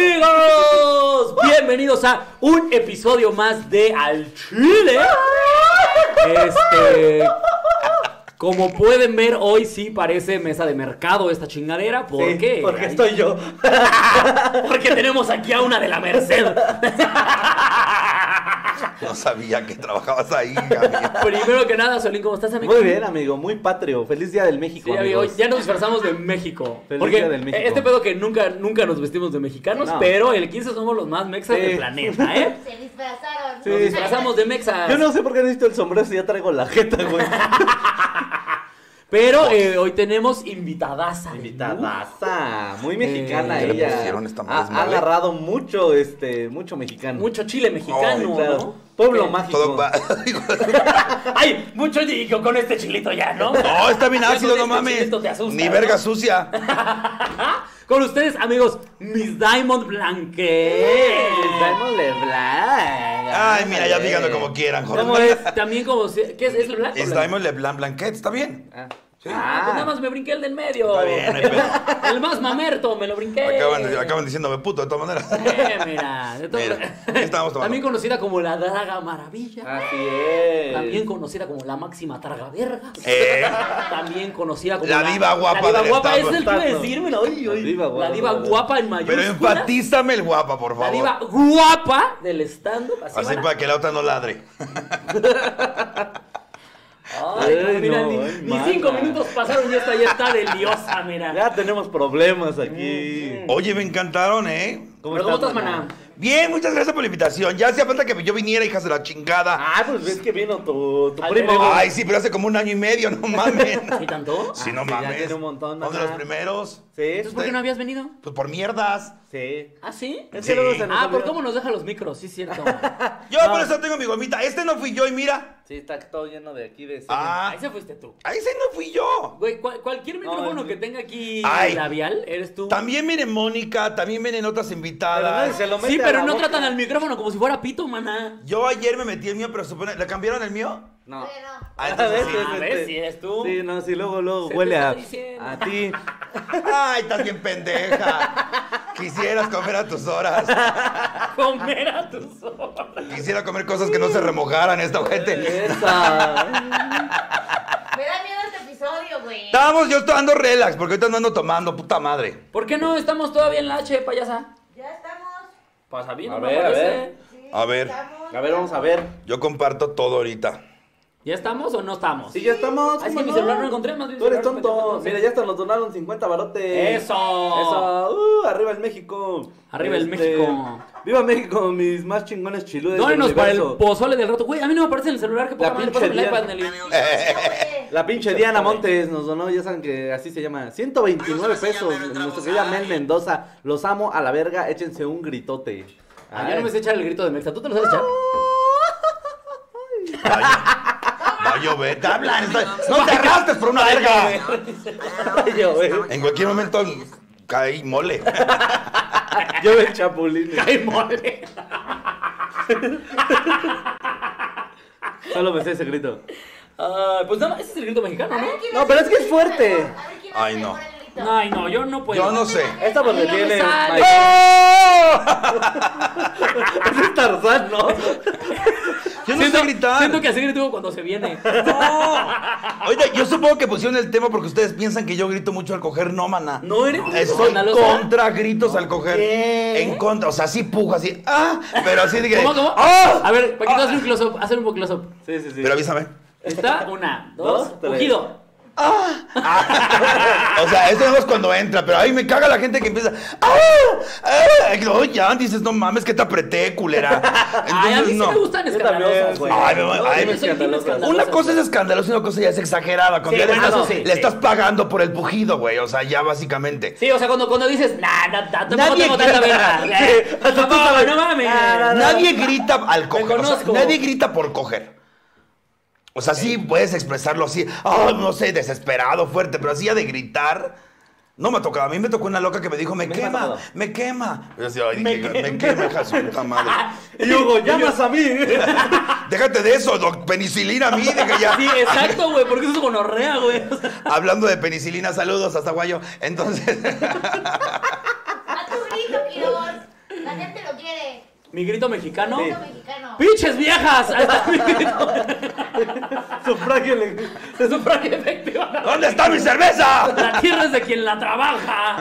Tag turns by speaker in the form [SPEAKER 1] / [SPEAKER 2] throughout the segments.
[SPEAKER 1] Amigos, bienvenidos a un episodio más de Al Chile. Este, como pueden ver, hoy sí parece mesa de mercado esta chingadera. ¿Por
[SPEAKER 2] Sí,
[SPEAKER 1] qué?
[SPEAKER 2] Porque
[SPEAKER 1] Ay,
[SPEAKER 2] estoy yo.
[SPEAKER 1] porque tenemos aquí a una de la Merced.
[SPEAKER 3] No sabía que trabajabas ahí, amigo.
[SPEAKER 1] Primero que nada, Solín, ¿cómo estás, amigo?
[SPEAKER 2] Muy bien, amigo, muy patrio. Feliz Día del México.
[SPEAKER 1] Sí, amigo,
[SPEAKER 2] amigos.
[SPEAKER 1] ya nos disfrazamos de México.
[SPEAKER 2] Feliz
[SPEAKER 1] porque
[SPEAKER 2] Día del México.
[SPEAKER 1] este pedo que nunca, nunca nos vestimos de mexicanos,
[SPEAKER 2] No.
[SPEAKER 1] pero el 15 somos los más mexas
[SPEAKER 2] Sí.
[SPEAKER 1] del planeta, ¿eh?
[SPEAKER 4] Se disfrazaron.
[SPEAKER 2] Sí.
[SPEAKER 1] Nos disfrazamos de mexas.
[SPEAKER 2] Yo no sé por qué necesito el sombrero si ya traigo la jeta, güey.
[SPEAKER 1] Pero eh, hoy tenemos invitadaza.
[SPEAKER 2] Invitadaza. Muy mexicana
[SPEAKER 1] Eh, ¿qué le
[SPEAKER 2] ella.
[SPEAKER 3] pusieron esta madre?
[SPEAKER 2] ha, ha agarrado mucho, este, mucho mexicano.
[SPEAKER 1] Mucho chile
[SPEAKER 2] Sí,
[SPEAKER 1] mexicano,
[SPEAKER 2] claro.
[SPEAKER 1] ¿no?
[SPEAKER 2] Pueblo
[SPEAKER 1] Eh,
[SPEAKER 2] mágico.
[SPEAKER 3] Todo va-
[SPEAKER 1] Ay, mucho chico con este chilito ya, ¿no?
[SPEAKER 3] No, está bien
[SPEAKER 1] Ya con
[SPEAKER 3] ácido, no
[SPEAKER 1] este
[SPEAKER 3] mames.
[SPEAKER 1] chilito te asusta,
[SPEAKER 3] Ni
[SPEAKER 1] ¿no?
[SPEAKER 3] verga sucia.
[SPEAKER 1] Con ustedes, amigos, Miss Diamond Blanque.
[SPEAKER 2] ¡Eh! Diamond LeBlanc.
[SPEAKER 3] Ay, mira, ya
[SPEAKER 2] Ándale.
[SPEAKER 3] díganlo como quieran,
[SPEAKER 1] ¿Cómo
[SPEAKER 3] joder.
[SPEAKER 1] es? También como... si- ¿Qué es? ¿Es blanco?
[SPEAKER 3] Es Diamond LeBlanc Blanquet, está bien.
[SPEAKER 2] Ah.
[SPEAKER 3] Sí.
[SPEAKER 1] Ah, pues nada más me brinqué el del medio.
[SPEAKER 3] Está bien, no hay pedo.
[SPEAKER 1] El más mamerto, me lo brinqué.
[SPEAKER 3] Acaban, acaban diciéndome puto de todas maneras.
[SPEAKER 1] Eh, mira. de todo-
[SPEAKER 3] Mira, ¿qué estábamos tomando?
[SPEAKER 1] También conocida como la Draga Maravilla.
[SPEAKER 2] Así es.
[SPEAKER 1] También conocida como la máxima targa verga.
[SPEAKER 3] Eh,
[SPEAKER 1] También conocida como
[SPEAKER 3] La diva guapa
[SPEAKER 1] La diva
[SPEAKER 3] del
[SPEAKER 1] guapa,
[SPEAKER 3] estado.
[SPEAKER 1] es el que iba a decírmelo. Ay,
[SPEAKER 2] La
[SPEAKER 1] ay.
[SPEAKER 2] diva guapa.
[SPEAKER 1] La diva guapa en
[SPEAKER 3] pero
[SPEAKER 1] mayúsculas.
[SPEAKER 3] empatízame el guapa, por
[SPEAKER 1] La diva
[SPEAKER 3] favor.
[SPEAKER 1] guapa del stand-up. Así,
[SPEAKER 3] Así
[SPEAKER 1] para-
[SPEAKER 3] para que la otra no ladre.
[SPEAKER 1] Ay, no,
[SPEAKER 2] Ay,
[SPEAKER 1] mira,
[SPEAKER 2] no,
[SPEAKER 1] ni,
[SPEAKER 2] ay,
[SPEAKER 1] ni
[SPEAKER 2] mana.
[SPEAKER 1] cinco minutos pasaron y esta ya está de liosa, mira.
[SPEAKER 2] Ya tenemos problemas aquí.
[SPEAKER 3] Oye, me encantaron, ¿eh?
[SPEAKER 1] Mm, Pero ¿Cómo estás,
[SPEAKER 2] maná?
[SPEAKER 1] maná?
[SPEAKER 3] Bien, muchas gracias por la invitación. Ya hacía falta que yo viniera, hijas de la chingada.
[SPEAKER 2] Ah, pues ves que vino tu, tu
[SPEAKER 1] Al
[SPEAKER 2] primo.
[SPEAKER 1] primo.
[SPEAKER 3] Ay, sí, pero hace como un año y medio, no mames.
[SPEAKER 1] ¿Y tanto? Ah,
[SPEAKER 3] Si no
[SPEAKER 2] Ah, sí, ya
[SPEAKER 3] mames.
[SPEAKER 2] tiene un montón,
[SPEAKER 3] Uno de
[SPEAKER 2] ajá.
[SPEAKER 3] los primeros.
[SPEAKER 2] Sí,
[SPEAKER 1] Entonces, ¿por qué no habías venido?
[SPEAKER 3] Pues por mierdas.
[SPEAKER 2] sí.
[SPEAKER 1] ¿Ah, sí?
[SPEAKER 2] Es que luego Este se nos
[SPEAKER 1] Ah, ¿por
[SPEAKER 2] olvidó.
[SPEAKER 1] cómo nos deja los micros? Sí, cierto.
[SPEAKER 3] Yo por eso tengo mi gomita. Este no fui yo y mira.
[SPEAKER 2] Sí, está todo lleno de aquí de...
[SPEAKER 3] Ah,
[SPEAKER 1] Ahí se fuiste tú.
[SPEAKER 3] a ese no fui yo.
[SPEAKER 1] Güey, cual- cualquier micrófono
[SPEAKER 2] No, es-
[SPEAKER 1] que tenga aquí
[SPEAKER 3] Ay.
[SPEAKER 1] labial, eres tú.
[SPEAKER 3] También viene Mónica, también vienen otras
[SPEAKER 2] Pero nadie
[SPEAKER 3] invitadas.
[SPEAKER 2] se lo mete
[SPEAKER 1] Sí,
[SPEAKER 2] a
[SPEAKER 1] pero
[SPEAKER 2] la
[SPEAKER 1] no
[SPEAKER 2] boca.
[SPEAKER 1] tratan al micrófono como si fuera pito, maná.
[SPEAKER 3] Yo ayer me metí el mío, pero supone. ¿Le cambiaron el mío?
[SPEAKER 2] No.
[SPEAKER 4] Oye, no.
[SPEAKER 3] Ah,
[SPEAKER 2] A
[SPEAKER 3] entonces
[SPEAKER 2] ver,
[SPEAKER 3] sí.
[SPEAKER 2] sí,
[SPEAKER 1] A
[SPEAKER 2] sí,
[SPEAKER 1] ver
[SPEAKER 2] sí.
[SPEAKER 1] si eres tú.
[SPEAKER 2] este. Sí, no, sí, luego, luego
[SPEAKER 1] Se te
[SPEAKER 2] huele a,
[SPEAKER 1] está diciendo.
[SPEAKER 2] a ti.
[SPEAKER 3] Ay, estás bien pendeja. Quisieras comer a tus horas.
[SPEAKER 1] Comer a tus ojos.
[SPEAKER 3] Quisiera comer cosas que no se remojaran esta gente.
[SPEAKER 2] Esa.
[SPEAKER 4] Me da miedo este episodio, güey.
[SPEAKER 3] Estábamos, yo estoy ando relax, porque ahorita no ando tomando, puta madre.
[SPEAKER 1] ¿Por qué no estamos todavía en la H, payasa?
[SPEAKER 4] Ya estamos.
[SPEAKER 1] Pasa bien,
[SPEAKER 2] A
[SPEAKER 1] no me
[SPEAKER 2] ver, a
[SPEAKER 1] parece.
[SPEAKER 2] ver.
[SPEAKER 4] Sí,
[SPEAKER 3] A ver.
[SPEAKER 4] estamos.
[SPEAKER 2] A ver, vamos a ver.
[SPEAKER 3] Yo comparto todo ahorita.
[SPEAKER 1] ¿Ya estamos o no estamos?
[SPEAKER 2] Sí, ya estamos.
[SPEAKER 1] Ah, es
[SPEAKER 2] ¿cómo
[SPEAKER 1] que mi celular no encontré, más bien
[SPEAKER 2] Tú eres
[SPEAKER 1] mi celular
[SPEAKER 2] tonto.
[SPEAKER 1] pendejo, sí.
[SPEAKER 2] Mira, ya hasta nos donaron 50 barotes.
[SPEAKER 1] ¡Eso!
[SPEAKER 2] Eso. Uh, arriba el México. Este,
[SPEAKER 1] Arriba el México.
[SPEAKER 2] Viva México, mis más chingones chiludes.
[SPEAKER 1] Dónenos
[SPEAKER 2] del
[SPEAKER 1] para el
[SPEAKER 2] universo.
[SPEAKER 1] pozole del rato. Güey, a mí no me aparece en el celular. Que
[SPEAKER 2] La
[SPEAKER 1] poca madre,
[SPEAKER 2] pinche
[SPEAKER 1] pásame el iPad,
[SPEAKER 2] Diana.
[SPEAKER 1] Nelly.
[SPEAKER 3] Eh.
[SPEAKER 4] Oye,
[SPEAKER 2] La pinche Diana Montes nos donó, ya saben que así se llama, 129 pesos. Nuestra querida Mel Mendoza, los amo a la verga, échense un gritote.
[SPEAKER 1] Ah, yo no me sé echar el grito de Mexa. ¿Tú te lo sabes echar?
[SPEAKER 3] Va a llover. Te hablan, estoy- No te arrastres por una verga.
[SPEAKER 2] sé. Yo, güey.
[SPEAKER 3] En cualquier momento cae mole.
[SPEAKER 2] Yo el chapulín.
[SPEAKER 1] ¡Ay, mole!
[SPEAKER 2] Solo me sé ese grito.
[SPEAKER 1] Ah, pues nada, ese es el grito mexicano,
[SPEAKER 4] a ver
[SPEAKER 1] ¿no?
[SPEAKER 4] quién
[SPEAKER 2] No,
[SPEAKER 4] hace
[SPEAKER 2] pero es que es
[SPEAKER 4] el
[SPEAKER 2] fuerte.
[SPEAKER 4] grito. A ver quién hace
[SPEAKER 3] Ay, no.
[SPEAKER 4] mejor el grito.
[SPEAKER 1] Ay, no, yo no puedo.
[SPEAKER 3] Yo no sé.
[SPEAKER 2] Esta porque
[SPEAKER 1] No me
[SPEAKER 2] tiene.
[SPEAKER 1] sale.
[SPEAKER 2] Ese es Tarzán, ¿no?
[SPEAKER 3] Yo no sé gritar.
[SPEAKER 1] Siento que así grito cuando se viene.
[SPEAKER 3] Oiga, yo supongo que pusieron el tema porque ustedes piensan que yo grito mucho al coger, no, mana.
[SPEAKER 1] No eres
[SPEAKER 3] Eh, Soy
[SPEAKER 1] escandalosa.
[SPEAKER 3] contra gritos al coger.
[SPEAKER 2] ¿Qué?
[SPEAKER 3] En contra, o sea, sí pujo, así. Ah, pero así de que.
[SPEAKER 1] ¿Cómo, cómo?
[SPEAKER 3] ¡Ah!
[SPEAKER 1] A ver, Paquito,
[SPEAKER 3] Ah.
[SPEAKER 1] hazle un close-up. Hazle un poco close-up.
[SPEAKER 2] Sí, sí, sí.
[SPEAKER 3] Pero avísame.
[SPEAKER 1] Está una,
[SPEAKER 2] Dos,
[SPEAKER 1] dos,
[SPEAKER 2] tres.
[SPEAKER 1] cogido.
[SPEAKER 3] Ah, o sea, eso no es cuando entra, pero ahí me caga la gente que empieza. ¡Ah! ¡Ah! Y luego ya dices, no mames, que te apreté, culera.
[SPEAKER 1] Ay, a mí sí
[SPEAKER 3] Entonces,
[SPEAKER 1] me
[SPEAKER 3] no.
[SPEAKER 1] gustan
[SPEAKER 2] Yo
[SPEAKER 1] escandalosas,
[SPEAKER 2] también,
[SPEAKER 1] güey.
[SPEAKER 3] ay, me- ay,
[SPEAKER 1] yo
[SPEAKER 3] me-
[SPEAKER 1] soy team escandalosas.
[SPEAKER 3] Una cosa es escandalosa y una cosa ya es exagerada. Cuando
[SPEAKER 1] Sí,
[SPEAKER 3] ya le,
[SPEAKER 1] bueno,
[SPEAKER 3] estás,
[SPEAKER 1] eso sí,
[SPEAKER 3] le
[SPEAKER 1] sí.
[SPEAKER 3] estás pagando por el pujido, güey. O sea, ya básicamente.
[SPEAKER 1] Sí, o sea, cuando, cuando dices, nah, nah, nah, tampoco
[SPEAKER 3] Nadie-
[SPEAKER 1] tengo tanta verga.
[SPEAKER 3] Sí,
[SPEAKER 1] Eh,
[SPEAKER 3] hasta tú
[SPEAKER 1] tampoco,
[SPEAKER 3] sabes.
[SPEAKER 1] no mames.
[SPEAKER 3] Nadie grita al coger. o sea,
[SPEAKER 1] conozco.
[SPEAKER 3] nadie grita por coger. O sea, sí puedes expresarlo así, ah, no sé, desesperado, fuerte, pero así ya de gritar. No me ha tocado. A mí me tocó una loca que me dijo, me,
[SPEAKER 2] me ha
[SPEAKER 3] quema,
[SPEAKER 2] tocado.
[SPEAKER 3] me quema. Y yo así, "Ay,
[SPEAKER 2] Me
[SPEAKER 3] que-
[SPEAKER 2] quema.
[SPEAKER 3] me quema, hija de su puta madre.
[SPEAKER 2] Y Hugo, llamas a mí.
[SPEAKER 3] Déjate de eso, doc, penicilina a mí, de que ya.
[SPEAKER 1] Sí, exacto, güey, porque eso es gonorrea, güey. O sea,
[SPEAKER 3] Hablando de penicilina, saludos hasta Guayo. Entonces,
[SPEAKER 4] A tu grito, Quiroz. La gente lo quiere.
[SPEAKER 1] Mi grito mexicano.
[SPEAKER 4] Grito mexicano.
[SPEAKER 1] ¡Pinches viejas! Ahí está mi grito.
[SPEAKER 2] Sufragio le-
[SPEAKER 1] Es un fraude efectivo.
[SPEAKER 3] ¿dónde está mi cerveza?
[SPEAKER 1] La tierra es de quien la trabaja.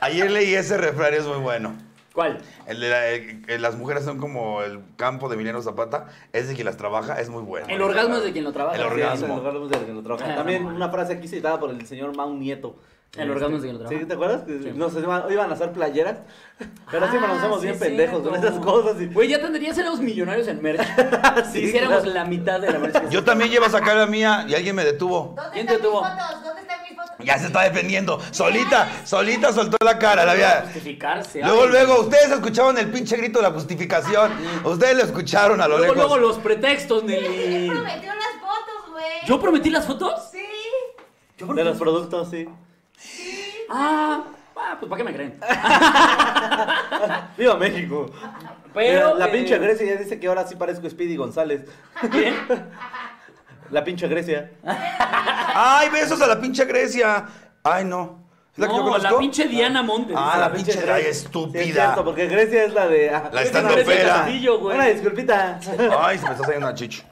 [SPEAKER 3] Ayer leí ese refrán, es muy bueno.
[SPEAKER 1] ¿Cuál?
[SPEAKER 3] El de la- el- que las mujeres son como el campo de Minero Zapata, es de quien las trabaja, es muy bueno.
[SPEAKER 1] El orgasmo es de quien lo trabaja.
[SPEAKER 3] El
[SPEAKER 1] Sí,
[SPEAKER 2] Sí,
[SPEAKER 3] orgasmo.
[SPEAKER 2] el orgasmo es el que lo trabaja. También una frase aquí citada por el señor Mau Nieto. Este,
[SPEAKER 1] El orgasmo es el que lo trabaja.
[SPEAKER 2] ¿Sí? ¿Te acuerdas? Que
[SPEAKER 1] Sí.
[SPEAKER 2] Nos iban iban a hacer playeras, pero siempre nos hacemos
[SPEAKER 1] Ah,
[SPEAKER 2] bien
[SPEAKER 1] sí,
[SPEAKER 2] pendejos con
[SPEAKER 1] cierto.
[SPEAKER 2] esas cosas. Y...
[SPEAKER 1] Güey, ya tendrías los millonarios en merch. si
[SPEAKER 2] Sí,
[SPEAKER 1] hiciéramos
[SPEAKER 2] claro.
[SPEAKER 1] la mitad de la merch. que
[SPEAKER 3] Yo también llevo a sacar la mía y alguien me detuvo.
[SPEAKER 4] ¿Dónde
[SPEAKER 1] ¿Quién
[SPEAKER 4] están
[SPEAKER 1] te
[SPEAKER 4] mis
[SPEAKER 1] tuvo?
[SPEAKER 4] fotos? ¿Dónde están mis fotos?
[SPEAKER 3] Ya se está defendiendo. Solita, solita soltó la cara, la
[SPEAKER 1] se-
[SPEAKER 3] había.
[SPEAKER 1] Justificarse.
[SPEAKER 4] ¿ah?
[SPEAKER 3] Luego,
[SPEAKER 1] ay.
[SPEAKER 3] luego, ustedes escucharon el pinche grito de la justificación. Ustedes lo escucharon a lo
[SPEAKER 1] Luego, luego
[SPEAKER 3] lejos.
[SPEAKER 1] los pretextos, Nelly.
[SPEAKER 4] Él prometió las fotos, güey.
[SPEAKER 1] ¿Yo prometí las fotos?
[SPEAKER 4] Sí.
[SPEAKER 1] Yo
[SPEAKER 2] De los productos, sí.
[SPEAKER 1] Ah, ah, pues ¿para qué me creen?
[SPEAKER 2] ¡Viva México! Mira,
[SPEAKER 1] Pero,
[SPEAKER 2] la
[SPEAKER 1] eh,
[SPEAKER 2] pinche Grecia ya dice que ahora sí parezco Speedy González.
[SPEAKER 1] ¿Quién?
[SPEAKER 2] La pinche Grecia.
[SPEAKER 3] Ay, besos a la pinche Grecia. Ay, no. ¿Es la que yo
[SPEAKER 1] No, la
[SPEAKER 3] conozco?
[SPEAKER 1] pinche Diana Montes.
[SPEAKER 3] Ah, la
[SPEAKER 1] Esa.
[SPEAKER 3] pinche
[SPEAKER 2] Grecia.
[SPEAKER 3] Ay,
[SPEAKER 2] Sí, es
[SPEAKER 3] estúpida.
[SPEAKER 2] cierto, porque Grecia es la de.
[SPEAKER 3] La
[SPEAKER 1] Esa
[SPEAKER 3] estando
[SPEAKER 1] Grecia
[SPEAKER 3] pera.
[SPEAKER 1] Castillo, güey.
[SPEAKER 2] Una disculpita.
[SPEAKER 3] Ay, se me está saliendo una chicha.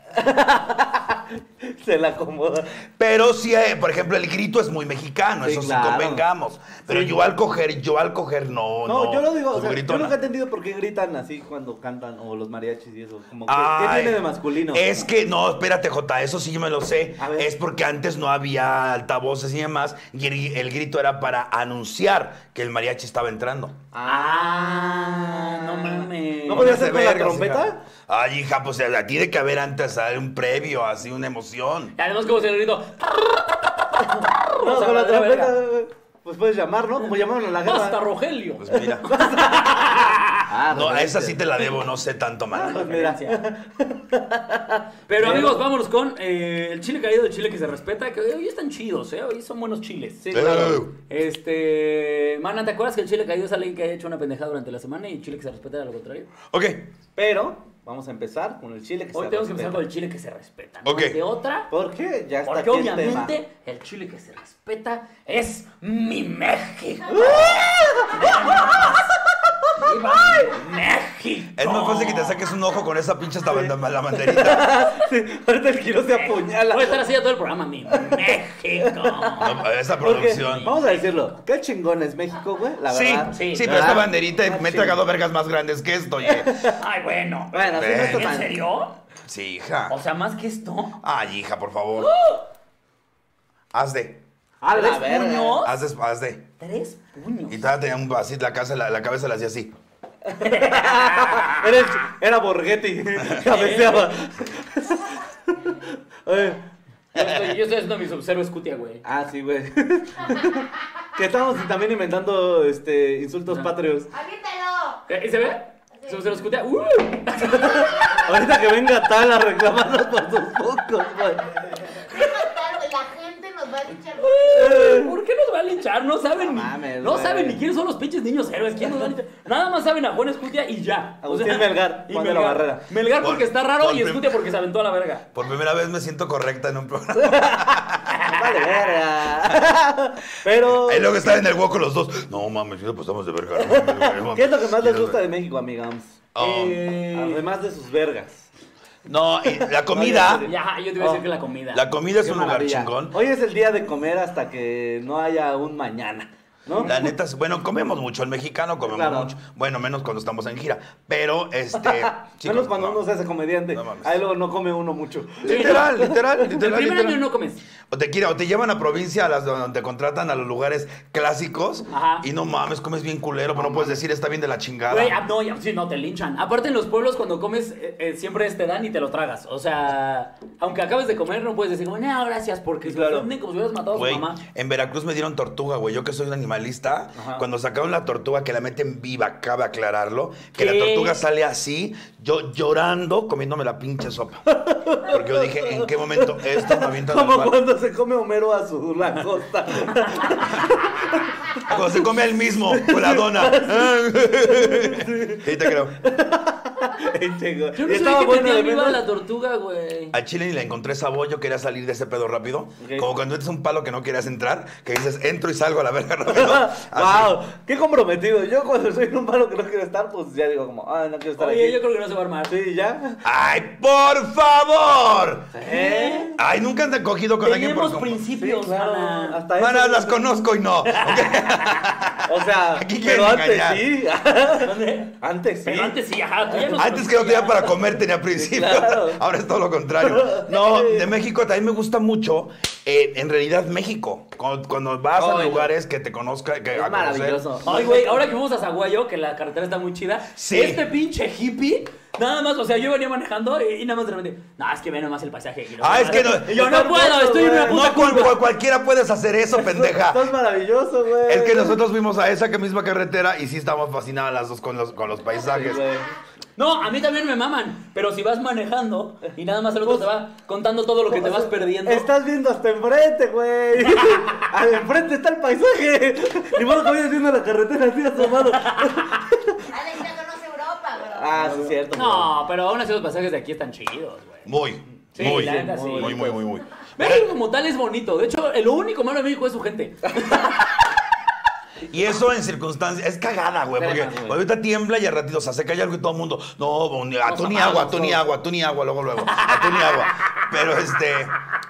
[SPEAKER 2] Se la acomoda.
[SPEAKER 3] Pero sí, eh, por ejemplo, el grito es muy mexicano,
[SPEAKER 2] Sí,
[SPEAKER 3] eso sí
[SPEAKER 2] claro.
[SPEAKER 3] convengamos. Pero yo al coger, yo al coger, no, no. Pues
[SPEAKER 2] No, yo lo digo, o
[SPEAKER 3] como
[SPEAKER 2] sea, yo
[SPEAKER 3] gritona.
[SPEAKER 2] nunca he entendido por qué gritan así cuando cantan o los mariachis y eso. Como que, ¿Qué
[SPEAKER 3] Ay,
[SPEAKER 2] tiene de masculino?
[SPEAKER 3] Es que, no, espérate, Jota, eso sí yo me lo sé.
[SPEAKER 2] A ver.
[SPEAKER 3] Es porque antes no había altavoces y demás, y el, el grito era para anunciar que el mariachi estaba entrando.
[SPEAKER 1] Ah, no mames.
[SPEAKER 2] No, pero- ¿Podría
[SPEAKER 3] Póngase
[SPEAKER 2] ser con la
[SPEAKER 3] vergas,
[SPEAKER 2] trompeta?
[SPEAKER 3] hija. Ay, hija, pues la tiene que haber antes ¿sabes? un previo, así, una emoción.
[SPEAKER 1] Y además como se le grito.
[SPEAKER 2] No,
[SPEAKER 1] o sea,
[SPEAKER 2] con la
[SPEAKER 1] la verga.
[SPEAKER 2] trompeta, pues puedes llamar, ¿no? Como llamaron a la guerra.
[SPEAKER 1] ¡Basta, Rogelio!
[SPEAKER 3] Pues mira.
[SPEAKER 2] Ah,
[SPEAKER 3] No, a
[SPEAKER 2] referencia.
[SPEAKER 3] esa sí Eh. te la debo, no sé tanto mal.
[SPEAKER 2] Pues mira,
[SPEAKER 1] Pero amigos, vámonos con eh, el chile caído, el chile que se respeta, que hoy están chidos, ¿eh? Hoy son buenos chiles.
[SPEAKER 2] Sí, claro.
[SPEAKER 1] Este. Mana, ¿te acuerdas que el chile caído es alguien que ha hecho una pendejada durante la semana y el chile que se respeta era lo contrario?
[SPEAKER 3] Ok,
[SPEAKER 2] Pero vamos a empezar con el chile que
[SPEAKER 1] Hoy
[SPEAKER 2] se
[SPEAKER 1] tenemos que
[SPEAKER 2] respeta.
[SPEAKER 1] empezar con el chile que se respeta. ¿no?
[SPEAKER 3] Ok. Pues,
[SPEAKER 1] De otra.
[SPEAKER 2] ¿Por qué? Ya está
[SPEAKER 1] Porque
[SPEAKER 2] aquí el tema.
[SPEAKER 1] obviamente el chile que se respeta es mi México. ¡Viva mi México!
[SPEAKER 3] es más fácil que te saques un ojo con esa pinche tabanda- la banderita.
[SPEAKER 2] Sí, ahorita el giro se apuñala.
[SPEAKER 1] Eh, Voy a estar así ya todo el programa, mi México.
[SPEAKER 3] No, esa
[SPEAKER 2] Porque,
[SPEAKER 3] producción.
[SPEAKER 2] vamos a decirlo, qué chingón es México, güey, la
[SPEAKER 3] sí,
[SPEAKER 2] verdad.
[SPEAKER 3] sí,
[SPEAKER 1] sí,
[SPEAKER 3] pero
[SPEAKER 2] ¿verdad?
[SPEAKER 3] esta banderita
[SPEAKER 2] Ah,
[SPEAKER 3] me he
[SPEAKER 2] sí.
[SPEAKER 3] tragado vergas más grandes que esto, oye.
[SPEAKER 1] Ay, bueno.
[SPEAKER 2] Bueno, sí, no está
[SPEAKER 3] Ven.
[SPEAKER 1] ¿En
[SPEAKER 2] tan-
[SPEAKER 1] serio?
[SPEAKER 3] Sí, hija.
[SPEAKER 1] O sea, más que esto.
[SPEAKER 3] Ay, hija, por favor. Haz de,
[SPEAKER 2] A Ah, la
[SPEAKER 1] ¿Tres
[SPEAKER 2] verga.
[SPEAKER 1] puños?
[SPEAKER 3] haz de, haz de.
[SPEAKER 1] Tres puños.
[SPEAKER 3] Y todavía tenía un así, la, casa, la, la cabeza la hacía así.
[SPEAKER 2] Era, el- era Borghetti. Cabeceaba. Oye,
[SPEAKER 1] Yo estoy, yo estoy haciendo mis observos cutia, güey.
[SPEAKER 2] ah, sí, güey. que estábamos también inventando este, insultos patrios.
[SPEAKER 4] Aviéntalo.
[SPEAKER 1] Eh, ¿Y se ve? Mis observos cutia. ¡Uh!
[SPEAKER 2] Ahorita que venga tal a reclamarnos por sus pocos, güey.
[SPEAKER 4] Qué fatal, güey. La gente nos va a linchar.
[SPEAKER 1] ¿Por qué nos van a linchar? No saben ni,
[SPEAKER 2] mames,
[SPEAKER 1] no
[SPEAKER 2] güey.
[SPEAKER 1] saben ni quiénes son los pinches niños héroes. ¿Quién nos va a linchar? Nada más saben a Juan Escutia y ya.
[SPEAKER 2] Agustín Melgar, Juan de la Barrera.
[SPEAKER 1] Melgar porque
[SPEAKER 3] Por-
[SPEAKER 1] está raro
[SPEAKER 3] por
[SPEAKER 1] y
[SPEAKER 3] prim-
[SPEAKER 1] Escutia porque se aventó a la verga.
[SPEAKER 3] Por primera vez me siento correcta en un programa.
[SPEAKER 2] Vale, verga. Pero,
[SPEAKER 3] Ahí luego estaba en el hueco los dos. No mames, sí, pues estamos de verga. no mames, no mames.
[SPEAKER 2] ¿qué es lo que más les gusta de México, amigams?
[SPEAKER 3] Oh.
[SPEAKER 2] Además de sus vergas.
[SPEAKER 3] No, y la comida.
[SPEAKER 2] No,
[SPEAKER 1] Ya, yo te iba a decir
[SPEAKER 2] Oh,
[SPEAKER 1] que la comida.
[SPEAKER 3] La comida es
[SPEAKER 2] Qué
[SPEAKER 3] un lugar
[SPEAKER 2] maravilla.
[SPEAKER 3] chingón.
[SPEAKER 2] Hoy es el día de comer hasta que no haya un mañana. ¿No?
[SPEAKER 3] La neta, es- bueno, comemos mucho. El mexicano comemos
[SPEAKER 2] Claro.
[SPEAKER 3] mucho. Bueno, menos cuando estamos en gira. Pero, este. sí,
[SPEAKER 2] Menos
[SPEAKER 3] como-
[SPEAKER 2] cuando
[SPEAKER 3] no.
[SPEAKER 2] uno se hace comediante.
[SPEAKER 3] No mames.
[SPEAKER 2] Ahí luego no come uno mucho.
[SPEAKER 3] Literal, literal, literal.
[SPEAKER 1] El primer
[SPEAKER 3] literal.
[SPEAKER 1] año no comes.
[SPEAKER 3] O te quiere- o te llevan a provincia a las donde te contratan a los lugares clásicos
[SPEAKER 1] Ajá.
[SPEAKER 3] y no mames, comes bien culero, pero no puedes decir está bien de la chingada.
[SPEAKER 1] Güey, ah, no, ya, sí, no, te linchan. Aparte, en los pueblos, cuando comes, eh, eh, siempre te dan y te lo tragas. O sea, aunque acabes de comer, no puedes decir, como, no, gracias, porque si
[SPEAKER 2] Claro.
[SPEAKER 1] lo venden como si hubieras matado a
[SPEAKER 3] Güey,
[SPEAKER 1] tu mamá.
[SPEAKER 3] en Veracruz me dieron tortuga, güey. Yo que soy un animalista,
[SPEAKER 1] Ajá.
[SPEAKER 3] cuando sacaron la tortuga que la meten viva, cabe aclararlo,
[SPEAKER 1] ¿Qué?
[SPEAKER 3] que la tortuga sale así, yo llorando, comiéndome la pinche sopa. Porque yo dije, ¿en qué momento esto me avientan al
[SPEAKER 2] Como
[SPEAKER 3] mar?
[SPEAKER 2] cuando se come Homero a su langosta.
[SPEAKER 3] Ah, Cuando se come el mismo, con la dona. sí, te creo.
[SPEAKER 2] Pinche Este, güey.
[SPEAKER 1] Yo
[SPEAKER 2] Y
[SPEAKER 1] no
[SPEAKER 2] estaba
[SPEAKER 1] sabía que
[SPEAKER 2] bueno de
[SPEAKER 1] tenía viva
[SPEAKER 2] menos.
[SPEAKER 1] la tortuga, güey.
[SPEAKER 3] A Chile ni le encontré sabor, yo quería salir de ese pedo rápido.
[SPEAKER 2] Ok.
[SPEAKER 3] Como cuando metes un palo que no querías entrar, que dices, entro y salgo a la verga rápido. Así.
[SPEAKER 2] wow, qué comprometido. Yo cuando soy en un palo que no quiero estar, pues ya digo como, ah, no quiero estar
[SPEAKER 1] Oye,
[SPEAKER 2] aquí.
[SPEAKER 1] yo creo que no se va a armar.
[SPEAKER 2] Sí, ya.
[SPEAKER 3] ¡Ay, por favor!
[SPEAKER 2] ¿Eh?
[SPEAKER 3] Ay, nunca te han cogido con alguien por
[SPEAKER 1] Tenemos
[SPEAKER 3] como-
[SPEAKER 2] Sí,
[SPEAKER 1] principios,
[SPEAKER 2] claro,
[SPEAKER 1] mana.
[SPEAKER 2] hasta eso.
[SPEAKER 3] Mana, las conozco y no. Ok.
[SPEAKER 2] O sea,
[SPEAKER 3] Aquí
[SPEAKER 2] pero
[SPEAKER 3] quieren
[SPEAKER 2] antes
[SPEAKER 3] engañar.
[SPEAKER 2] sí.
[SPEAKER 1] ¿Dónde?
[SPEAKER 2] antes sí.
[SPEAKER 1] Pero antes sí, ajá. tú ya nos
[SPEAKER 3] Antes que no tenía
[SPEAKER 1] conocías.
[SPEAKER 3] para comer, tenía principios.
[SPEAKER 2] Claro.
[SPEAKER 3] Ahora es todo lo contrario. No, de México también me gusta mucho, eh, en realidad, México. Cuando, cuando vas a
[SPEAKER 2] Ay,
[SPEAKER 3] lugares que te conozcan, que a
[SPEAKER 2] Es
[SPEAKER 3] conocer.
[SPEAKER 2] maravilloso.
[SPEAKER 1] Ay, güey, ahora que vamos a Zaguayo, que la carretera está muy chida,
[SPEAKER 3] Sí.
[SPEAKER 1] este pinche hippie, nada más, o sea, yo venía manejando y, y nada más de repente, no, es que ve nomás el pasaje. y no,
[SPEAKER 3] Ah, es que no-
[SPEAKER 1] y yo no
[SPEAKER 2] Está
[SPEAKER 1] puedo,
[SPEAKER 2] hermoso,
[SPEAKER 1] estoy en una
[SPEAKER 2] güey.
[SPEAKER 1] puta
[SPEAKER 3] No, cual-
[SPEAKER 1] curva.
[SPEAKER 3] cual- cualquiera puedes hacer eso, pendeja.
[SPEAKER 2] Esto es maravilloso, güey.
[SPEAKER 3] Es que nosotros fuimos a esa que misma carretera y sí estábamos fascinadas las dos con los, con los
[SPEAKER 2] Sí,
[SPEAKER 3] paisajes.
[SPEAKER 2] güey.
[SPEAKER 1] No, a mí también me maman, pero si vas manejando y nada más el otro te va contando todo lo que te vas perdiendo.
[SPEAKER 2] Estás viendo hasta enfrente, güey. Al enfrente está el paisaje. Ni modo que vayas viendo la carretera así asomado.
[SPEAKER 4] Alex ya conoce Europa, bro.
[SPEAKER 2] Ah, sí, es cierto.
[SPEAKER 1] No, pero aún así los pasajes de aquí están chidos, güey.
[SPEAKER 3] Muy,
[SPEAKER 1] Sí,
[SPEAKER 3] muy,
[SPEAKER 1] la neta, sí.
[SPEAKER 3] muy, muy, muy, muy.
[SPEAKER 1] México como tal es bonito, de hecho, lo único malo de México es su gente.
[SPEAKER 3] Y eso en circunstancias, es cagada, güey, porque
[SPEAKER 1] Verga, güey.
[SPEAKER 3] ahorita tiembla y al ratito, o sea, se cae algo y todo el mundo, no, bo- ni- a tú ni
[SPEAKER 1] amados,
[SPEAKER 3] agua, a tú ni
[SPEAKER 1] todos.
[SPEAKER 3] agua, a tú ni agua, luego, luego, a tú ni agua. Pero este,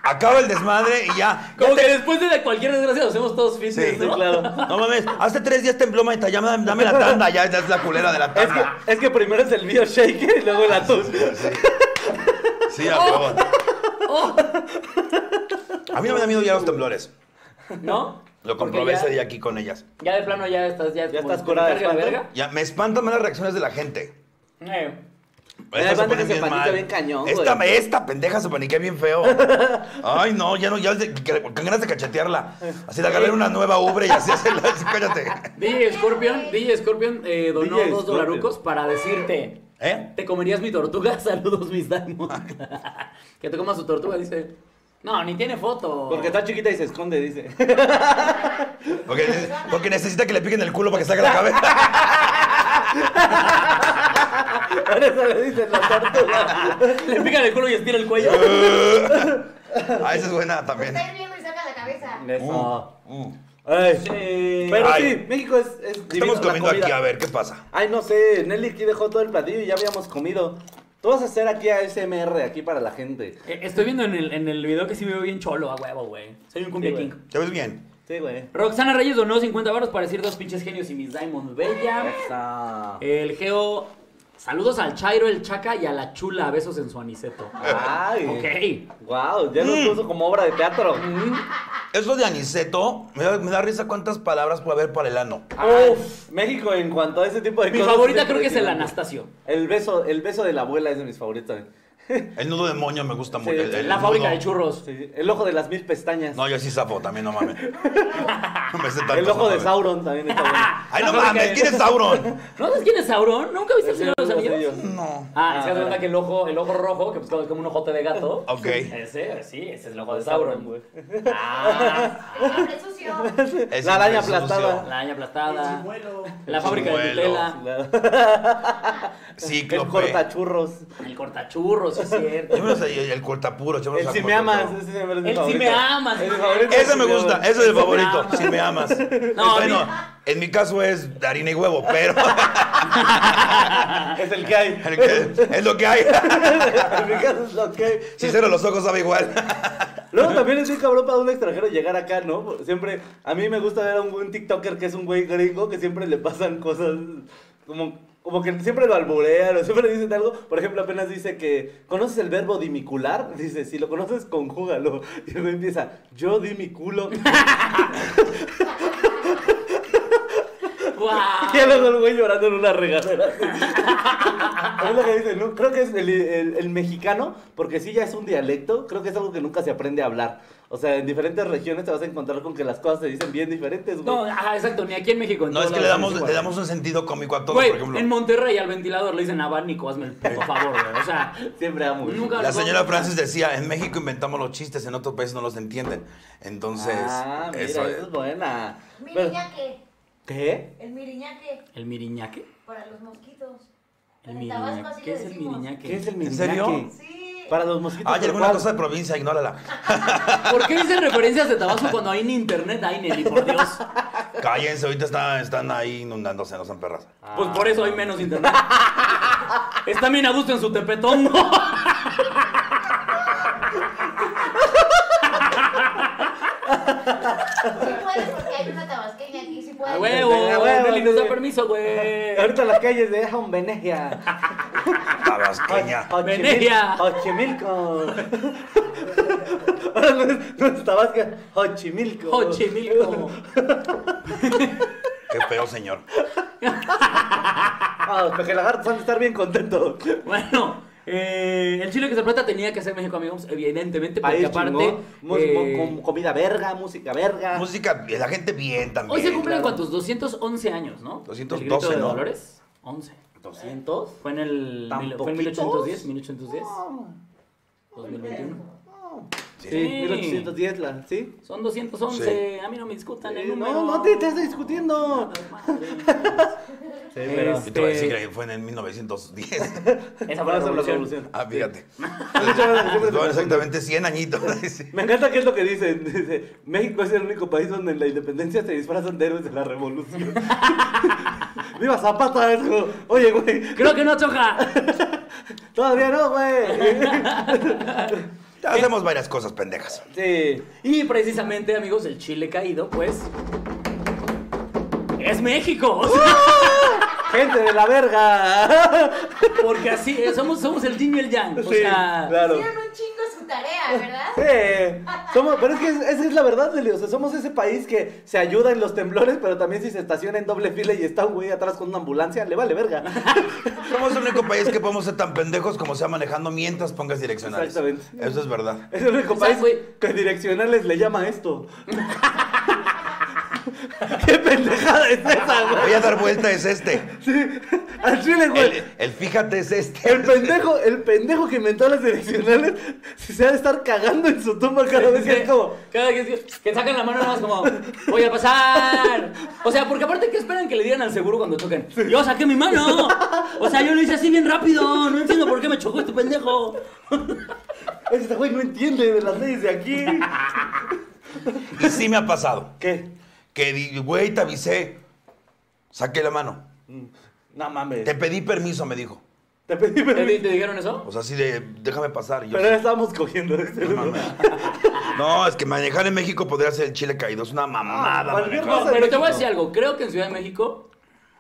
[SPEAKER 3] acaba el desmadre y ya.
[SPEAKER 1] Como
[SPEAKER 3] ya
[SPEAKER 1] que
[SPEAKER 3] te-
[SPEAKER 1] después de cualquier desgracia nos hacemos todos fitness,
[SPEAKER 3] Sí.
[SPEAKER 1] ¿no?
[SPEAKER 3] No mames, hace tres días tembló, maestra, ya me- dame la tanda, ya es la culera de la
[SPEAKER 2] Es
[SPEAKER 3] tanda.
[SPEAKER 2] que, es que primero es el video shaker y luego el atún.
[SPEAKER 3] Sí, a huevo.
[SPEAKER 1] Oh.
[SPEAKER 3] A mí no me da miedo ya los temblores.
[SPEAKER 1] ¿No?
[SPEAKER 3] Lo
[SPEAKER 1] Porque
[SPEAKER 3] comprobé
[SPEAKER 1] ya-
[SPEAKER 3] ese día aquí con ellas.
[SPEAKER 1] Ya de plano ya estás, ya,
[SPEAKER 2] Ya
[SPEAKER 1] como
[SPEAKER 2] estás
[SPEAKER 1] que
[SPEAKER 2] curada
[SPEAKER 1] te
[SPEAKER 2] de
[SPEAKER 1] carga la
[SPEAKER 2] espanto.
[SPEAKER 1] verga.
[SPEAKER 3] Ya, me espantan más las reacciones de la gente.
[SPEAKER 1] Eh,
[SPEAKER 2] Hay
[SPEAKER 3] Esta
[SPEAKER 2] banda que
[SPEAKER 3] ponen
[SPEAKER 2] se
[SPEAKER 3] bien
[SPEAKER 2] paniquea
[SPEAKER 3] mal.
[SPEAKER 2] bien cañón,
[SPEAKER 3] Esta,
[SPEAKER 2] güey.
[SPEAKER 3] esta pendeja se paniquea bien feo. Ay, no, ya no, ya de- que- con ganas de cachetearla. Así de agarrar una nueva ubre y así hacerla. así, cállate.
[SPEAKER 1] DJ Scorpion, DJ Scorpion eh, donó
[SPEAKER 2] DJ
[SPEAKER 1] dos
[SPEAKER 2] Scorpion.
[SPEAKER 1] dolarucos para decirte.
[SPEAKER 3] ¿Eh?
[SPEAKER 1] ¿Te comerías mi tortuga? Saludos, mis damos. que te comas su tortuga, dice. No, ni tiene foto.
[SPEAKER 2] Porque está chiquita y se esconde, dice.
[SPEAKER 3] Porque, ne- porque necesita que le piquen el culo para que saque la cabeza.
[SPEAKER 2] Por eso le dicen la tortuga.
[SPEAKER 1] Le pican el culo y estira el cuello.
[SPEAKER 3] Ah, esa es buena también.
[SPEAKER 4] Está hirviendo y saca la cabeza.
[SPEAKER 2] Eso.
[SPEAKER 3] Mm.
[SPEAKER 2] Ay.
[SPEAKER 1] Eh,
[SPEAKER 2] Pero
[SPEAKER 3] Ay.
[SPEAKER 2] sí, México es, es divino,
[SPEAKER 3] Estamos
[SPEAKER 2] la
[SPEAKER 3] comiendo
[SPEAKER 2] comida.
[SPEAKER 3] aquí, a ver, ¿qué pasa?
[SPEAKER 2] Ay, no sé, Nelly aquí dejó todo el platillo y ya habíamos comido. Tú vas a hacer aquí a SMR, aquí para la gente.
[SPEAKER 1] eh, estoy viendo en el, en el video que sí me veo bien cholo, a huevo, güey. Soy un cumbia
[SPEAKER 2] Sí, güey.
[SPEAKER 1] king.
[SPEAKER 3] ¿Te ves bien?
[SPEAKER 2] Sí,
[SPEAKER 3] Eh,
[SPEAKER 2] güey.
[SPEAKER 1] Roxana Reyes donó 50 baros para decir dos pinches genios y mis Diamond Bella.
[SPEAKER 2] Esa.
[SPEAKER 1] El Geo. Saludos al Chairo, el Chaca y a la Chula. Besos en su aniceto.
[SPEAKER 2] Ay.
[SPEAKER 1] Ok. Mm.
[SPEAKER 2] Wow, ya nos puso como obra de teatro.
[SPEAKER 3] Eso de aniceto, me da, me da risa cuántas palabras puede haber para el ano.
[SPEAKER 2] Uf, México en cuanto a ese tipo de
[SPEAKER 1] Mi
[SPEAKER 2] cosas.
[SPEAKER 1] favorita creo que es el
[SPEAKER 2] impresionante.
[SPEAKER 1] Anastasio.
[SPEAKER 2] El beso, el beso de la abuela es de mis favoritos. también.
[SPEAKER 3] El nudo de moño me gusta mucho.
[SPEAKER 2] Sí,
[SPEAKER 3] el- el
[SPEAKER 1] La fábrica
[SPEAKER 3] nudo.
[SPEAKER 1] de churros.
[SPEAKER 2] Sí, sí. El ojo de las mil pestañas.
[SPEAKER 3] No, yo sí zafo también, no mames. No me sé tantos,
[SPEAKER 2] el ojo
[SPEAKER 3] no
[SPEAKER 2] de
[SPEAKER 3] mames.
[SPEAKER 2] Sauron también está bueno.
[SPEAKER 3] Ay, no
[SPEAKER 1] La fábrica
[SPEAKER 3] mames,
[SPEAKER 1] de-
[SPEAKER 3] ¿quién es Sauron?
[SPEAKER 1] ¿No sabes quién es Sauron? ¿Nunca viste el Señor de los
[SPEAKER 2] Sí,
[SPEAKER 1] Anillos?
[SPEAKER 3] No.
[SPEAKER 1] Ah, se
[SPEAKER 2] Ah,
[SPEAKER 1] hace cuenta
[SPEAKER 2] mira.
[SPEAKER 1] que el ojo, el ojo rojo, que pues como es como un ojote de gato.
[SPEAKER 3] Ok.
[SPEAKER 1] Ese, sí, ese es el ojo de Sauron, güey.
[SPEAKER 2] güey.
[SPEAKER 1] Ah,
[SPEAKER 4] Siempre sucio.
[SPEAKER 3] Es
[SPEAKER 2] La araña
[SPEAKER 3] impresucio.
[SPEAKER 2] aplastada.
[SPEAKER 1] la araña aplastada. La fábrica de
[SPEAKER 3] Chimuelo.
[SPEAKER 1] Nutella.
[SPEAKER 2] El
[SPEAKER 3] Cíclope.
[SPEAKER 2] cortachurros.
[SPEAKER 1] El cortachurros, es
[SPEAKER 3] Yo
[SPEAKER 1] cierto.
[SPEAKER 3] me lo sé, el, el cortapuro. yo me
[SPEAKER 2] El
[SPEAKER 3] lo sé
[SPEAKER 2] si me
[SPEAKER 3] cortapuro.
[SPEAKER 2] amas, ese siempre es mi
[SPEAKER 1] El si
[SPEAKER 2] favorito.
[SPEAKER 1] me amas.
[SPEAKER 2] Es mi favorito.
[SPEAKER 3] Ese me
[SPEAKER 2] Sí,
[SPEAKER 3] gusta,
[SPEAKER 2] güey.
[SPEAKER 3] ese es el
[SPEAKER 1] Si me
[SPEAKER 3] favorito.
[SPEAKER 1] amas.
[SPEAKER 3] Si me amas.
[SPEAKER 1] No, a mí-
[SPEAKER 3] bueno, En mi caso es harina y huevo, pero
[SPEAKER 2] Es el que hay.
[SPEAKER 3] es lo que hay.
[SPEAKER 2] En mi caso es lo que hay.
[SPEAKER 3] Si cierro los ojos sabe igual.
[SPEAKER 2] Luego también es bien cabrón para un extranjero llegar acá, ¿no? Siempre, a mí me gusta ver a un, un TikToker que es un güey gringo que siempre le pasan cosas como, como que siempre lo alburean o siempre le dicen algo. Por ejemplo, apenas dice que, ¿conoces el verbo dimicular? Dice, si lo conoces, conjúgalo. Y luego empieza, yo di mi culo. Y
[SPEAKER 1] ¡Guau!
[SPEAKER 2] luego el güey llorando en una regadera. es lo que dicen, ¿no? Creo que es el, el- el mexicano, porque sí ya es un dialecto, creo que es algo que nunca se aprende a hablar. O sea, en diferentes regiones te vas a encontrar con que las cosas se dicen bien diferentes, güey.
[SPEAKER 1] No, ajá, exacto, ni aquí en México. en
[SPEAKER 3] No,
[SPEAKER 1] todos
[SPEAKER 3] es que le
[SPEAKER 1] lados
[SPEAKER 3] damos,
[SPEAKER 1] igual.
[SPEAKER 3] le damos un sentido cómico a todo,
[SPEAKER 1] Güey,
[SPEAKER 3] por ejemplo.
[SPEAKER 1] en Monterrey al ventilador le dicen abanico, hazme el puto favor, güey. O sea,
[SPEAKER 2] Siempre amo. güey.
[SPEAKER 1] Nunca-
[SPEAKER 3] La señora Francis decía, en México inventamos los chistes, en otros países no los entienden. Entonces,
[SPEAKER 2] Ah, mira,
[SPEAKER 3] eso
[SPEAKER 2] eso
[SPEAKER 3] es.
[SPEAKER 2] es buena. Pero-
[SPEAKER 4] Miriñaque.
[SPEAKER 2] ¿Qué?
[SPEAKER 4] El miriñaque
[SPEAKER 1] ¿el miriñaque?
[SPEAKER 4] para los mosquitos.
[SPEAKER 1] El
[SPEAKER 4] En Tabasco
[SPEAKER 1] miriñaque.
[SPEAKER 4] así
[SPEAKER 1] ¿Qué
[SPEAKER 4] le
[SPEAKER 1] es el
[SPEAKER 4] decimos.
[SPEAKER 1] miriñaque?
[SPEAKER 2] ¿Qué es el
[SPEAKER 3] ¿En serio?
[SPEAKER 2] miriñaque?
[SPEAKER 4] Sí.
[SPEAKER 2] Para los mosquitos.
[SPEAKER 3] Ah, hay
[SPEAKER 2] ¿pero
[SPEAKER 3] alguna
[SPEAKER 2] cuál?
[SPEAKER 3] cosa de provincia, ignórala.
[SPEAKER 1] ¿Por qué dicen referencias de Tabasco cuando hay ni internet, hay Nelly, por Dios?
[SPEAKER 3] Cállense, ahorita están, están ahí inundándose, no sean perras.
[SPEAKER 1] Pues por eso hay
[SPEAKER 2] Ah.
[SPEAKER 1] menos internet. Está bien a gusto en su tepetongo.
[SPEAKER 4] Sí puedes porque hay una tabasqueña aquí, sí
[SPEAKER 1] A
[SPEAKER 4] puedes.
[SPEAKER 1] huevo,
[SPEAKER 2] A huevo,
[SPEAKER 1] Nelly nos da
[SPEAKER 2] sí.
[SPEAKER 1] permiso, güey.
[SPEAKER 2] Ahorita las calles de Eja un Venegia.
[SPEAKER 3] Tabasqueña.
[SPEAKER 1] Venegia.
[SPEAKER 2] Ochimilco. Ahora no es, no es Tabasca, Ochimilco.
[SPEAKER 1] Xochimilco.
[SPEAKER 3] Qué feo, señor.
[SPEAKER 2] Ah, los pejelagartos han de estar bien contentos.
[SPEAKER 1] Bueno, eh, el chile que se plata tenía que ser México, amigos, evidentemente, porque
[SPEAKER 2] País
[SPEAKER 1] aparte.
[SPEAKER 2] chingón, mus-
[SPEAKER 1] eh,
[SPEAKER 2] mo- com- comida verga, música verga.
[SPEAKER 3] Música, la gente bien también.
[SPEAKER 1] Hoy se cumplen
[SPEAKER 3] claro.
[SPEAKER 1] cuántos? 211 años, ¿no? ¿El
[SPEAKER 3] 212,
[SPEAKER 1] grito de
[SPEAKER 3] ¿no?
[SPEAKER 1] Dolores? 11.
[SPEAKER 2] 200.
[SPEAKER 1] Fue en el
[SPEAKER 2] ¿Tan
[SPEAKER 1] mil- fue en
[SPEAKER 2] poquitos?
[SPEAKER 1] 1810, 1810, 2021.
[SPEAKER 2] Sí,
[SPEAKER 1] Sí.
[SPEAKER 2] 1810, la, ¿sí?
[SPEAKER 1] Son 211, a mí no me discutan
[SPEAKER 2] Eh,
[SPEAKER 1] el número.
[SPEAKER 2] no, no te estás discutiendo. Sí,
[SPEAKER 1] pero-
[SPEAKER 3] Y te voy a decir
[SPEAKER 1] Este-
[SPEAKER 3] que fue en el 1910.
[SPEAKER 1] Esa fue la revolución.
[SPEAKER 3] Ah, fíjate.
[SPEAKER 2] Muchas gracias, siempre se
[SPEAKER 3] Fueron exactamente 100 añitos. Sí.
[SPEAKER 2] Me encanta que es lo que dicen. Dice, México es el único país donde en la independencia se disfrazan de héroes de la revolución. ¡Viva Zapata! Es como, Oye, güey,
[SPEAKER 1] Creo que no choca.
[SPEAKER 2] todavía no, güey.
[SPEAKER 3] Hacemos varias cosas pendejas.
[SPEAKER 2] Sí.
[SPEAKER 1] Y precisamente, amigos, el chile caído, pues. Es México. O sea,
[SPEAKER 2] Gente de la verga.
[SPEAKER 1] porque así es, somos, somos el yin y el yang. O
[SPEAKER 2] Sí,
[SPEAKER 1] sea,
[SPEAKER 2] claro.
[SPEAKER 4] Hicieron un chingo su tarea, ¿verdad?
[SPEAKER 2] Sí. Somos, pero es que es- esa es la verdad, Leli. O sea, somos ese país que se ayuda en los temblores, pero también si se estaciona en doble fila y está un güey atrás con una ambulancia, le vale verga.
[SPEAKER 3] Somos el único país que podemos ser tan pendejos como sea manejando mientras pongas direccionales.
[SPEAKER 2] Exactamente.
[SPEAKER 3] Eso es verdad.
[SPEAKER 2] Es el único
[SPEAKER 1] O sea,
[SPEAKER 2] país
[SPEAKER 1] güey.
[SPEAKER 2] que direccionales le llama esto. ¡Qué pendejada es esa, güey!
[SPEAKER 3] Voy a dar vuelta, es este.
[SPEAKER 2] Sí. Al chile, güey.
[SPEAKER 3] El, el fíjate es
[SPEAKER 2] El
[SPEAKER 3] este.
[SPEAKER 2] pendejo, el pendejo que inventó las direccionales se ha de estar cagando en su tumba cada vez que es como.
[SPEAKER 1] Cada que, que sacan la mano nada más como, voy a pasar. O sea, porque aparte, ¿qué esperan que le digan al seguro cuando choquen? Yo saqué mi mano. O sea, yo lo hice así bien rápido. No entiendo por qué me chocó este pendejo.
[SPEAKER 2] Este güey no entiende de las leyes de aquí.
[SPEAKER 3] Y sí me ha pasado.
[SPEAKER 2] ¿Qué?
[SPEAKER 3] Que, di- güey, te avisé. Saqué la mano.
[SPEAKER 2] No mames. Te,
[SPEAKER 3] Te pedí permiso, me dijo.
[SPEAKER 2] pedí
[SPEAKER 1] ¿Te,
[SPEAKER 2] permiso.
[SPEAKER 1] te dijeron eso?
[SPEAKER 3] O sea, así de, déjame pasar. Y yo,
[SPEAKER 2] Pero ahora estábamos cogiendo. ¿eh? dice.
[SPEAKER 3] no, mames. No, es que manejar en México podría ser el chile caído. Es una mamada.
[SPEAKER 2] Ah, cualquier
[SPEAKER 3] manejar.
[SPEAKER 1] No,
[SPEAKER 2] cosa.
[SPEAKER 1] pero te voy a decir algo. Creo que en Ciudad de México,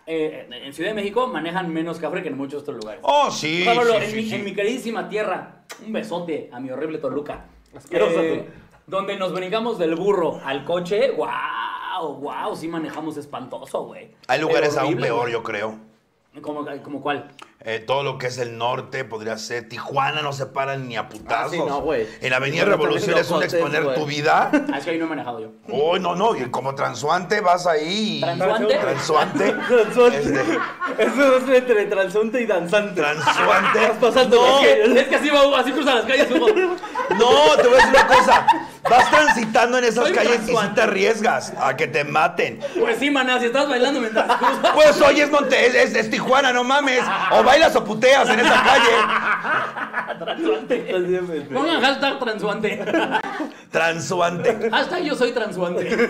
[SPEAKER 1] eh, en Ciudad de México manejan menos café que en muchos otros lugares.
[SPEAKER 3] Oh, sí.
[SPEAKER 1] Pablo,
[SPEAKER 3] sí,
[SPEAKER 1] en,
[SPEAKER 3] sí,
[SPEAKER 1] mi,
[SPEAKER 3] sí.
[SPEAKER 1] en mi queridísima tierra, un besote a mi horrible Toluca.
[SPEAKER 2] Asqueroso.
[SPEAKER 1] donde nos brincamos del burro al coche, wow, wow, sí manejamos espantoso, güey.
[SPEAKER 3] Hay lugares
[SPEAKER 1] Pero
[SPEAKER 3] aún
[SPEAKER 1] horrible,
[SPEAKER 3] peor,
[SPEAKER 1] güey.
[SPEAKER 3] yo creo.
[SPEAKER 1] ¿Cómo, cómo cuál?
[SPEAKER 3] Eh, todo lo que es el norte podría ser. Tijuana no se paran ni a putazos.
[SPEAKER 2] Ah, sí, no, güey.
[SPEAKER 3] En la Avenida
[SPEAKER 2] No, no,
[SPEAKER 3] Revolución
[SPEAKER 2] no,
[SPEAKER 3] es un
[SPEAKER 2] no,
[SPEAKER 3] exponer
[SPEAKER 2] güey.
[SPEAKER 3] tu vida.
[SPEAKER 1] Ah, es que ahí no he manejado yo.
[SPEAKER 3] Oh, no, no. Y como transuante vas ahí. y-
[SPEAKER 1] ¿Transuante?
[SPEAKER 3] Transuante.
[SPEAKER 2] Transuante.
[SPEAKER 3] Este,
[SPEAKER 2] Eso es entre transunte y danzante.
[SPEAKER 3] transuante.
[SPEAKER 2] Estás pasando
[SPEAKER 3] No,
[SPEAKER 2] de aquí.
[SPEAKER 1] Es que así, va, así cruzan las calles. Hugo.
[SPEAKER 3] No, te voy a decir una cosa. Vas transitando en esas
[SPEAKER 1] Soy
[SPEAKER 3] calles y sí
[SPEAKER 1] transuante.
[SPEAKER 3] te arriesgas a que te maten.
[SPEAKER 1] Pues sí, maná, si estás bailando mientras cruzas.
[SPEAKER 3] Pues hoy es, Monte, es, es- es Tijuana, no mames. O bailas o puteas en esa calle.
[SPEAKER 1] Transuante.
[SPEAKER 2] Estás bien, pendejo.
[SPEAKER 1] Pongan hashtag transuante.
[SPEAKER 3] Transuante.
[SPEAKER 1] Hashtag yo soy transuante.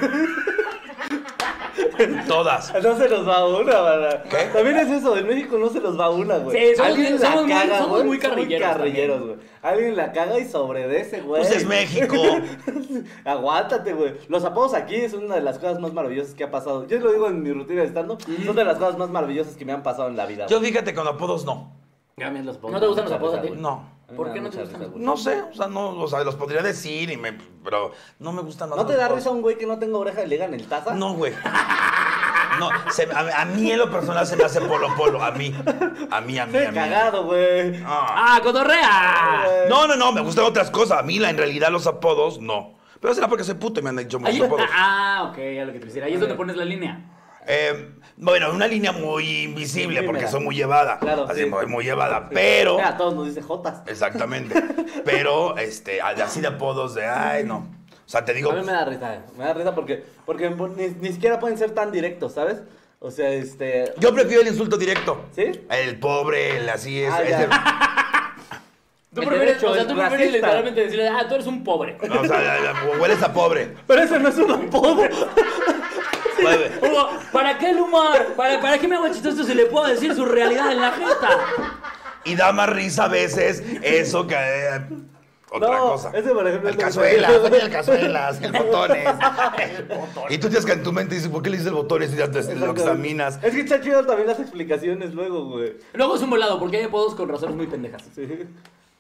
[SPEAKER 3] Todas.
[SPEAKER 2] No se nos va una, banda.
[SPEAKER 3] ¿Qué?
[SPEAKER 2] También es eso, en México no se nos va una, güey.
[SPEAKER 1] Sí, somos bien-
[SPEAKER 2] la
[SPEAKER 1] somos muy-
[SPEAKER 2] caga,
[SPEAKER 1] somos
[SPEAKER 2] güey.
[SPEAKER 1] muy carrilleros
[SPEAKER 2] carrilleros, güey. Alguien la caga y sobredece, güey.
[SPEAKER 3] Pues es México.
[SPEAKER 2] Aguántate, güey. Los apodos aquí es una de las cosas más maravillosas que ha pasado. Yo lo digo en mi rutina de estando, son de las cosas más maravillosas que me han pasado en la vida.
[SPEAKER 3] Yo
[SPEAKER 2] güey.
[SPEAKER 3] fíjate con apodos no.
[SPEAKER 1] ¿No te gustan los apodos a ti?
[SPEAKER 3] No.
[SPEAKER 2] A mí
[SPEAKER 1] ¿Por
[SPEAKER 2] me
[SPEAKER 1] qué
[SPEAKER 2] da
[SPEAKER 1] no te
[SPEAKER 2] mucha
[SPEAKER 1] gustan?
[SPEAKER 2] risa, güey.
[SPEAKER 3] No sé, o sea, no, o sea, los podría decir y me. Pero no me gustan los
[SPEAKER 2] ¿No te da
[SPEAKER 3] apodos.
[SPEAKER 2] risa un güey que no tenga oreja y le en el taza?
[SPEAKER 3] No, güey. No, se- a, a mí en lo personal se me hace polo polo. A mí. A mí, a mí,
[SPEAKER 2] Qué
[SPEAKER 3] a mí.
[SPEAKER 2] cagado, güey.
[SPEAKER 3] Ah.
[SPEAKER 1] ¡Ah, cotorrea!
[SPEAKER 3] No, no, no, me gustan otras cosas. A mí, la, en realidad, los apodos, no. Pero será porque soy puto y me han dicho
[SPEAKER 1] Ahí-
[SPEAKER 3] muchos apodos.
[SPEAKER 1] ah, ok, ya lo que te quisiera. Ahí es donde pones la línea.
[SPEAKER 3] Eh, bueno, una línea muy invisible
[SPEAKER 2] Sí,
[SPEAKER 3] porque
[SPEAKER 2] mira.
[SPEAKER 3] soy muy llevada.
[SPEAKER 2] Claro,
[SPEAKER 3] Así,
[SPEAKER 2] sí.
[SPEAKER 3] muy, muy llevada. Pero.
[SPEAKER 2] Mira, a todos nos dice Jotas.
[SPEAKER 3] Exactamente. Pero, este, así de apodos de. Ay, no. O sea, te digo.
[SPEAKER 2] A mí me da risa, eh. me da risa porque, porque ni, ni siquiera pueden ser tan directos, ¿sabes? O sea, este...
[SPEAKER 3] Yo prefiero el insulto directo.
[SPEAKER 2] ¿Sí?
[SPEAKER 3] El pobre, el así es.
[SPEAKER 2] Ah,
[SPEAKER 3] es
[SPEAKER 2] ya.
[SPEAKER 3] el-
[SPEAKER 1] Tú
[SPEAKER 2] El
[SPEAKER 1] prefieres,
[SPEAKER 2] derecho,
[SPEAKER 1] o sea,
[SPEAKER 2] el
[SPEAKER 1] tú prefieres
[SPEAKER 2] racista.
[SPEAKER 1] literalmente decirle, ah, tú eres un pobre.
[SPEAKER 3] No, o sea, la- la- hueles a pobre.
[SPEAKER 2] Pero eso no es un apodo.
[SPEAKER 3] Huele-
[SPEAKER 1] Hugo, ¿para qué el humor? ¿Para, ¿Para qué me hago chistoso si le puedo decir su realidad en la jeta?
[SPEAKER 3] Y da más risa a veces eso que eh, otra
[SPEAKER 2] No,
[SPEAKER 3] cosa.
[SPEAKER 2] ese, por ejemplo, es
[SPEAKER 3] el
[SPEAKER 2] lo que-
[SPEAKER 3] cazuelas, oye, el cazuelas, el botones. Y tú tienes que en tu mente dices, ¿por qué le dices el botones y ya te, lo examinas?
[SPEAKER 2] Es que está chido también las explicaciones luego, güey.
[SPEAKER 1] Luego es un volado, porque hay apodos con razones muy pendejas.
[SPEAKER 2] Sí.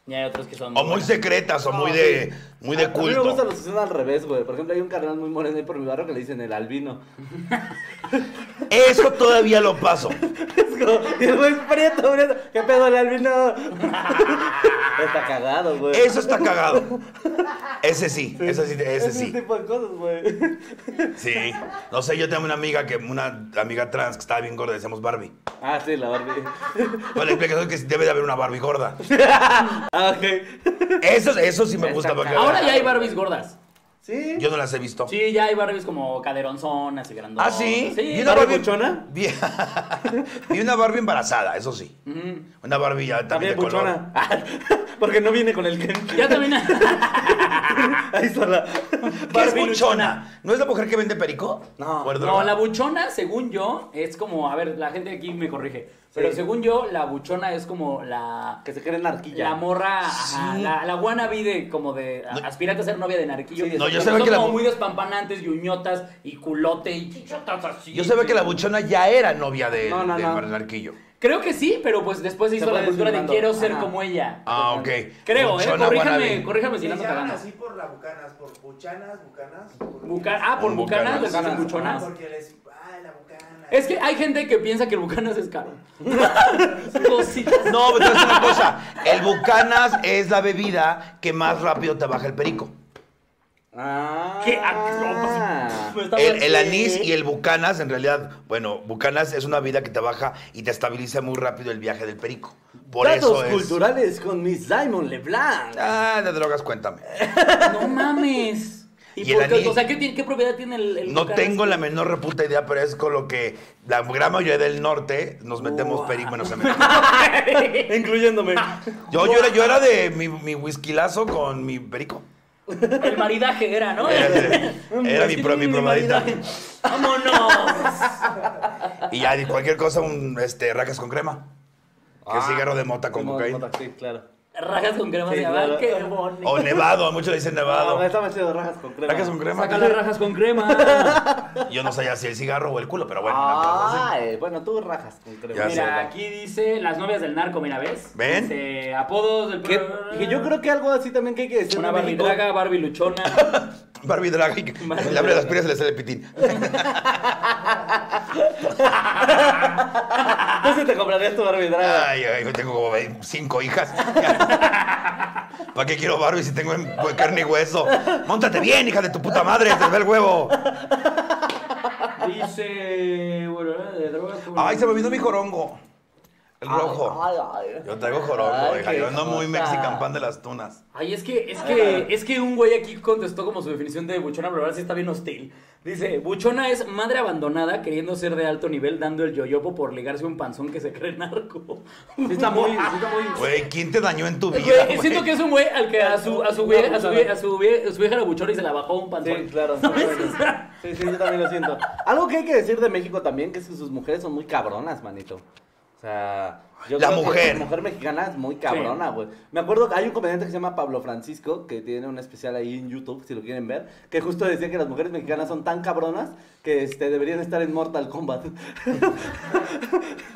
[SPEAKER 1] Y hay otros que son...
[SPEAKER 3] O muy secretas, o muy de, muy de
[SPEAKER 2] A mí me gustan
[SPEAKER 3] culto.
[SPEAKER 2] los que son al revés, güey. Por ejemplo, hay un carnal muy moreno ahí por mi barrio que le dicen el albino.
[SPEAKER 3] Eso todavía lo paso.
[SPEAKER 2] Es como, y el güey es prieto, prieto. ¿Qué pedo el albino? está cagado, güey.
[SPEAKER 3] Eso está cagado. Ese sí, ese sí, ese
[SPEAKER 2] Ese
[SPEAKER 3] sí.
[SPEAKER 2] tipo de cosas, güey.
[SPEAKER 3] Sí. No sé, yo tengo una amiga que, una amiga trans que estaba bien gorda, decíamos Barbie.
[SPEAKER 2] Ah, sí, la Barbie.
[SPEAKER 3] Bueno, la explicación es que debe de haber una Barbie gorda.
[SPEAKER 2] Ah, ok.
[SPEAKER 3] Eso, eso sí me gusta. Porque
[SPEAKER 1] Ahora ya hay Barbies gordas.
[SPEAKER 2] Sí.
[SPEAKER 3] Yo no las he visto.
[SPEAKER 1] Sí, ya hay Barbies como caderonzonas y grandotas.
[SPEAKER 3] ¿Ah, sí?
[SPEAKER 1] Sí.
[SPEAKER 3] ¿Y una
[SPEAKER 2] ¿Barbie
[SPEAKER 3] Barbie
[SPEAKER 2] buchona?
[SPEAKER 3] Vi... vi una Barbie embarazada, eso sí. Una Barbie ya
[SPEAKER 2] También
[SPEAKER 3] también, de color.
[SPEAKER 2] buchona. Porque no viene con el Ken.
[SPEAKER 1] Ya también...
[SPEAKER 2] Ahí sola.
[SPEAKER 3] ¿Qué es
[SPEAKER 1] Barbie
[SPEAKER 3] buchona? ¿No es la mujer que vende perico?
[SPEAKER 2] No.
[SPEAKER 3] ¿O es
[SPEAKER 1] No,
[SPEAKER 3] droga?
[SPEAKER 1] la buchona, según yo, es como... A ver, la gente aquí me corrige. Pero según yo, la buchona es como la...
[SPEAKER 2] Que se cree en arquilla.
[SPEAKER 1] La morra, ajá, la, la wannabe de como de a- aspirante a ser novia de narquillo.
[SPEAKER 2] Sí,
[SPEAKER 1] de
[SPEAKER 3] no,
[SPEAKER 1] esas
[SPEAKER 3] yo
[SPEAKER 1] que
[SPEAKER 3] sabía
[SPEAKER 1] son
[SPEAKER 3] que la
[SPEAKER 1] como
[SPEAKER 3] bu-
[SPEAKER 1] muy despampanantes y uñotas y culote y chichotas así.
[SPEAKER 3] Yo sabía
[SPEAKER 1] sí.
[SPEAKER 3] que la buchona ya era novia de,
[SPEAKER 2] No, no,
[SPEAKER 3] de
[SPEAKER 2] no.
[SPEAKER 3] Bernarquillo.
[SPEAKER 1] Creo que sí, pero pues después se hizo
[SPEAKER 2] Se fue
[SPEAKER 1] la aventura de
[SPEAKER 2] cultivando.
[SPEAKER 1] quiero ser
[SPEAKER 2] Ajá.
[SPEAKER 1] como ella.
[SPEAKER 3] Ah, ok.
[SPEAKER 1] Creo, eh,
[SPEAKER 3] Buchona
[SPEAKER 1] corríjame,
[SPEAKER 3] wannabe.
[SPEAKER 1] corríjame si
[SPEAKER 5] Se
[SPEAKER 1] no ando
[SPEAKER 5] llaman
[SPEAKER 1] cagando.
[SPEAKER 5] así por las bucanas, por buchanas, bucanas. por-
[SPEAKER 1] Buca- ah, por
[SPEAKER 3] Un
[SPEAKER 1] bucanas, les
[SPEAKER 2] bucanas.
[SPEAKER 1] dicen buchonas.
[SPEAKER 5] Ah, Porque les. Ay, la bucana.
[SPEAKER 1] Es que hay gente que piensa que el bucanas es caro. Cositas.
[SPEAKER 3] No, pero te voy a decir una cosa. El bucanas es la bebida que más rápido te baja el perico.
[SPEAKER 2] Ah.
[SPEAKER 1] ¿Qué? Ah, no, pues, está
[SPEAKER 3] El,
[SPEAKER 1] bien.
[SPEAKER 3] el anís y el bucanas, en realidad, bueno, bucanas es una bebida que te baja y te estabiliza muy rápido el viaje del perico. Por
[SPEAKER 2] Datos
[SPEAKER 3] eso es.
[SPEAKER 2] culturales con Miss Diamond LeBlanc.
[SPEAKER 3] Ah, de drogas, cuéntame.
[SPEAKER 1] No mames. ¿Y,
[SPEAKER 3] Y el
[SPEAKER 1] por qué?
[SPEAKER 3] anís.
[SPEAKER 1] O sea, ¿qué, tiene- qué propiedad tiene el, el
[SPEAKER 3] No
[SPEAKER 1] bucanas?
[SPEAKER 3] tengo la menor reputa idea, pero es con lo que la gran mayoría del norte nos metemos
[SPEAKER 1] Wow.
[SPEAKER 3] perico. Bueno, se meten.
[SPEAKER 2] Incluyéndome.
[SPEAKER 3] Yo, yo, era, yo era de mi, mi whiskylazo con mi perico.
[SPEAKER 1] El maridaje era, ¿no?
[SPEAKER 3] Era, era mi, pro- mi probadita.
[SPEAKER 1] ¡Vámonos!
[SPEAKER 3] Y ya, de cualquier cosa, un este, rajas con crema. Que
[SPEAKER 2] Ah,
[SPEAKER 3] es cigarro de mota con
[SPEAKER 2] Como-
[SPEAKER 3] cocaína.
[SPEAKER 2] como- Sí, claro.
[SPEAKER 1] Rajas con crema
[SPEAKER 2] Sí,
[SPEAKER 1] de habana,
[SPEAKER 2] claro.
[SPEAKER 1] qué bonito.
[SPEAKER 3] O nevado, muchos le dicen nevado.
[SPEAKER 2] Ah, está más chido rajas con crema.
[SPEAKER 3] Rajas con crema.
[SPEAKER 1] Saca las rajas con crema.
[SPEAKER 3] Yo no sabía si el cigarro o el culo, pero bueno.
[SPEAKER 2] Ay, Ah, eh, bueno, tú rajas con crema.
[SPEAKER 3] Ya sé.
[SPEAKER 1] Mira, aquí dice las novias del narco, mira, ¿ves?
[SPEAKER 3] ¿Ven?
[SPEAKER 1] Dice, apodos del...
[SPEAKER 2] Que, que yo creo que algo así también que hay que decir.
[SPEAKER 1] Una
[SPEAKER 2] en
[SPEAKER 1] Barbie
[SPEAKER 2] México.
[SPEAKER 1] draga, Barbie luchona.
[SPEAKER 3] Barbie Drag, y que
[SPEAKER 1] Barbie
[SPEAKER 3] le abre
[SPEAKER 1] Drag.
[SPEAKER 3] las piernas y le sale el pitín.
[SPEAKER 2] Entonces te comprarías tu Barbie draga.
[SPEAKER 3] Ay, ay, yo tengo como ve- cinco hijas. ¿Para qué quiero Barbie si tengo en- pues, carne y hueso? Móntate bien, hija de tu puta madre, te ve el huevo.
[SPEAKER 1] Dice, bueno, de drogas... como-
[SPEAKER 3] Ay, se me vino mi jorongo. El rojo.
[SPEAKER 2] Ay, ay.
[SPEAKER 3] Yo traigo jorongo,
[SPEAKER 2] Ah, Ay,
[SPEAKER 3] hija.
[SPEAKER 2] qué
[SPEAKER 3] Yo ando muy
[SPEAKER 2] cosa.
[SPEAKER 3] mexican pan de las tunas.
[SPEAKER 1] Ay, es que, es que, es que un güey aquí contestó como su definición de buchona, pero ahora sí está bien hostil. Dice, Buchona es madre abandonada queriendo ser de alto nivel dando el yoyopo por ligarse a un panzón que se cree narco.
[SPEAKER 2] Sí está muy, sí está muy.
[SPEAKER 3] Güey, ¿quién te dañó en tu
[SPEAKER 1] Güey,
[SPEAKER 3] vida? güey?
[SPEAKER 1] siento que es un güey al que a su, a su, güey- a su, güey- a su, güey- a su vieja la buchona y se la bajó un panzón.
[SPEAKER 2] Sí, claro.
[SPEAKER 1] ¿No ves? O sea,
[SPEAKER 2] Sí, sí, yo también lo siento. Algo que hay que decir de México también, que es que sus mujeres son muy cabronas, manito. O sea, yo
[SPEAKER 3] La
[SPEAKER 2] creo que
[SPEAKER 3] mujer.
[SPEAKER 2] la mujer mexicana es muy cabrona, güey. Me acuerdo que hay un comediante que se llama Pablo Francisco, que tiene un especial ahí en YouTube, si lo quieren ver, que justo decía que las mujeres mexicanas son tan cabronas que este, deberían estar en Mortal Kombat.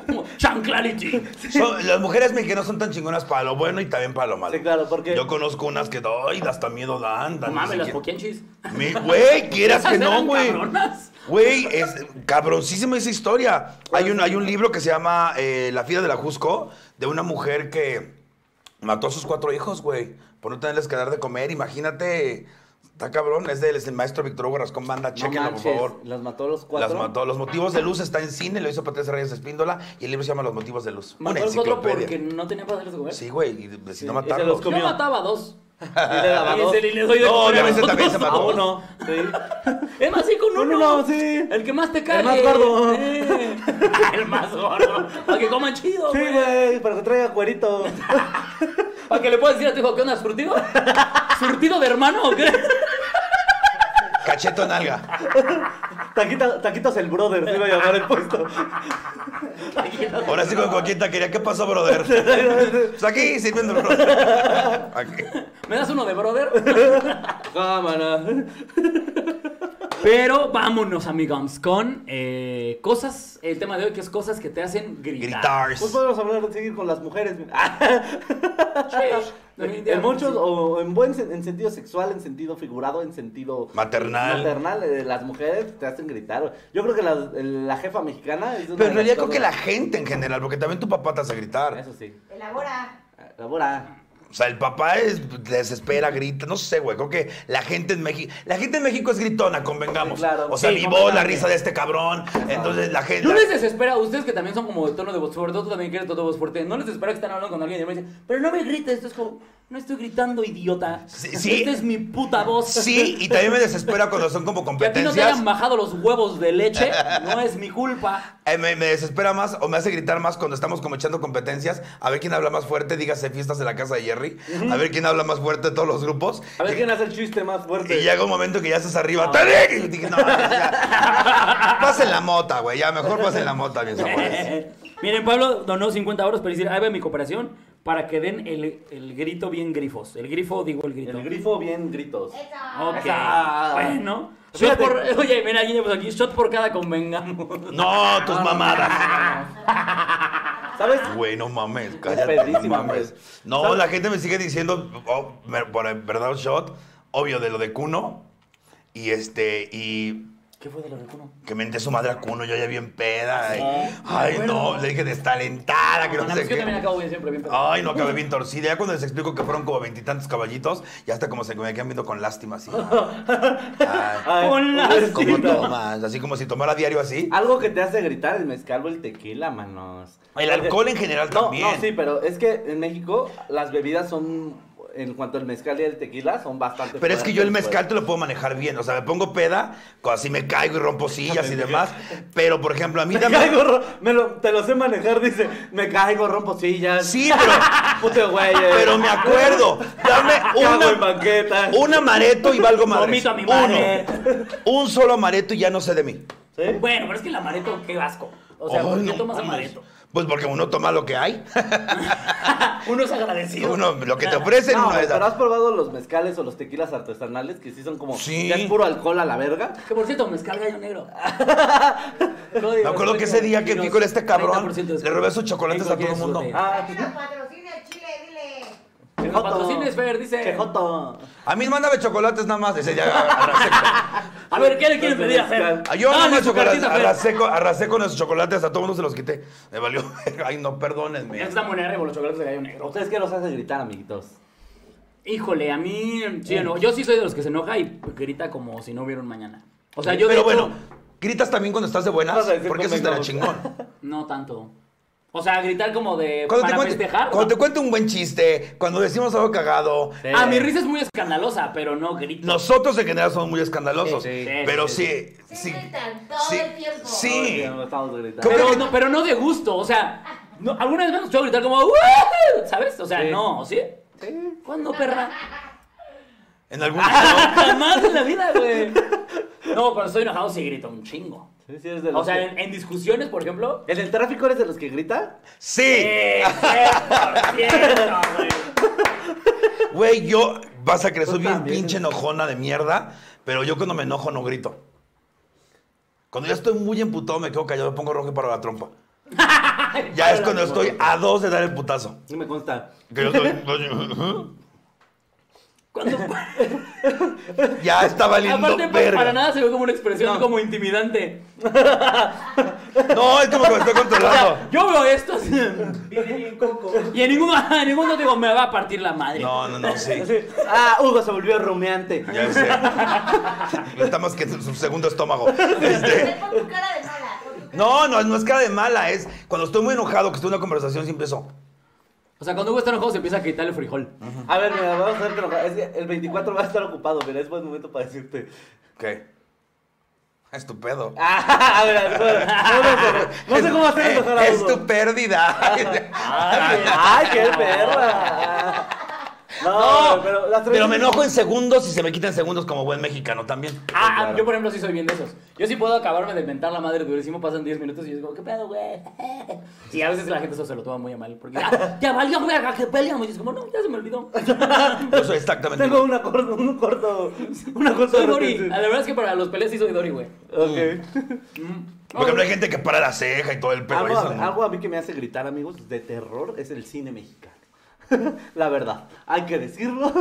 [SPEAKER 1] como chanclarity.
[SPEAKER 3] Son- las mujeres mexicanas son tan chingonas para lo bueno y también para lo malo.
[SPEAKER 2] Sí, claro, porque-
[SPEAKER 3] Yo conozco unas que, ay, hasta miedo dan.
[SPEAKER 1] No
[SPEAKER 3] dan, ni
[SPEAKER 1] mames, las
[SPEAKER 3] siquiera-
[SPEAKER 1] poquianchis.
[SPEAKER 3] Mi- Güey, quieras que
[SPEAKER 1] Esas
[SPEAKER 3] no,
[SPEAKER 1] eran
[SPEAKER 3] güey.
[SPEAKER 1] cabronas.
[SPEAKER 3] Güey, es cabroncísima esa historia.
[SPEAKER 1] Pues
[SPEAKER 3] Hay un, hay un libro que se llama eh, La Fida de la Jusco, de una mujer que mató a sus cuatro hijos, güey, por no tenerles que dar de comer. Imagínate, está cabrón, es del es el maestro Víctor Hugo Rascón Banda, chéquenlo, por
[SPEAKER 2] manches,
[SPEAKER 3] favor.
[SPEAKER 2] Las mató a los cuatro.
[SPEAKER 3] Las mató. Los motivos de luz está en cine, lo hizo Patricia Reyes Espíndola, y el libro se llama Los motivos de luz. Una
[SPEAKER 1] Mató al otro
[SPEAKER 3] enciclopedia.
[SPEAKER 1] porque no tenía para darles de comer.
[SPEAKER 3] Sí, güey, y decidió
[SPEAKER 2] y se
[SPEAKER 3] matarlos.
[SPEAKER 2] los
[SPEAKER 1] Yo
[SPEAKER 2] comió.
[SPEAKER 1] mataba a dos.
[SPEAKER 2] Y le
[SPEAKER 3] Ah,
[SPEAKER 2] daba
[SPEAKER 1] Y
[SPEAKER 2] dos.
[SPEAKER 1] se le- le doy de
[SPEAKER 3] No,
[SPEAKER 1] comer
[SPEAKER 3] ya ves,
[SPEAKER 1] los
[SPEAKER 3] también se
[SPEAKER 1] dos.
[SPEAKER 3] mató.
[SPEAKER 2] A Ah, uno. Sí.
[SPEAKER 1] Es más, sí, con
[SPEAKER 2] Con
[SPEAKER 1] uno.
[SPEAKER 2] uno, sí.
[SPEAKER 1] El que más te cae.
[SPEAKER 2] más gordo.
[SPEAKER 1] el más gordo. Para que coman chido,
[SPEAKER 2] Sí,
[SPEAKER 1] güey.
[SPEAKER 2] güey, para que traiga cuerito.
[SPEAKER 1] Para que le puedas decir a tu hijo, ¿qué onda, surtido? ¿Surtido de hermano o qué?
[SPEAKER 3] Cacheto en alga.
[SPEAKER 2] Taquita- taquitos el brother, se iba a llamar el puesto.
[SPEAKER 3] Ahora sí con Coquita quería, ¿qué pasó, brother? Pues aquí sirviendo el brother. Aquí.
[SPEAKER 1] ¿Me das uno de brother?
[SPEAKER 2] Cámara.
[SPEAKER 1] Pero vámonos, amigos, con eh, cosas. El tema de hoy que es cosas que te hacen gritar.
[SPEAKER 3] Gritars.
[SPEAKER 2] Pues podemos hablar, seguir con las mujeres.
[SPEAKER 1] Sí,
[SPEAKER 2] en
[SPEAKER 1] definitivamente
[SPEAKER 2] muchos,
[SPEAKER 1] sí.
[SPEAKER 2] o en buen sen- en sentido sexual, en sentido figurado, en sentido
[SPEAKER 3] Maternal.
[SPEAKER 2] maternal, eh, las mujeres te hacen gritar. Yo creo que la, la jefa mexicana es una
[SPEAKER 3] Pero
[SPEAKER 2] de
[SPEAKER 3] en realidad
[SPEAKER 2] las
[SPEAKER 3] creo que la
[SPEAKER 2] cosas-
[SPEAKER 3] gente en general, porque también tu papá te hace gritar.
[SPEAKER 2] Eso sí.
[SPEAKER 4] Elabora.
[SPEAKER 2] La bora.
[SPEAKER 3] O sea, el papá es, desespera, grita, no sé, güey. Creo que la gente en México, la gente en México es gritona, convengamos.
[SPEAKER 2] Sí, claro.
[SPEAKER 3] o sea,
[SPEAKER 2] Sí,
[SPEAKER 3] vivó la
[SPEAKER 2] completamente.
[SPEAKER 3] risa de este cabrón. Entonces la gente.
[SPEAKER 1] ¿No les desespera a ustedes que también son como de tono de voz, sobre todo tú también que eres de tono de voz fuerte, no les desespera que están hablando con alguien y me dicen, pero no me grites, esto es como, no estoy gritando, idiota.
[SPEAKER 3] Sí, sí.
[SPEAKER 1] Esta es mi puta voz.
[SPEAKER 3] Sí, y también me desespera cuando son como
[SPEAKER 1] Que a ti no te
[SPEAKER 3] competencias.
[SPEAKER 1] hayan bajado los huevos de leche, no es mi culpa.
[SPEAKER 3] Eh, me, me desespera más o me hace gritar más cuando estamos como echando competencias. A ver quién habla más fuerte, dígase fiestas en la casa de Jerry. A ver quién habla más fuerte de todos los grupos.
[SPEAKER 2] A ver
[SPEAKER 3] Y-
[SPEAKER 2] quién hace el chiste más fuerte.
[SPEAKER 3] Y llega un momento que ya estás arriba. ¡Tarek! Y dije, no, ya. Pasen la mota, güey. Ya, mejor pasen la mota, mis amores.
[SPEAKER 1] Miren, Pablo donó 50 euros para decir, ahí va mi cooperación, para que den el, el grito bien grifos. El grifo, digo el grito.
[SPEAKER 2] El grifo bien gritos.
[SPEAKER 4] Esa.
[SPEAKER 1] Ok,
[SPEAKER 2] Esa.
[SPEAKER 3] Ah.
[SPEAKER 1] bueno. Shot
[SPEAKER 2] Fíjate.
[SPEAKER 1] por, oye, mira, ya llevamos aquí, shot por cada convengamos.
[SPEAKER 3] No, tus mamadas.
[SPEAKER 2] ¿Sabes?
[SPEAKER 3] Güey, no mames, cállate, no
[SPEAKER 2] pedísimo,
[SPEAKER 3] mames.
[SPEAKER 2] güey.
[SPEAKER 3] No,
[SPEAKER 2] ¿Sabes?
[SPEAKER 3] la gente me sigue diciendo, oh, me- por el verdad, shot, obvio, de lo de Cuno. Y este, y
[SPEAKER 1] ¿Qué fue de lo de Kuno?
[SPEAKER 3] que mente su madre a Cuno, yo ya bien peda. y- ay, no, le dije destalentada, que no
[SPEAKER 1] Ah,
[SPEAKER 3] sé
[SPEAKER 1] es que yo
[SPEAKER 3] qué.
[SPEAKER 1] también acabo bien siempre bien pedo.
[SPEAKER 3] Ay, no, acabé bien torcida. Ya cuando les explico que fueron como veintitantos caballitos, ya hasta como se me quedan viendo con lástima así. Ay.
[SPEAKER 2] Ay,
[SPEAKER 1] Con la
[SPEAKER 3] Como
[SPEAKER 1] Sí, no.
[SPEAKER 3] tomas, así como si tomara diario así.
[SPEAKER 2] Algo que te hace gritar el mezcal o el tequila, manos.
[SPEAKER 3] El
[SPEAKER 2] Porque-
[SPEAKER 3] alcohol en general
[SPEAKER 2] No,
[SPEAKER 3] también.
[SPEAKER 2] no, sí, pero es que en México las bebidas son, en cuanto al mezcal y el tequila, son bastante
[SPEAKER 3] Pero es que yo el
[SPEAKER 2] fuertes, pues.
[SPEAKER 3] mezcal te lo puedo manejar bien, o sea, me pongo peda, co- así me caigo y rompo sillas y demás, pero por ejemplo a mí
[SPEAKER 2] pues. Me
[SPEAKER 3] también...
[SPEAKER 2] caigo, ro- me lo, te lo sé manejar, dice, me caigo, rompo sillas.
[SPEAKER 3] Sí, pero,
[SPEAKER 2] Puto güey. eh.
[SPEAKER 3] pero me acuerdo, dame
[SPEAKER 2] Cago en
[SPEAKER 3] una,
[SPEAKER 2] banqueta.
[SPEAKER 3] un amareto y valgo madre.
[SPEAKER 1] Vomito a mi madre.
[SPEAKER 3] un solo amareto y ya no sé de mí.
[SPEAKER 2] ¿Sí?
[SPEAKER 1] Bueno, pero es que el amaretto, qué asco. O sea,
[SPEAKER 3] Ay,
[SPEAKER 1] ¿por qué
[SPEAKER 3] no
[SPEAKER 1] tomas
[SPEAKER 3] mames.
[SPEAKER 1] amaretto?
[SPEAKER 3] Pues porque uno toma lo que hay,
[SPEAKER 1] Uno es agradecido.
[SPEAKER 3] uno, lo que te ofrecen,
[SPEAKER 2] No,
[SPEAKER 3] uno
[SPEAKER 2] güey,
[SPEAKER 3] es...
[SPEAKER 2] pero has probado los mezcales o los tequilas artesanales que sí son como.
[SPEAKER 3] Sí.
[SPEAKER 2] Ya es puro alcohol a la verga.
[SPEAKER 1] Que por cierto, mezcal gallo negro.
[SPEAKER 3] Me acuerdo que ese día que el Pico era este cabrón, le robé sus chocolates a todo el mundo.
[SPEAKER 2] Ah,
[SPEAKER 4] Ay, no, patrocina el chile, dile.
[SPEAKER 2] Chejoto.
[SPEAKER 1] Patrocines, Fer, dice.
[SPEAKER 2] Chejoto.
[SPEAKER 3] A mí mándame chocolates nada más, ese ya...
[SPEAKER 1] A ver, ¿qué le quieren pedir a Fer?
[SPEAKER 3] Ah, Yo
[SPEAKER 1] Ah,
[SPEAKER 3] nada
[SPEAKER 1] ni
[SPEAKER 3] más
[SPEAKER 1] su
[SPEAKER 3] chocolate,
[SPEAKER 1] cartita, Fer.
[SPEAKER 3] arrasé, con- arrasé con esos chocolates, a todo mundo se los quité. Me valió. verga. Ay, no,
[SPEAKER 1] Ya
[SPEAKER 3] perdónenme.
[SPEAKER 1] está muy arriba los chocolates de gallo negro.
[SPEAKER 2] ¿Ustedes qué los hacen gritar, amiguitos?
[SPEAKER 1] Híjole, a mí. Sí, no, yo sí soy de los que se enoja y grita como si no hubiera un mañana. O sea, yo. de
[SPEAKER 3] Pero
[SPEAKER 1] hecho,
[SPEAKER 3] bueno, gritas también cuando estás de buenas,
[SPEAKER 2] Vas a decir
[SPEAKER 3] porque eso estará
[SPEAKER 2] convengamos.
[SPEAKER 3] chingón.
[SPEAKER 1] No tanto. O sea, gritar como de
[SPEAKER 3] Cuando te,
[SPEAKER 1] para
[SPEAKER 3] cuente,
[SPEAKER 1] festejar.
[SPEAKER 3] cuando te cuente un buen chiste, cuando decimos algo cagado.
[SPEAKER 1] Sí. Ah, mi risa es muy escandalosa, pero no grito.
[SPEAKER 3] Nosotros en general somos muy escandalosos.
[SPEAKER 1] Sí, sí.
[SPEAKER 3] pero
[SPEAKER 1] Sí,
[SPEAKER 3] sí. sí,
[SPEAKER 4] sí. Sí gritan todo el tiempo.
[SPEAKER 3] Sí.
[SPEAKER 2] No, estamos gritando.
[SPEAKER 3] ¿Cómo
[SPEAKER 1] Pero
[SPEAKER 3] que-
[SPEAKER 1] no, pero no de gusto, o sea, no, alguna vez me has escuchado gritar como "¡Woo!", ¿sabes? O sea,
[SPEAKER 2] Sí.
[SPEAKER 1] no, ¿sí? Sí. ¿Cuándo, perra?
[SPEAKER 3] En algún
[SPEAKER 1] Jamás en la vida, güey. No, cuando estoy enojado sí grito un chingo.
[SPEAKER 2] Sí, sí, eres de los
[SPEAKER 1] O sea,
[SPEAKER 2] que-
[SPEAKER 1] en, en discusiones, por ejemplo.
[SPEAKER 2] ¿En el tráfico eres de los que grita?
[SPEAKER 3] Sí.
[SPEAKER 1] Eh, cierto, güey.
[SPEAKER 3] Güey, yo. Vas a creer,
[SPEAKER 2] Tú
[SPEAKER 3] soy bien
[SPEAKER 2] también.
[SPEAKER 3] pinche enojona de mierda. Pero yo cuando me enojo no grito. Cuando ya estoy muy emputado, me quedo callado, me pongo rojo y paro la trompa. ya es cuando estoy a dos de dar el putazo.
[SPEAKER 2] No me consta.
[SPEAKER 3] Que yo estoy-
[SPEAKER 1] Cuando-
[SPEAKER 3] ya está valiendo
[SPEAKER 1] Aparte, pues,
[SPEAKER 3] verga.
[SPEAKER 1] para nada se ve como una expresión como intimidante.
[SPEAKER 3] No, es como que me estoy
[SPEAKER 1] O
[SPEAKER 3] controlando.
[SPEAKER 1] sea, yo veo esto así,
[SPEAKER 5] Viene bien coco.
[SPEAKER 1] y en ningún, en ningún momento digo, me va a partir la madre.
[SPEAKER 3] No, no, no, sí.
[SPEAKER 2] Así, Ah, Hugo se volvió rumeante.
[SPEAKER 3] Ya sé. No está más que en su segundo estómago. Este,
[SPEAKER 4] Ven por tu cara de mala. por tu cara.
[SPEAKER 3] no, no, no es cara de mala. Es cuando estoy muy enojado, que estoy en una conversación, siempre eso.
[SPEAKER 1] O sea, cuando Hugo está enojado se empieza a quitar el frijol.
[SPEAKER 3] Mm.
[SPEAKER 2] A ver, mira, vamos a hacer que nos- es que el 24 va a estar ocupado, mira, es buen momento para decirte.
[SPEAKER 3] ¿Qué? Estupendo.
[SPEAKER 2] Ah, a ver, a ver, a ver, no, sé cómo hacer enojar a Ah,
[SPEAKER 3] Es
[SPEAKER 2] Hugo.
[SPEAKER 3] tu pérdida.
[SPEAKER 2] Ay, qué- ay, qué perra. No,
[SPEAKER 3] No,
[SPEAKER 2] pero las tres-
[SPEAKER 3] Pero me enojo en segundos y se me quitan segundos como buen mexicano también.
[SPEAKER 1] Ah, yo por ejemplo sí soy bien de esos. Yo sí puedo acabarme de inventar la madre durísimo, pasan 10 minutos y yo digo, ¿qué pedo, güey? Y a veces la gente eso se lo toma muy a mal, porque ya, ya valió, güey, que peleamos. Y es como, no, ya se me olvidó.
[SPEAKER 3] Yo soy exactamente.
[SPEAKER 2] Tengo una corto, un corto, una corto.
[SPEAKER 1] Soy Dori. La verdad es que para los peleas sí soy Dori, güey.
[SPEAKER 2] Ok.
[SPEAKER 3] Mm. Por ejemplo, hay gente que para la ceja y todo el pelo.
[SPEAKER 2] Algo,
[SPEAKER 3] eso
[SPEAKER 2] a,
[SPEAKER 3] no.
[SPEAKER 2] algo a mí que me hace gritar, amigos, de terror es el cine mexicano. La verdad, hay que decirlo.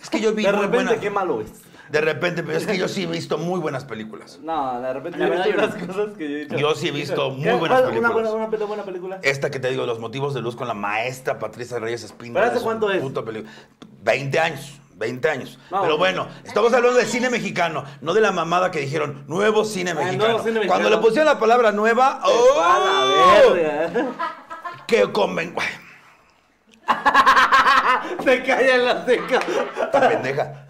[SPEAKER 3] Es que yo vi
[SPEAKER 2] De
[SPEAKER 3] muy
[SPEAKER 2] repente,
[SPEAKER 3] buena-
[SPEAKER 2] qué malo es.
[SPEAKER 3] De repente, pero es que yo sí he visto muy buenas películas.
[SPEAKER 2] No, de repente
[SPEAKER 1] La
[SPEAKER 2] yo he
[SPEAKER 1] verdad,
[SPEAKER 2] visto
[SPEAKER 1] yo
[SPEAKER 2] unas cosas que yo he dicho.
[SPEAKER 3] Yo sí he visto muy
[SPEAKER 2] ¿Qué?
[SPEAKER 3] buenas
[SPEAKER 2] ¿Cuál? Una
[SPEAKER 3] películas.
[SPEAKER 2] buena, una peli- buena película.
[SPEAKER 3] Esta que te digo, Los motivos de luz con la maestra Patricia Reyes Espínola.
[SPEAKER 2] ¿Pero hace
[SPEAKER 3] un
[SPEAKER 2] cuánto es?
[SPEAKER 3] puto peli- 20 años. 20 años.
[SPEAKER 2] No,
[SPEAKER 3] Pero
[SPEAKER 2] bueno.
[SPEAKER 3] bueno, estamos hablando de cine mexicano, no de la mamada que dijeron nuevo cine
[SPEAKER 2] Ah, nuevo
[SPEAKER 3] mexicano.
[SPEAKER 2] cine mexicano.
[SPEAKER 3] Cuando le pusieron la palabra nueva, ¡oh!
[SPEAKER 2] A la verga.
[SPEAKER 3] Que conven... Ay,
[SPEAKER 2] Se calla en la seca.
[SPEAKER 3] Esta pendeja.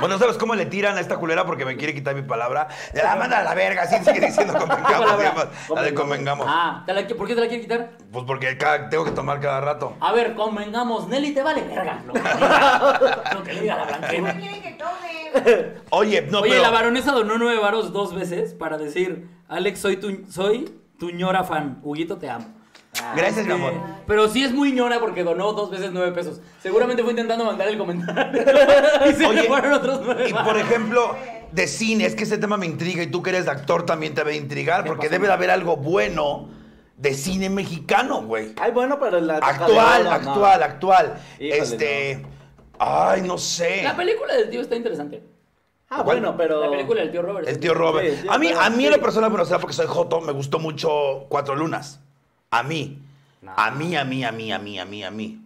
[SPEAKER 3] Bueno, ¿sabes cómo le tiran a esta culera porque me quiere quitar mi palabra? Le la manda a la verga, así sigue diciendo convengamos. y demás. La de pues, convengamos.
[SPEAKER 1] Ah, ¿te la qui- ¿por qué te la quieren quitar?
[SPEAKER 3] Pues porque cada- tengo que tomar cada rato.
[SPEAKER 1] A ver, convengamos, Nelly, te vale verga. Lo que, lo que le diga la
[SPEAKER 4] No
[SPEAKER 1] blanquena.
[SPEAKER 4] quieren que tomen.
[SPEAKER 3] Oye, no,
[SPEAKER 1] Oye,
[SPEAKER 3] pero...
[SPEAKER 1] la baronesa donó nueve varos dos veces para decir, Alex, soy tu, soy tu ñora fan. Huguito, te amo.
[SPEAKER 3] Gracias, mi amor.
[SPEAKER 1] Pero sí es muy ñora porque donó dos veces nueve pesos. Seguramente fue intentando mandar el comentario. y se le
[SPEAKER 3] Oye,
[SPEAKER 1] fueron otros nueve.
[SPEAKER 3] Y
[SPEAKER 1] más.
[SPEAKER 3] por ejemplo, de cine, es que ese tema me intriga y tú que eres actor también te va a intrigar
[SPEAKER 1] ¿Qué
[SPEAKER 3] porque
[SPEAKER 1] pasó?
[SPEAKER 3] debe de haber algo bueno de cine mexicano, güey.
[SPEAKER 2] Ay, bueno, pero la.
[SPEAKER 3] Actual,
[SPEAKER 2] no, no.
[SPEAKER 3] actual, actual.
[SPEAKER 2] Híjole,
[SPEAKER 3] este. Ay, no sé.
[SPEAKER 1] La película del tío está interesante.
[SPEAKER 2] Ah,
[SPEAKER 3] ¿Cuál?
[SPEAKER 2] bueno, pero.
[SPEAKER 1] La película del tío Robert.
[SPEAKER 3] El tío Robert.
[SPEAKER 2] Sí, sí,
[SPEAKER 3] a mí,
[SPEAKER 2] pero
[SPEAKER 3] a mí en
[SPEAKER 2] sí.
[SPEAKER 3] lo personal, bueno, será porque soy Joto, me gustó mucho Cuatro Lunas. A mí. A mí, a mí, a mí, a mí, a mí, a mí.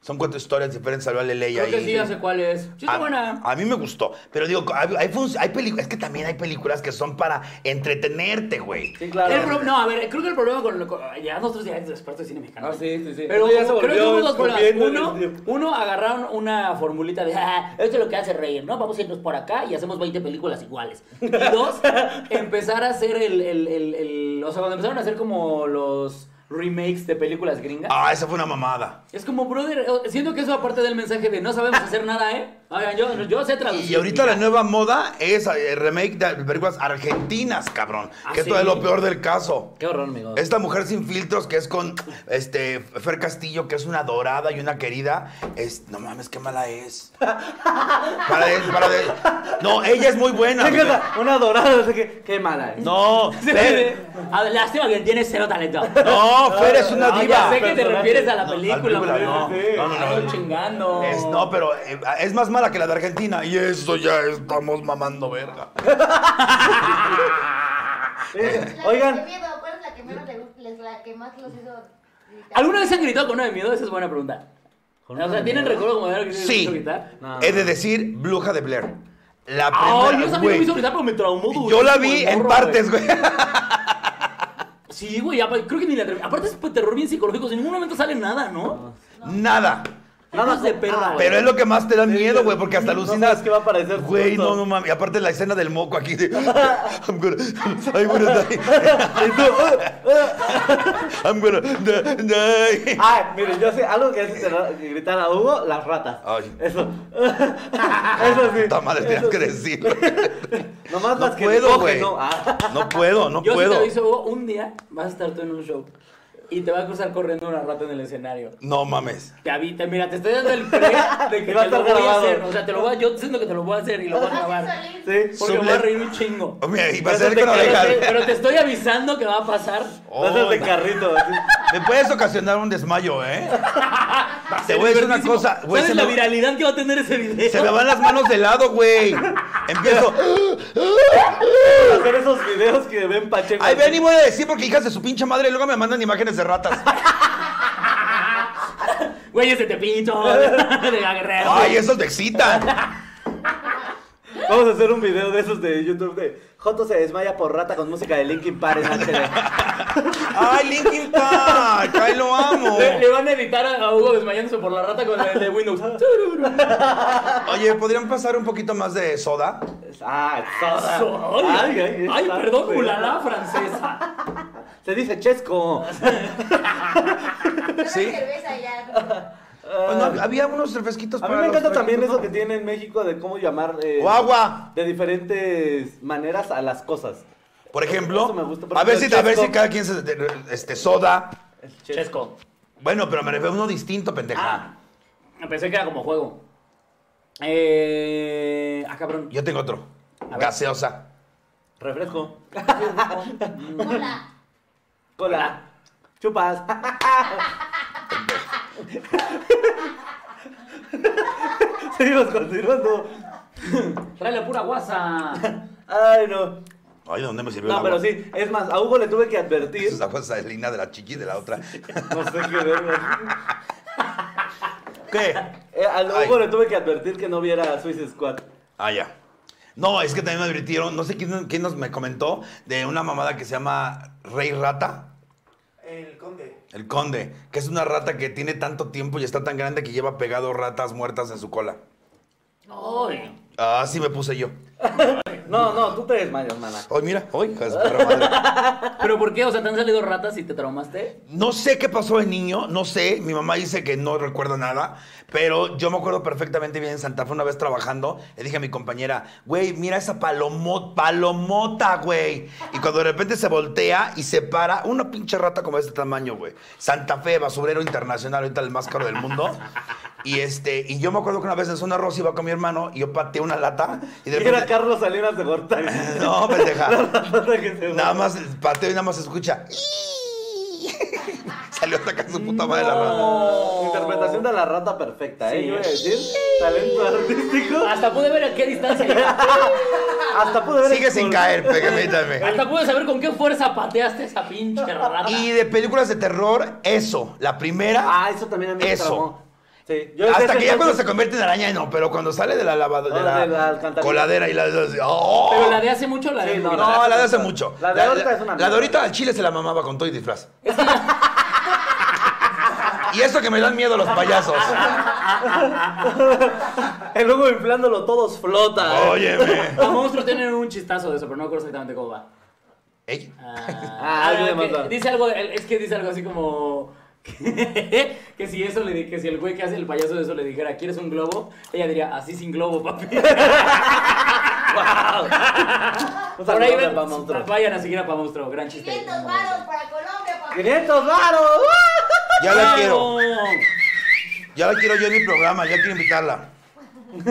[SPEAKER 3] Son cuatro historias diferentes, salvarle ley
[SPEAKER 1] Creo
[SPEAKER 3] ahí. ah,
[SPEAKER 1] que sí, ya sé cuál es. Sí, está
[SPEAKER 3] A,
[SPEAKER 1] buena.
[SPEAKER 3] a mí me gustó, pero digo, hay, hay, fun- hay pelicu- es que también hay películas que son para entretenerte, güey.
[SPEAKER 2] Sí, claro.
[SPEAKER 1] El pro- no, a ver, creo que el problema con. con- ya nosotros ya somos expertos de cine mexicano.
[SPEAKER 2] Ah, sí, sí, sí.
[SPEAKER 1] Pero
[SPEAKER 2] Eso ya se
[SPEAKER 1] creo que
[SPEAKER 2] volvió
[SPEAKER 1] hubo dos
[SPEAKER 2] escupiendo
[SPEAKER 1] problemas.
[SPEAKER 2] en el
[SPEAKER 1] Uno,
[SPEAKER 2] tiempo.
[SPEAKER 1] uno agarraron una formulita de, ah, esto es lo que hace reír, ¿no? Vamos a irnos por acá y hacemos 20 películas iguales. Y dos, empezar a hacer el, el- el- el- O sea, cuando empezaron a hacer como los remakes de películas gringas.
[SPEAKER 3] Ah, esa fue una mamada.
[SPEAKER 1] Es como, brother, eh, siento que eso aparte del mensaje de no sabemos hacer nada, ¿eh? Oigan, yo, yo sé traducir.
[SPEAKER 3] Y ahorita la
[SPEAKER 1] ya.
[SPEAKER 3] nueva moda es eh, remake de películas argentinas, cabrón.
[SPEAKER 1] Ah,
[SPEAKER 3] que esto
[SPEAKER 1] sí.
[SPEAKER 3] es lo peor del caso.
[SPEAKER 1] Qué horror, amigos.
[SPEAKER 3] Esta mujer sin filtros que es con este Fer Castillo, que es una dorada y una querida, es no mames, qué mala es. Para de, para de, no, ella es muy buena.
[SPEAKER 2] Me encanta, Una dorada, no sé qué. Qué mala es.
[SPEAKER 3] No, Fer,
[SPEAKER 1] A ver, Ah, lástima que tienes cero talento.
[SPEAKER 3] no, Fer es una
[SPEAKER 1] Ah,
[SPEAKER 3] diva.
[SPEAKER 1] ya sé que te
[SPEAKER 2] Personaje.
[SPEAKER 1] refieres a la
[SPEAKER 3] No, la
[SPEAKER 1] película,
[SPEAKER 3] película,
[SPEAKER 1] pero-
[SPEAKER 3] no. No, no, no.
[SPEAKER 1] Ay, chingando.
[SPEAKER 3] Es- no, pero eh, es más mala que la de Argentina. Y eso ya estamos mamando verga.
[SPEAKER 2] Eh,
[SPEAKER 4] La de
[SPEAKER 2] Oigan,
[SPEAKER 4] miedo, ¿cuál es la que menos le- les- la que más los hizo gritar?
[SPEAKER 1] ¿Alguna vez han gritado con uno de miedo? Esa es buena pregunta. O sea, ¿tienen recuerdo como de haber
[SPEAKER 3] Sí.
[SPEAKER 1] visto gritar? Ah,
[SPEAKER 2] No.
[SPEAKER 3] He de decir, Bruja de Blair. La
[SPEAKER 1] Ay,
[SPEAKER 3] primera,
[SPEAKER 1] yo también
[SPEAKER 3] güey.
[SPEAKER 1] me hizo gritar, pero me traumó
[SPEAKER 3] Yo la
[SPEAKER 1] durísimo
[SPEAKER 3] vi
[SPEAKER 1] el
[SPEAKER 3] en
[SPEAKER 1] morro,
[SPEAKER 3] partes,
[SPEAKER 1] güey.
[SPEAKER 3] güey.
[SPEAKER 1] Sí, güey, apa- creo que ni la atreví. Aparte es terror bien psicológico, o sea, en ningún momento sale nada, ¿no?
[SPEAKER 3] Nada.
[SPEAKER 1] Nada de perra, güey.
[SPEAKER 3] Pero es lo que más te da
[SPEAKER 2] Sí,
[SPEAKER 3] miedo,
[SPEAKER 2] ya-
[SPEAKER 3] güey, porque hasta
[SPEAKER 2] no
[SPEAKER 3] alucinas.
[SPEAKER 2] sabes qué va a aparecer
[SPEAKER 3] Güey,
[SPEAKER 2] pronto.
[SPEAKER 3] no, no mames. Y aparte la escena del moco aquí de. I'm gonna. I'm gonna die. I'm gonna die- die.
[SPEAKER 2] Ay, miren, yo sé algo que hace terror- gritar a Hugo, las ratas.
[SPEAKER 3] Ay.
[SPEAKER 2] Eso. Eso sí.
[SPEAKER 3] Puta madre, tenías
[SPEAKER 2] Eso
[SPEAKER 3] que
[SPEAKER 2] sí.
[SPEAKER 3] decirlo.
[SPEAKER 2] Nomás
[SPEAKER 3] No
[SPEAKER 2] las que
[SPEAKER 3] puedo,
[SPEAKER 2] cogen,
[SPEAKER 3] güey.
[SPEAKER 2] no. Ah.
[SPEAKER 3] No puedo, no
[SPEAKER 1] Yo sí te
[SPEAKER 3] puedo.
[SPEAKER 1] aviso, Hugo, un día vas a estar tú en un show y te va a cruzar corriendo una rata en el escenario.
[SPEAKER 3] No mames.
[SPEAKER 1] Te avita, mira, te estoy dando el pre de que
[SPEAKER 2] Y va a
[SPEAKER 1] te lo
[SPEAKER 2] estar
[SPEAKER 1] voy a
[SPEAKER 2] grabado.
[SPEAKER 1] hacer. O sea, te lo voy a, yo siento que te lo voy a hacer y lo voy a grabar.
[SPEAKER 2] Sí.
[SPEAKER 1] Porque me
[SPEAKER 3] Suble-
[SPEAKER 1] voy a reír un chingo.
[SPEAKER 3] Oh, mira, y va a
[SPEAKER 2] Pero
[SPEAKER 3] ser
[SPEAKER 2] te
[SPEAKER 3] con
[SPEAKER 2] quedas
[SPEAKER 3] orejas.
[SPEAKER 1] Pero te- pero te estoy avisando que va a pasar.
[SPEAKER 2] Vas de
[SPEAKER 3] Oh,
[SPEAKER 2] carrito. así.
[SPEAKER 3] Me puedes ocasionar un desmayo, ¿eh? Te voy a decir una
[SPEAKER 1] Divertísimo.
[SPEAKER 3] cosa. güey,
[SPEAKER 1] ¿Sabes la
[SPEAKER 3] se me-
[SPEAKER 1] viralidad que va a tener ese video?
[SPEAKER 3] Se me van las manos de lado, güey. Empiezo.
[SPEAKER 2] Hacer esos videos que ven Pacheco.
[SPEAKER 3] Ay, ven y voy a decir porque hijas de su pinche madre y luego me mandan imágenes de ratas.
[SPEAKER 1] Güey, ese tepito de de la guerrero.
[SPEAKER 3] Ay, esos te excitan.
[SPEAKER 2] Vamos a hacer un video de esos de YouTube de Joto se desmaya por rata con música de Linkin Park en HD.
[SPEAKER 3] Ay, Linkin Park. Ay, lo amo.
[SPEAKER 1] Le, le van a editar a a Hugo desmayándose por la rata con la de Windows. Tururu.
[SPEAKER 3] Oye, ¿podrían pasar un poquito más de soda?
[SPEAKER 2] Ah, soda.
[SPEAKER 1] Soy.
[SPEAKER 2] es
[SPEAKER 1] Ay,
[SPEAKER 2] tan
[SPEAKER 1] perdón,
[SPEAKER 2] feo.
[SPEAKER 1] ulala francesa.
[SPEAKER 2] Se dice Chesco.
[SPEAKER 4] Una
[SPEAKER 3] Sí.
[SPEAKER 4] cerveza y ya.
[SPEAKER 3] Pues no, había unos refresquitos
[SPEAKER 2] Ah. A mí
[SPEAKER 3] para
[SPEAKER 2] me
[SPEAKER 3] los
[SPEAKER 2] encanta también
[SPEAKER 3] refresquitos,
[SPEAKER 2] eso que tiene en México de cómo llamar. eh,
[SPEAKER 3] ¿no? O agua,
[SPEAKER 2] De diferentes maneras a las cosas.
[SPEAKER 3] por
[SPEAKER 2] Eso me
[SPEAKER 3] ejemplo.
[SPEAKER 2] gusta, por
[SPEAKER 3] A ver
[SPEAKER 2] ejemplo,
[SPEAKER 3] si, a
[SPEAKER 2] el
[SPEAKER 3] ver si
[SPEAKER 2] Chesco.
[SPEAKER 3] cada quien se. Este, soda.
[SPEAKER 2] El Chesco.
[SPEAKER 1] Chesco.
[SPEAKER 3] Bueno, pero me refiero a uno distinto, pendeja.
[SPEAKER 1] Ah, pensé que era como juego. Eh. Ah, cabrón.
[SPEAKER 3] Yo tengo otro.
[SPEAKER 1] ver.
[SPEAKER 3] Gaseosa.
[SPEAKER 2] Refresco.
[SPEAKER 4] Hola.
[SPEAKER 2] Cola. Chupas. Seguimos continuando.
[SPEAKER 1] Tráele pura guasa.
[SPEAKER 2] Ay, no.
[SPEAKER 3] Ay, ¿de dónde me sirvió el
[SPEAKER 2] No,
[SPEAKER 3] agua?
[SPEAKER 2] pero sí. Es más, a Hugo le tuve que advertir.
[SPEAKER 3] Esa es agua salina de la chiqui y de la otra.
[SPEAKER 2] No sé qué verga.
[SPEAKER 3] ¿Qué?
[SPEAKER 2] Eh, a
[SPEAKER 3] Ay.
[SPEAKER 2] Hugo le tuve que advertir que no viera Suicide Squad.
[SPEAKER 3] Ah, ya. No, es que también me advirtieron, no sé quién, quién nos me comentó, de una mamada que se llama Rey Rata,
[SPEAKER 5] El conde.
[SPEAKER 3] el conde, que es una rata que tiene tanto tiempo y está tan grande que lleva pegado ratas muertas en su cola.
[SPEAKER 1] Ay.
[SPEAKER 3] Ah, sí me puse yo.
[SPEAKER 2] No, no, tú te desmayas, mana.
[SPEAKER 3] Hoy mira, hoy, hija de su perra madre.
[SPEAKER 1] ¿Pero por qué? O sea, ¿te han salido ratas y te traumaste?
[SPEAKER 3] No sé qué pasó de niño, no sé. Mi mamá dice que no recuerda nada, pero yo me acuerdo perfectamente bien en Santa Fe una vez trabajando. Le dije a mi compañera, güey, mira esa palomo- palomota, güey. Y cuando de repente se voltea y se para, una pinche rata como de este tamaño, güey. Santa Fe, basurero internacional, ahorita el más caro del mundo. Y este, y yo me acuerdo que una vez en Zona Rosa iba con mi hermano y yo pateé una lata y de
[SPEAKER 2] Y era
[SPEAKER 3] repente.
[SPEAKER 2] Carlos Salinas de Gortari.
[SPEAKER 3] No, pendeja.
[SPEAKER 2] que se
[SPEAKER 3] Nada más pateo y nada más se escucha. Salió hasta acá su puta madre la rata.
[SPEAKER 1] No.
[SPEAKER 2] Oh. Interpretación de la rata perfecta, ¿eh?
[SPEAKER 1] Sí.
[SPEAKER 2] Yo voy a decir, talento artístico.
[SPEAKER 1] Hasta pude ver a qué distancia llegaste.
[SPEAKER 2] Hasta pude ver.
[SPEAKER 3] Sigue
[SPEAKER 2] el
[SPEAKER 3] sin
[SPEAKER 2] col-
[SPEAKER 3] caer, permítame.
[SPEAKER 1] Hasta pude saber con qué fuerza pateaste esa pinche rata.
[SPEAKER 3] Y de películas de terror, eso. La primera,
[SPEAKER 2] Ah, eso también a mí
[SPEAKER 3] Eso.
[SPEAKER 2] me tramó. Sí. yo desde
[SPEAKER 3] hasta
[SPEAKER 2] ese
[SPEAKER 3] que ya cuando se
[SPEAKER 2] entonces-
[SPEAKER 3] convierte en araña, no, pero cuando sale de la lavadora,
[SPEAKER 2] No,
[SPEAKER 3] de
[SPEAKER 2] de la
[SPEAKER 3] la,
[SPEAKER 2] alcantarilla.
[SPEAKER 3] coladera y la. ¡Oh!
[SPEAKER 1] Pero la de hace mucho, la de.
[SPEAKER 2] Sí, no,
[SPEAKER 3] No, la de hace mucho.
[SPEAKER 2] La de ahorita es una
[SPEAKER 3] La de
[SPEAKER 2] mierda.
[SPEAKER 3] ahorita al chile se la mamaba con todo y disfraz. Y eso que me dan miedo los payasos.
[SPEAKER 2] El logo inflándolo todos flota. ¿eh?
[SPEAKER 3] Óyeme.
[SPEAKER 1] Los monstruos tienen un chistazo de eso, pero no recuerdo exactamente cómo va.
[SPEAKER 3] Ey.
[SPEAKER 2] Ah,
[SPEAKER 1] Ah,
[SPEAKER 2] algo de
[SPEAKER 1] que
[SPEAKER 2] matar.
[SPEAKER 1] dice algo, el- es que dice algo así como que, que si eso le di- que si el güey que hace el payaso de eso le dijera, ¿quieres un globo? Ella diría, así sin globo, papi.
[SPEAKER 2] Un
[SPEAKER 1] Por ahí
[SPEAKER 2] saludo
[SPEAKER 1] ven,
[SPEAKER 2] a Monstruo.
[SPEAKER 1] vayan a seguir a Pamonstro, gran
[SPEAKER 3] Este,
[SPEAKER 1] chiste.
[SPEAKER 4] 500 varos para Colombia, papá.
[SPEAKER 2] 500 varos.
[SPEAKER 3] Ya la quiero.
[SPEAKER 1] ¡Bravo!
[SPEAKER 3] Ya la quiero yo en mi programa, ya quiero invitarla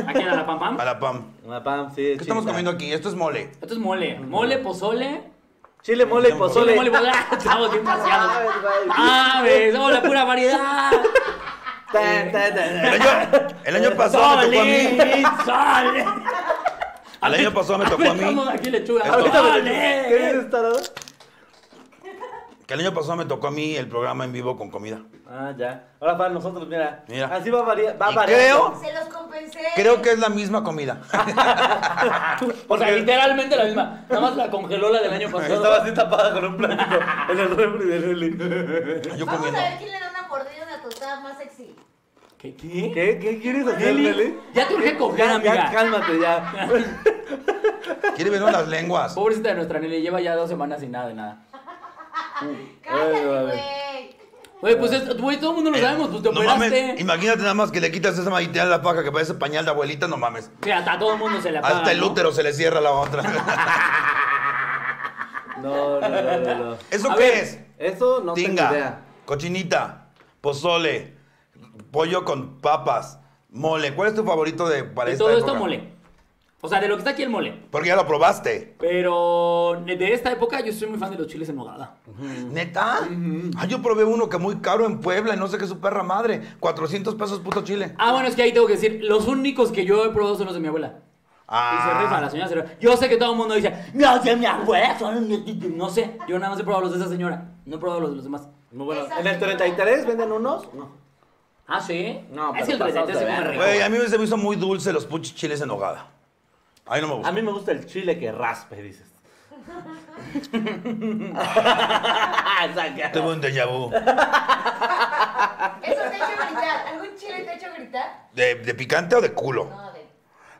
[SPEAKER 1] ¿A quién? ¿A la Pam Pam?
[SPEAKER 3] a la PAM.
[SPEAKER 2] Una pam, sí,
[SPEAKER 3] ¿Qué estamos comiendo aquí? Esto es mole.
[SPEAKER 1] Esto es mole, mole, pozole,
[SPEAKER 2] Chile, mole y
[SPEAKER 1] mole,
[SPEAKER 2] pozole.
[SPEAKER 1] mole, pozole. Ah, Estamos bien
[SPEAKER 2] Ay,
[SPEAKER 1] paseados.
[SPEAKER 2] güey.
[SPEAKER 1] Ah, ves, somos la pura variedad.
[SPEAKER 2] Tan, tan,
[SPEAKER 3] El
[SPEAKER 2] tan.
[SPEAKER 3] año, el año pasado me tocó a mí.
[SPEAKER 1] Sole, sole.
[SPEAKER 3] El año pasado me tocó a mí.
[SPEAKER 1] Estamos aquí lechuga.
[SPEAKER 3] Esto-
[SPEAKER 2] Ahorita me-
[SPEAKER 1] Sole.
[SPEAKER 2] ¿Qué dices, tarot?
[SPEAKER 3] Que el año pasado me tocó a mí el programa en vivo con comida.
[SPEAKER 2] Ah, ya. Ahora para nosotros, mira.
[SPEAKER 3] Mira.
[SPEAKER 2] Así va a variar. Va
[SPEAKER 3] Y
[SPEAKER 2] variando.
[SPEAKER 3] creo-
[SPEAKER 4] Se los pensé.
[SPEAKER 3] Creo que es la misma comida.
[SPEAKER 1] O sea, literalmente la misma. Nada más la congeló la del año
[SPEAKER 2] Estaba
[SPEAKER 1] pasado.
[SPEAKER 2] así tapada con un plástico en el refri de Luli.
[SPEAKER 3] Yo
[SPEAKER 4] Vamos
[SPEAKER 3] comiendo.
[SPEAKER 4] a ver quién le da una mordida a una tostada más sexy.
[SPEAKER 1] ¿Qué? ¿Qué?
[SPEAKER 2] ¿Qué? ¿Qué quieres hacer,
[SPEAKER 1] Lili,
[SPEAKER 2] Lili?
[SPEAKER 1] ya te urge
[SPEAKER 2] Ya,
[SPEAKER 1] coger,
[SPEAKER 2] ya,
[SPEAKER 1] amiga.
[SPEAKER 2] cálmate ya.
[SPEAKER 3] Quiere ver las lenguas.
[SPEAKER 1] Pobrecita de nuestra Nelly, lleva ya dos semanas sin nada de nada.
[SPEAKER 3] Eh,
[SPEAKER 4] Cállate,
[SPEAKER 2] vale.
[SPEAKER 4] güey.
[SPEAKER 1] Güey, pues es- güey, todo el mundo lo sabemos, pues te
[SPEAKER 3] No
[SPEAKER 1] operaste.
[SPEAKER 3] mames, imagínate nada más que le quitas esa maguitea de la paja que parece pañal de abuelita, no mames.
[SPEAKER 1] Sí, hasta a todo el mundo se le apaga.
[SPEAKER 3] Hasta el
[SPEAKER 1] ¿no?
[SPEAKER 3] útero se le cierra la otra.
[SPEAKER 2] No, no, no, no, no.
[SPEAKER 3] ¿Eso
[SPEAKER 1] A
[SPEAKER 3] qué
[SPEAKER 1] ver,
[SPEAKER 3] es?
[SPEAKER 2] Eso no tengo
[SPEAKER 3] Tinga,
[SPEAKER 2] idea.
[SPEAKER 3] cochinita, pozole, pollo con papas, mole. ¿Cuál es tu favorito de para
[SPEAKER 1] De
[SPEAKER 3] esta
[SPEAKER 1] todo esto
[SPEAKER 3] época?
[SPEAKER 1] mole. O sea, de lo que está aquí el mole.
[SPEAKER 3] Porque ya lo probaste.
[SPEAKER 1] Pero de esta época yo soy muy fan de los chiles en nogada.
[SPEAKER 3] ¿Neta? Ah, yo probé uno que muy caro en Puebla y no sé qué su perra madre. 400 pesos puto chile.
[SPEAKER 1] Ah, bueno, es que ahí tengo que decir, los únicos que yo he probado son los de mi abuela. Y se
[SPEAKER 3] Ah,
[SPEAKER 1] rifa, la señora se rifa. Yo sé que todo el mundo dice, no sé, mi abuela, son los-". no sé, yo nada más he probado los de esa señora, no he probado los de los demás.
[SPEAKER 2] Muy bueno. ¿En el 33 venden unos? No.
[SPEAKER 1] Ah, sí.
[SPEAKER 2] No,
[SPEAKER 1] es
[SPEAKER 2] pero
[SPEAKER 1] el 33
[SPEAKER 2] pasados de
[SPEAKER 1] se come
[SPEAKER 2] ver.
[SPEAKER 1] rico.
[SPEAKER 3] Güey, a mí se me hizo muy dulce los puchos chiles en hogada. A mí no me
[SPEAKER 2] A
[SPEAKER 3] gusta.
[SPEAKER 2] mí me gusta el chile que raspe, dices.
[SPEAKER 3] Tuve un déjà vu.
[SPEAKER 4] Eso te ha hecho gritar. ¿Algún chile te ha hecho gritar?
[SPEAKER 3] ¿De, de picante o de culo?
[SPEAKER 4] No, de.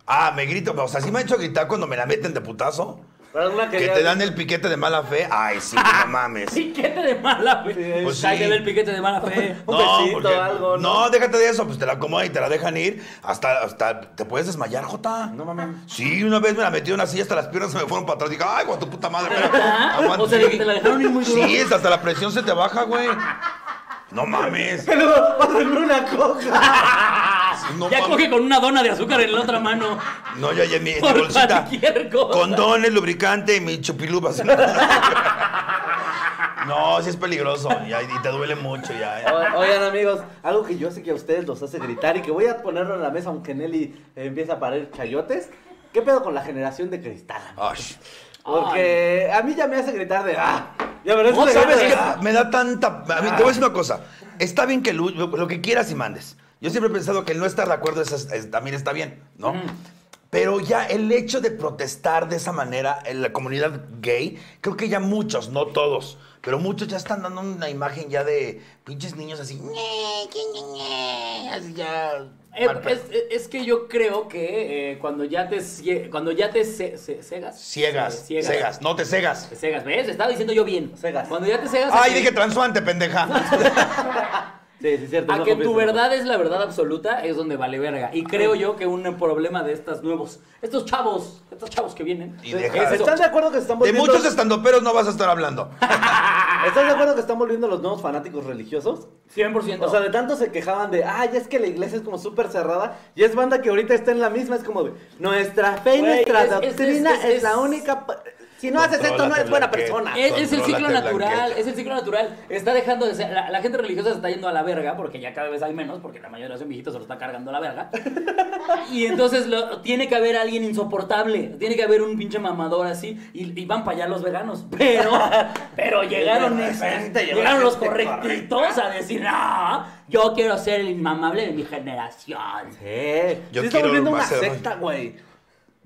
[SPEAKER 3] Ah, me grito. O sea, sí me ha hecho gritar cuando me la meten de putazo.
[SPEAKER 2] Pero una que,
[SPEAKER 3] Que
[SPEAKER 2] ya-
[SPEAKER 3] te dan el piquete de mala fe. Ay, sí, no mames.
[SPEAKER 1] Piquete de mala fe.
[SPEAKER 3] Pues sí.
[SPEAKER 1] Sáquele el piquete de mala fe.
[SPEAKER 2] Un besito, algo,
[SPEAKER 3] ¿no?
[SPEAKER 2] ¿no?
[SPEAKER 3] déjate de eso, pues te la acomodan y te la dejan ir. Hasta, hasta te puedes desmayar, Jota.
[SPEAKER 2] No mames.
[SPEAKER 3] Sí, una vez me la metí en una silla, hasta las piernas se me fueron para atrás. Dije, ay, guau, tu puta madre. pero
[SPEAKER 1] Ah,
[SPEAKER 3] aguanta".
[SPEAKER 1] O sea, te la dejaron ir muy duro.
[SPEAKER 3] Sí, es hasta la presión se te baja, güey. No mames.
[SPEAKER 2] Pero pásenme una coca.
[SPEAKER 3] No
[SPEAKER 1] ya
[SPEAKER 3] mames.
[SPEAKER 1] coge con una dona de azúcar en la otra mano.
[SPEAKER 3] No, yo en mi, en mi
[SPEAKER 1] Por
[SPEAKER 3] bolsita.
[SPEAKER 1] cualquier cosa.
[SPEAKER 3] Condones, lubricante y mi chupilubas. no, sí es peligroso. Y, ahí- y te duele mucho ya. eh.
[SPEAKER 2] O- Oigan, amigos, algo que yo sé que a ustedes los hace gritar y que voy a ponerlo en la mesa aunque Nelly eh, empieza a parir chayotes. ¿Qué pedo con la generación de cristal?
[SPEAKER 3] Ay.
[SPEAKER 2] Porque a mí ya me hace gritar de ah. Ya verás
[SPEAKER 3] No
[SPEAKER 2] una
[SPEAKER 3] sabes
[SPEAKER 2] gana de- ¡Ah!
[SPEAKER 3] qué? me da tanta. A mí, te voy a decir una cosa. Está bien que lu- lo que quieras y mandes. Yo siempre he pensado que el no estar de acuerdo es- es- también está bien, ¿no? Pero ya el hecho de protestar de esa manera en la comunidad gay, creo que ya muchos, no todos, pero muchos ya están dando una imagen ya de pinches niños así. "Ñe, que, ñe, ñe", Así ya.
[SPEAKER 1] Es,
[SPEAKER 3] mal pedo.
[SPEAKER 1] Eh, es- es- es que yo creo que eh, cuando ya te cie- cuando ya te ce- ce- cegas
[SPEAKER 3] Ciegas,
[SPEAKER 1] Eh,
[SPEAKER 3] cegas, no te cegas.
[SPEAKER 1] Te cegas, ¿ves? Estaba diciendo yo bien.
[SPEAKER 2] Cegas.
[SPEAKER 1] Cuando ya te cegas a
[SPEAKER 3] Ay,
[SPEAKER 1] que-
[SPEAKER 3] dije transuante, pendeja.
[SPEAKER 2] Sí, sí, cierto.
[SPEAKER 1] a
[SPEAKER 2] no
[SPEAKER 1] que
[SPEAKER 2] confieso.
[SPEAKER 1] tu verdad es la verdad absoluta es donde vale verga. Y creo yo que un problema de estos nuevos, estos chavos, estos chavos que vienen.
[SPEAKER 3] Y
[SPEAKER 2] Sí,
[SPEAKER 3] deja-
[SPEAKER 2] ¿Están de acuerdo que se están
[SPEAKER 3] De
[SPEAKER 2] volviendo
[SPEAKER 3] muchos estandoperos no vas a estar hablando.
[SPEAKER 2] ¿Estás de acuerdo que están volviendo los nuevos fanáticos religiosos?
[SPEAKER 1] 100%.
[SPEAKER 2] O sea, de tanto se quejaban de, ay, es que la iglesia es como súper cerrada y es banda que ahorita está en la misma, es como de, nuestra fe y
[SPEAKER 1] Güey,
[SPEAKER 2] nuestra
[SPEAKER 1] es- es-
[SPEAKER 2] doctrina
[SPEAKER 1] es-
[SPEAKER 2] es,
[SPEAKER 1] es- Eh.
[SPEAKER 2] la única... pa- Si no haces esto, no eres buena persona.
[SPEAKER 1] Es, es el ciclo
[SPEAKER 3] Contrólate,
[SPEAKER 1] natural,
[SPEAKER 3] Blanqueta.
[SPEAKER 1] es el ciclo natural. Está dejando de ser- la, la gente religiosa se está yendo a la verga, porque ya cada vez hay menos, porque la mayoría de los viejitos se lo está cargando a la verga. Y entonces lo- tiene que haber alguien insoportable, tiene que haber un pinche mamador así, y, y van para allá los veganos. Pero, pero llegaron,
[SPEAKER 2] De repente llegó
[SPEAKER 1] llegaron
[SPEAKER 2] la
[SPEAKER 3] este
[SPEAKER 1] los
[SPEAKER 2] gente
[SPEAKER 1] correctitos a decir, no, yo quiero ser el inmamable de mi generación.
[SPEAKER 2] Sí,
[SPEAKER 3] Yo
[SPEAKER 2] sí Eh, está
[SPEAKER 3] quiero
[SPEAKER 2] volviendo una
[SPEAKER 3] más ser-
[SPEAKER 2] secta, güey.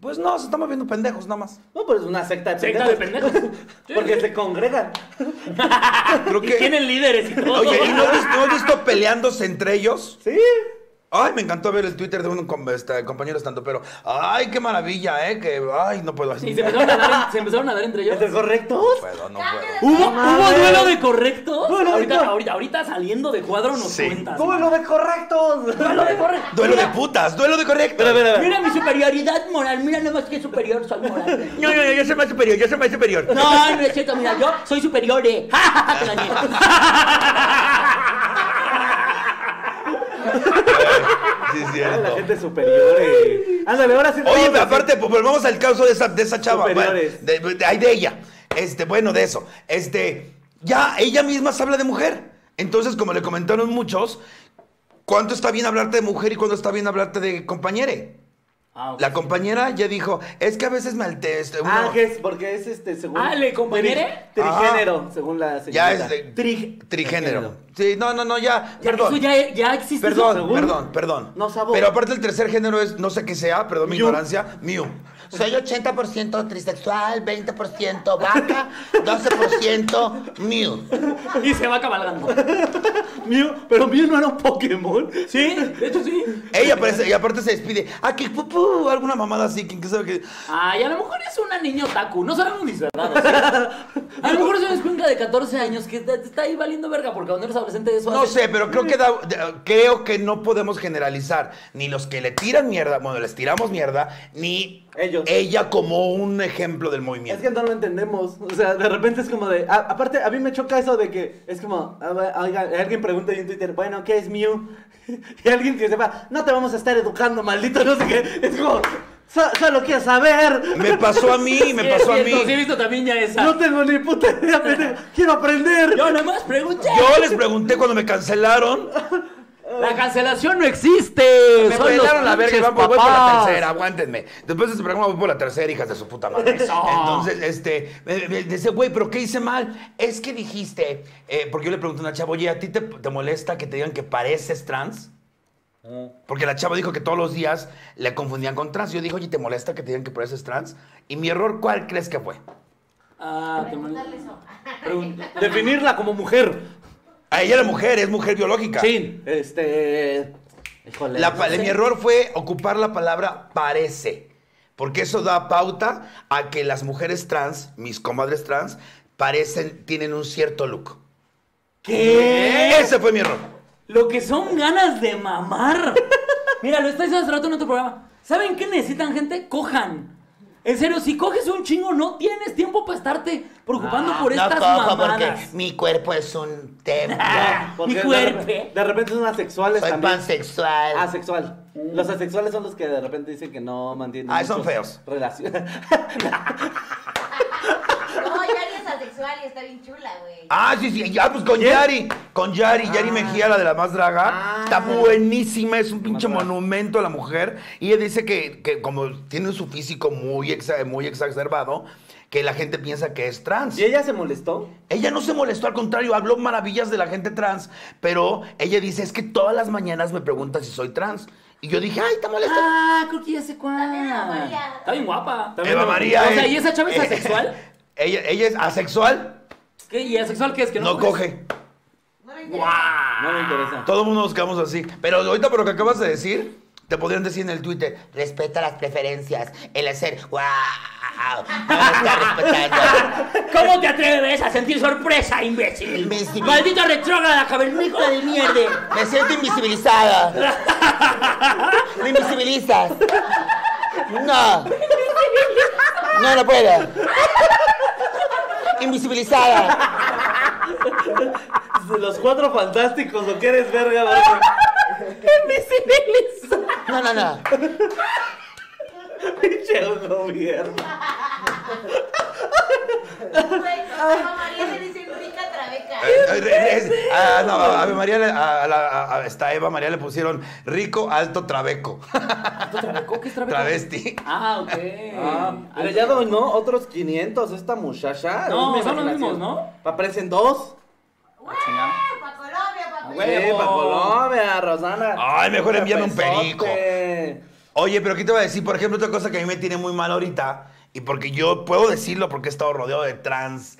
[SPEAKER 3] Pues no, se estamos viendo pendejos nada más.
[SPEAKER 2] No, pero es una secta de
[SPEAKER 1] Secta de pendejos. Sí.
[SPEAKER 2] Porque se congregan.
[SPEAKER 3] Creo
[SPEAKER 1] Y
[SPEAKER 3] que-
[SPEAKER 1] tienen líderes y todo.
[SPEAKER 3] Oye, ¿y no has, visto, no has visto peleándose entre ellos?
[SPEAKER 2] Sí.
[SPEAKER 3] Ay, me encantó ver el Twitter de un com- este, compañero estando, pero ay, qué maravilla, eh, que ay, no puedo así.
[SPEAKER 1] Y se empezaron a dar, se empezaron a dar entre ellos.
[SPEAKER 3] Este
[SPEAKER 2] ¿Entre correctos?
[SPEAKER 3] Puedo, no
[SPEAKER 4] Cambia
[SPEAKER 3] puedo.
[SPEAKER 4] de
[SPEAKER 1] ¿Hubo,
[SPEAKER 2] mames.
[SPEAKER 1] hubo duelo de correctos?
[SPEAKER 2] Duelo de
[SPEAKER 1] ahorita,
[SPEAKER 2] cor-
[SPEAKER 1] ahorita, ahorita saliendo de cuadro nos
[SPEAKER 3] Sí.
[SPEAKER 1] cuentas.
[SPEAKER 2] ¡Duelo de correctos!
[SPEAKER 1] Duelo de correctos.
[SPEAKER 3] Duelo de
[SPEAKER 1] Mira,
[SPEAKER 3] putas, duelo de correcto.
[SPEAKER 2] Espera, espera, espera.
[SPEAKER 1] Mira mi superioridad moral, mira nada más que superior soy moral.
[SPEAKER 3] No, no, no, yo soy más superior, yo soy más superior.
[SPEAKER 1] No, no es cierto, mira, yo soy superior, eh. Ja, ja, ja, te gané.
[SPEAKER 3] Sí, es
[SPEAKER 2] Ah, La
[SPEAKER 3] cierto.
[SPEAKER 2] gente superior. eh. Ándale, ahora sí.
[SPEAKER 3] Oye,
[SPEAKER 2] vamos a-
[SPEAKER 3] aparte, pues, volvamos al caso de esa, de esa chava. bueno,
[SPEAKER 2] Superiores.
[SPEAKER 3] de, de- ay, de ella. Este, bueno, de eso. Este, ya ella misma se habla de mujer. Entonces, como le comentaron muchos, ¿cuánto está bien hablarte de mujer y cuándo está bien hablarte de compañere?
[SPEAKER 1] Ah, ok.
[SPEAKER 3] La compañera ya dijo, es que a veces maltés.
[SPEAKER 2] Ah, que es porque es este, según.
[SPEAKER 1] Ah, ¿le compañere?
[SPEAKER 2] Tri- Trigénero, según la
[SPEAKER 3] Ya
[SPEAKER 2] señorita.
[SPEAKER 3] es de-
[SPEAKER 2] Trig-
[SPEAKER 3] trigénero. Sí, no, no, no, ya.
[SPEAKER 1] Ya,
[SPEAKER 3] perdón.
[SPEAKER 1] Eso ya, ya existe.
[SPEAKER 3] Perdón,
[SPEAKER 1] eso.
[SPEAKER 2] ¿Según?
[SPEAKER 3] perdón, perdón.
[SPEAKER 2] No sabor.
[SPEAKER 3] Pero aparte el tercer género es, no sé qué sea, perdón mi
[SPEAKER 2] Miu.
[SPEAKER 3] ignorancia, mío.
[SPEAKER 6] Soy 80% trisexual, 20% vaca, 12% mil.
[SPEAKER 1] Y se va cabalgando.
[SPEAKER 2] Mew, pero Mew no era un Pokémon.
[SPEAKER 1] Sí, de hecho sí.
[SPEAKER 3] Ella aparece, y aparte se despide. Ah, que pupú, alguna mamada así, quién sabe qué.
[SPEAKER 1] Ay, a lo mejor es una niña otaku. No sabemos mis verdades. A lo mejor es una escuinca de 14 años que está, está ahí valiendo verga porque cuando eres adolescente eso
[SPEAKER 3] No
[SPEAKER 1] hace-
[SPEAKER 3] sé, pero creo que da- da- creo que no podemos generalizar ni los que le tiran mierda, bueno, les tiramos mierda, ni
[SPEAKER 2] Ellos.
[SPEAKER 3] ella como un ejemplo del movimiento.
[SPEAKER 2] Es que no lo entendemos. O sea, de repente es como de. a- aparte, a mí me choca eso de que es como. a ver, oiga, alguien pregunta ahí en Twitter, bueno, ¿qué es Mew? Y alguien que sepa, no te vamos a estar educando, maldito, no sé qué. Es como. "So- solo quiero saber.
[SPEAKER 3] Me pasó a mí, me
[SPEAKER 1] Sí,
[SPEAKER 3] pasó a
[SPEAKER 1] es cierto, Sí, he
[SPEAKER 3] mí.
[SPEAKER 1] visto también ya esa.
[SPEAKER 2] No tengo ni puta idea, pendejo. Quiero aprender.
[SPEAKER 1] Yo nada más pregunté.
[SPEAKER 3] Yo les pregunté cuando me cancelaron.
[SPEAKER 1] La cancelación no existe.
[SPEAKER 3] Me
[SPEAKER 1] son los
[SPEAKER 3] pelaron la verga y
[SPEAKER 1] pinches
[SPEAKER 3] van por, voy por la
[SPEAKER 1] papás.
[SPEAKER 3] tercera, aguántenme. Después de este programa voy por la tercera, hijas de su puta madre. Entonces, este, me, me dice, güey, ¿pero qué hice mal? Es que dijiste, eh, porque yo le pregunté a una chava, oye, ¿a ti te, te molesta que te digan que pareces trans?
[SPEAKER 1] Mm.
[SPEAKER 3] Porque la chava dijo que todos los días le confundían con trans. Yo dije, oye, ¿te molesta que te digan que pareces trans? Y mi error, ¿cuál crees que fue?
[SPEAKER 1] Ah, te mal-
[SPEAKER 4] Preguntarle eso.
[SPEAKER 1] Pregunta.
[SPEAKER 2] Definirla como mujer.
[SPEAKER 3] A ella era mujer, es mujer biológica.
[SPEAKER 1] Sí.
[SPEAKER 2] Este. Híjole.
[SPEAKER 3] La pa-
[SPEAKER 2] no sé.
[SPEAKER 3] Mi error fue ocupar la palabra parece, porque eso da pauta a que las mujeres trans, mis comadres trans, parecen, tienen un cierto look.
[SPEAKER 1] ¿Qué?
[SPEAKER 3] Ese fue mi error.
[SPEAKER 1] Lo que son ganas de mamar. Mira, lo está diciendo hace rato en otro programa. ¿Saben qué necesitan, gente? Cojan. En serio, si coges un chingo, no tienes tiempo para estarte
[SPEAKER 3] Ah,
[SPEAKER 1] preocupando por
[SPEAKER 6] No
[SPEAKER 1] estas
[SPEAKER 6] cojo porque
[SPEAKER 1] mamadas.
[SPEAKER 6] mi cuerpo es un templo.
[SPEAKER 2] Porque
[SPEAKER 1] Mi
[SPEAKER 2] de
[SPEAKER 1] cuerpo.
[SPEAKER 2] repe- De repente son asexuales
[SPEAKER 6] Soy
[SPEAKER 2] también.
[SPEAKER 6] pansexual.
[SPEAKER 1] Ah,
[SPEAKER 2] Asexual. Los asexuales son los que de repente dicen que no mantienen.
[SPEAKER 3] Ah, son
[SPEAKER 2] mucho
[SPEAKER 3] feos.
[SPEAKER 2] Relación.
[SPEAKER 4] No, Yari es asexual y está bien chula, güey.
[SPEAKER 3] Ah, sí, sí, ya, pues con Yari. Con Yari,
[SPEAKER 1] Ah.
[SPEAKER 3] Yari Mejía, la de la más draga. Está buenísima, es un pinche
[SPEAKER 2] draga.
[SPEAKER 3] monumento a la mujer. Y ella dice que, que como tiene su físico muy, exa- muy exacerbado, que la gente piensa que es trans.
[SPEAKER 2] ¿Y ella se molestó?
[SPEAKER 3] Ella no se molestó, al contrario, habló maravillas de la gente trans, pero ella dice, es que todas las mañanas me preguntan si soy trans. Y yo dije, ay, te molesta.
[SPEAKER 1] Ah, creo que ya sé cuál.
[SPEAKER 4] También Eva María.
[SPEAKER 1] Está bien guapa.
[SPEAKER 2] También
[SPEAKER 3] Eva
[SPEAKER 2] no-
[SPEAKER 3] María.
[SPEAKER 1] Ah. O sea,
[SPEAKER 3] eh.
[SPEAKER 1] ¿y esa chava es asexual?
[SPEAKER 3] ella, ella es asexual,
[SPEAKER 1] ¿Qué? ¿Y asexual qué es? Que no,
[SPEAKER 3] no coge.
[SPEAKER 4] No le interesa.
[SPEAKER 1] ¡Guau!
[SPEAKER 2] No me interesa.
[SPEAKER 3] Todo el mundo nos quedamos así. Pero ahorita por lo que acabas de decir, te podrían decir en el Twitter,
[SPEAKER 6] Respeta las preferencias. El hacer wow. No lo está respetando.
[SPEAKER 1] ¿Cómo te atreves a sentir sorpresa, imbécil?
[SPEAKER 6] Imbécil.
[SPEAKER 1] Maldita retrógrada, cavernícola de mierda.
[SPEAKER 6] Me siento invisibilizada. Me invisibilizas. No. No, no puedo. Invisibilizada.
[SPEAKER 2] Los cuatro fantásticos, ¿lo quieres verga? verga?
[SPEAKER 6] No, no, no.
[SPEAKER 2] Pinche gobierno.
[SPEAKER 4] Güey, a María le dicen rica trabeca.
[SPEAKER 3] Eh, eh, es- ah, no, a Ave María, le- a, a la- a- a esta Eva María le pusieron rico, alto, trabeco.
[SPEAKER 1] ¿Cómo que es trabeca?
[SPEAKER 3] Travesti.
[SPEAKER 1] Ah, ok.
[SPEAKER 2] Ah, pero
[SPEAKER 1] Ay,
[SPEAKER 2] ya dominó otros 500 esta muchacha.
[SPEAKER 1] No,
[SPEAKER 2] Es mi
[SPEAKER 1] son los
[SPEAKER 2] imaginación.
[SPEAKER 1] mismos, ¿no?
[SPEAKER 2] Aparecen dos.
[SPEAKER 4] ¡Güey! ¡Pa' Colombia, pa' Colombia!
[SPEAKER 2] Sí,
[SPEAKER 1] Huevo.
[SPEAKER 2] pa' Colombia, Rosana.
[SPEAKER 3] Ay, mejor envíame un perico.
[SPEAKER 2] Pesote.
[SPEAKER 3] Oye, pero ¿qué te voy a decir? Por ejemplo, otra cosa que a mí me tiene muy mal ahorita, y porque yo puedo decirlo porque he estado rodeado de trans,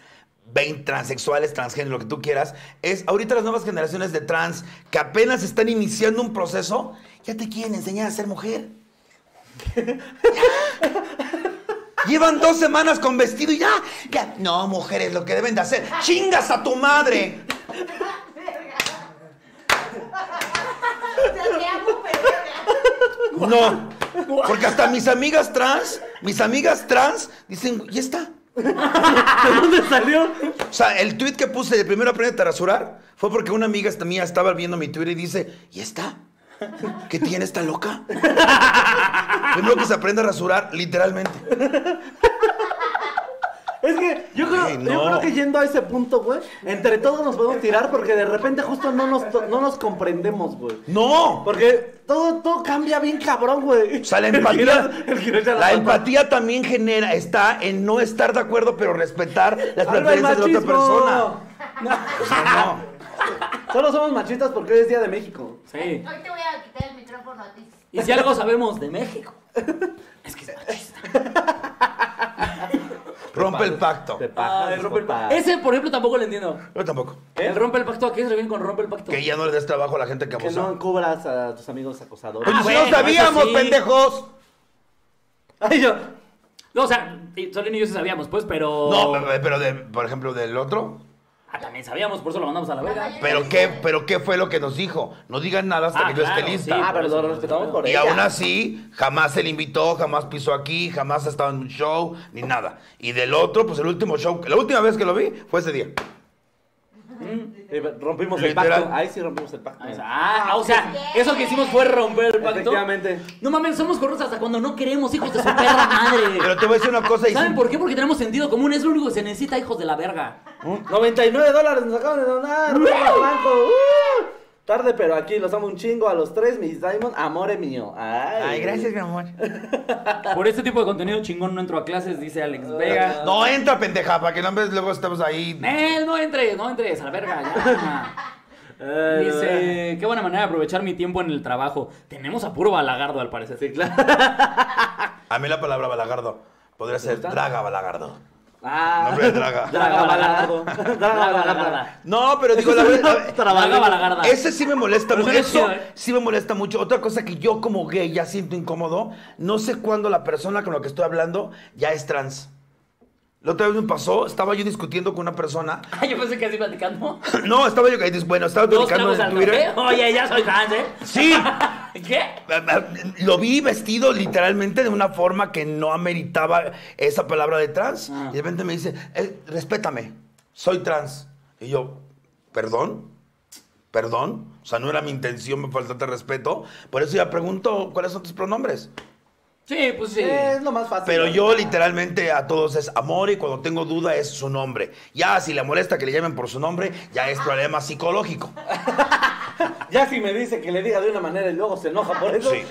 [SPEAKER 3] vein- transexuales, transgénero, lo que tú quieras, es ahorita las nuevas generaciones de trans que apenas están iniciando un proceso, ya te quieren enseñar a ser mujer. Llevan dos semanas con vestido y ya, ya. No, mujeres, lo que deben de hacer. ¡Chingas a tu madre!
[SPEAKER 4] O sea, te amo, pero verga.
[SPEAKER 3] No, porque hasta mis amigas trans, mis amigas trans dicen, ya está.
[SPEAKER 2] ¿De dónde salió?
[SPEAKER 3] O sea, el tweet que puse de primero aprende a rasurar fue porque una amiga esta mía estaba viendo mi Twitter y dice, ¿y está? ¿Qué tiene esta loca? primero que se aprende a rasurar, literalmente.
[SPEAKER 2] Es que yo creo,
[SPEAKER 3] Güey,
[SPEAKER 2] yo
[SPEAKER 3] no.
[SPEAKER 2] creo que yendo a ese punto, güey, entre todos nos podemos tirar porque de repente justo no nos, to- no nos comprendemos, güey.
[SPEAKER 3] ¡No!
[SPEAKER 2] Porque todo, todo cambia bien cabrón, güey.
[SPEAKER 3] O sea, la
[SPEAKER 2] El
[SPEAKER 3] empatía,
[SPEAKER 2] Giras- el Giras ya
[SPEAKER 3] la
[SPEAKER 2] la palma.
[SPEAKER 3] empatía también genera, está en no estar de acuerdo, pero respetar las
[SPEAKER 2] Arriba el
[SPEAKER 3] preferencias de la otra
[SPEAKER 2] Ah, machismo.
[SPEAKER 3] persona. O sea, no.
[SPEAKER 2] Solo somos machistas porque hoy es Día de México.
[SPEAKER 1] Sí.
[SPEAKER 4] Hoy te voy a quitar el micrófono a ti.
[SPEAKER 1] Y si algo sabemos de México, es que es machista.
[SPEAKER 3] Rompe el pacto.
[SPEAKER 2] Ay, rompe el Ah, pa-
[SPEAKER 1] Ese, por ejemplo, tampoco lo entiendo.
[SPEAKER 3] Yo tampoco.
[SPEAKER 1] El rompe el pacto, ¿a qué se refieren con rompe el pacto?
[SPEAKER 3] Que ya no le des trabajo a la gente que
[SPEAKER 2] Que
[SPEAKER 3] abusa.
[SPEAKER 2] no cubras a tus amigos acosadores.
[SPEAKER 3] Pues
[SPEAKER 1] Ah,
[SPEAKER 3] si
[SPEAKER 1] bueno,
[SPEAKER 3] no sabíamos,
[SPEAKER 1] eso sí.
[SPEAKER 3] pendejos.
[SPEAKER 2] Ay, yo.
[SPEAKER 1] No, o sea, y Solín y yo sí sabíamos, pues, pero.
[SPEAKER 3] No, pero- pero de, por ejemplo, del otro.
[SPEAKER 1] Ah, también sabíamos, por eso lo mandamos a la verga.
[SPEAKER 3] Pero qué, pero qué fue lo que nos dijo. No digan nada
[SPEAKER 1] Ah,
[SPEAKER 3] hasta que yo esté
[SPEAKER 1] claro,
[SPEAKER 3] lista.
[SPEAKER 1] sí.
[SPEAKER 2] Ah, pero lo respetamos por
[SPEAKER 3] Y
[SPEAKER 2] ella.
[SPEAKER 3] aún así, jamás se le invitó, jamás pisó aquí, jamás ha estado en un show, ni nada. Y del otro, pues el último show, la última vez que lo vi fue ese día.
[SPEAKER 2] Eh, Rompimos el
[SPEAKER 3] Literal.
[SPEAKER 2] pacto. Ahí sí rompimos el pacto.
[SPEAKER 1] Ah, o sea, Ah, o sea, eso que hicimos fue romper el pacto.
[SPEAKER 2] Efectivamente.
[SPEAKER 1] No mames, somos corruptos hasta cuando no queremos, hijos de su perra madre.
[SPEAKER 3] Pero te voy a decir una cosa. Y
[SPEAKER 1] ¿Saben por qué? Porque tenemos sentido común, es lo único que se necesita, hijos de la verga.
[SPEAKER 2] ¿Mm? 99 dólares nos acaban de donar. Roberto Blanco. ¡Uh! Tarde, pero aquí los amo un chingo a los tres, mis Diamond, amore mío. Ay,
[SPEAKER 6] mi amor.
[SPEAKER 1] Por este tipo de contenido chingón no entro a clases, dice Alex Vega.
[SPEAKER 3] No entra, pendeja, para que no ves, luego estemos ahí.
[SPEAKER 1] Nel, no entres, no entres, a la verga, ya.
[SPEAKER 2] Ay,
[SPEAKER 1] Dice, qué buena manera de aprovechar mi tiempo en el trabajo. Tenemos a puro balagardo, al parecer.
[SPEAKER 2] Sí, claro.
[SPEAKER 3] A mí la palabra balagardo podría ser draga balagardo.
[SPEAKER 2] Ah.
[SPEAKER 3] Nombre de draga.
[SPEAKER 2] Draga Balardo. Draga Balardo.
[SPEAKER 1] balagardo.
[SPEAKER 3] No, pero digo la verdad.
[SPEAKER 1] Trabaja balagarda.
[SPEAKER 3] Ese sí me molesta
[SPEAKER 1] Pero
[SPEAKER 3] mucho.
[SPEAKER 1] se ve chido,
[SPEAKER 3] Eso
[SPEAKER 1] ¿eh?
[SPEAKER 3] sí me molesta mucho. Otra cosa que yo como gay ya siento incómodo, no sé cuándo la persona con la que estoy hablando ya es trans. La otra vez me pasó, estaba yo discutiendo con una persona.
[SPEAKER 1] Ah, yo pensé que así platicando.
[SPEAKER 3] No, estaba yo, bueno, estaba
[SPEAKER 1] Dos
[SPEAKER 3] platicando
[SPEAKER 1] tragos
[SPEAKER 3] en
[SPEAKER 1] al
[SPEAKER 3] Twitter.
[SPEAKER 1] café. Oye, ya soy trans, ¿eh?
[SPEAKER 3] Sí,
[SPEAKER 1] ¿Qué?
[SPEAKER 3] lo vi vestido literalmente de una forma que no ameritaba esa palabra de trans.
[SPEAKER 1] Ah.
[SPEAKER 3] Y de repente me dice, "Eh, respétame, soy trans. Y yo, perdón, perdón. O sea, no era mi intención, me faltaste respeto. Por eso ya pregunto, ¿cuáles son tus pronombres?
[SPEAKER 1] Sí, pues sí.
[SPEAKER 3] Eh,
[SPEAKER 2] Es lo más fácil.
[SPEAKER 3] Pero
[SPEAKER 2] ¿no?
[SPEAKER 3] yo literalmente a todos es amor y cuando tengo duda es su nombre. Ya si le molesta que le llamen por su nombre, ya es problema psicológico.
[SPEAKER 2] Ya si me dice que le diga de una manera y luego se enoja por eso.
[SPEAKER 3] Sí.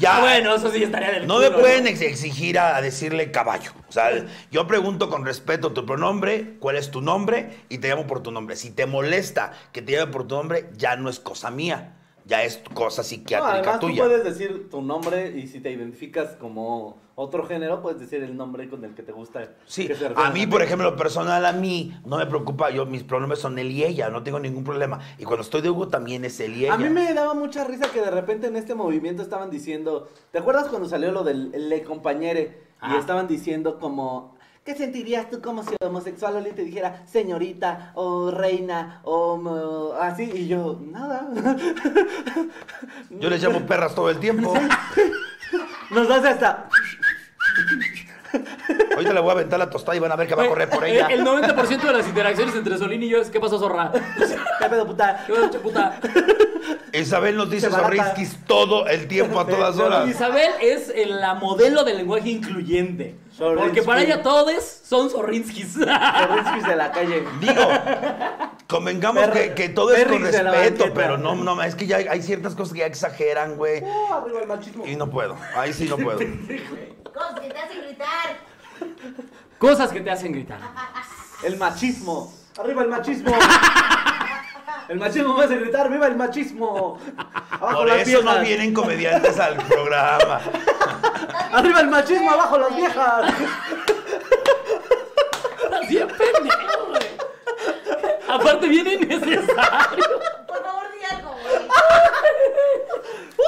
[SPEAKER 3] Ya,
[SPEAKER 1] Ah, Bueno, eso sí estaría del
[SPEAKER 3] No me
[SPEAKER 1] culo,
[SPEAKER 3] pueden ex- exigir a, a decirle caballo. O sea, yo pregunto con respeto tu pronombre, cuál es tu nombre y te llamo por tu nombre. Si te molesta que te llame por tu nombre, ya no es cosa mía, ya es cosa
[SPEAKER 2] No,
[SPEAKER 3] psiquiátrica
[SPEAKER 2] además
[SPEAKER 3] tuya.
[SPEAKER 2] tú puedes decir tu nombre y si te identificas como otro género, puedes decir el nombre con el que te gusta.
[SPEAKER 3] Sí,
[SPEAKER 2] que se
[SPEAKER 3] a
[SPEAKER 2] refieren
[SPEAKER 3] mí, por ejemplo, lo personal, a mí no me preocupa. Yo, mis pronombres son él y ella, no tengo ningún problema. Y cuando estoy de Hugo también es él y ella.
[SPEAKER 2] A mí me daba mucha risa que de repente en este movimiento estaban diciendo, ¿te acuerdas cuando salió lo del le compañere? Y
[SPEAKER 1] Ah.
[SPEAKER 2] estaban diciendo como, ¿qué sentirías tú como si homosexual alguien te dijera señorita o reina o mo- así? Y yo, nada.
[SPEAKER 3] Yo les llamo perras todo el tiempo.
[SPEAKER 2] Nos hace hasta...
[SPEAKER 3] Ahorita le voy a aventar la tostada y van a ver que va a correr por
[SPEAKER 1] Eh,
[SPEAKER 3] ella.
[SPEAKER 1] El 90% de las interacciones entre Solín y yo es ¿qué pasó, zorra?
[SPEAKER 2] ¿Qué pedo, puta?
[SPEAKER 1] ¿Qué pasó, puta?
[SPEAKER 3] Isabel nos dice
[SPEAKER 2] Se barata.
[SPEAKER 3] zorrisquis todo el tiempo, a todas
[SPEAKER 2] Se- se
[SPEAKER 3] horas.
[SPEAKER 1] Isabel es eh, la modelo del lenguaje incluyente.
[SPEAKER 2] Zorrinsky.
[SPEAKER 1] Porque para ella todos son zorrinskis.
[SPEAKER 2] Zorrinskis de la calle.
[SPEAKER 3] Digo, convengamos
[SPEAKER 2] Perri-
[SPEAKER 3] que, que todo es con
[SPEAKER 2] Perrix de la
[SPEAKER 3] respeto,
[SPEAKER 2] banqueta.
[SPEAKER 3] pero no, no, es que ya hay, hay ciertas cosas que ya exageran, güey.
[SPEAKER 2] Oh, arriba el machismo.
[SPEAKER 3] Y no puedo, ahí sí no puedo.
[SPEAKER 4] Cosas que te hacen gritar.
[SPEAKER 1] Cosas que te hacen gritar.
[SPEAKER 2] El machismo. Arriba el machismo. El machismo me hace gritar, viva el machismo. Abajo
[SPEAKER 3] Por
[SPEAKER 2] las
[SPEAKER 3] eso no
[SPEAKER 2] viejas.
[SPEAKER 3] vienen comediantes al programa.
[SPEAKER 2] Arriba el machismo, abajo las viejas.
[SPEAKER 1] Estás bien pendejo, güey. Aparte, bien innecesario.
[SPEAKER 4] Por favor, di algo, güey.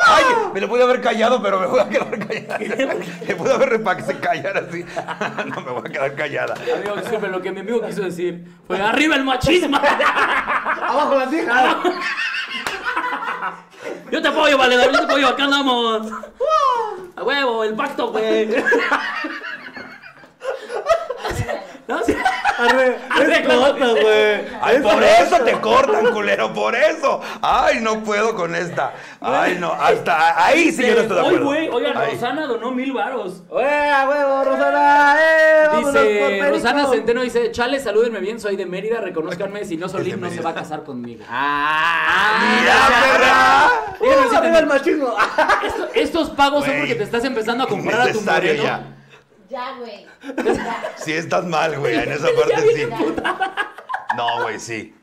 [SPEAKER 3] Ay, me lo pude haber callado, pero me voy a quedar callada. Me pude haber re- para que se callara así. No, me voy a quedar callada.
[SPEAKER 1] Amigo, disculpe, lo que mi amigo quiso decir fue: ¡Arriba el machismo!
[SPEAKER 2] Abajo las viejas.
[SPEAKER 1] Yo te apoyo, valedor, yo te apoyo, acá andamos. A huevo, el pacto, güey. No, sí.
[SPEAKER 2] Arre, es corta, güey.
[SPEAKER 3] Ay,
[SPEAKER 2] Es
[SPEAKER 3] por
[SPEAKER 2] corta.
[SPEAKER 3] eso te cortan, culero, por eso. Ay, no puedo con esta. Ay, no, hasta ahí sí yo no estoy
[SPEAKER 1] Hoy,
[SPEAKER 3] de acuerdo.
[SPEAKER 1] güey, oiga,
[SPEAKER 3] Ahí.
[SPEAKER 1] Rosana donó mil varos.
[SPEAKER 2] ¡Eh, a huevo, Rosana! ¡Eh, vámonos por
[SPEAKER 1] Dice,
[SPEAKER 2] Perico!
[SPEAKER 1] Rosana Centeno dice, chale, salúdenme bien, soy de Mérida, reconozcanme, si no Solín no se va a casar conmigo.
[SPEAKER 3] Ah, ¡Mira, perra!
[SPEAKER 2] ¡Uh,
[SPEAKER 1] Díganme si
[SPEAKER 2] arriba el
[SPEAKER 1] te-
[SPEAKER 2] machismo!
[SPEAKER 1] Esto- Estos pagos son
[SPEAKER 3] Güey,
[SPEAKER 1] porque te estás empezando a comprar a tu
[SPEAKER 3] Innecesario
[SPEAKER 1] moreno.
[SPEAKER 3] ya.
[SPEAKER 4] Ya, güey. Ya.
[SPEAKER 3] Sí estás mal, güey, en esa parte sí. No, güey, sí.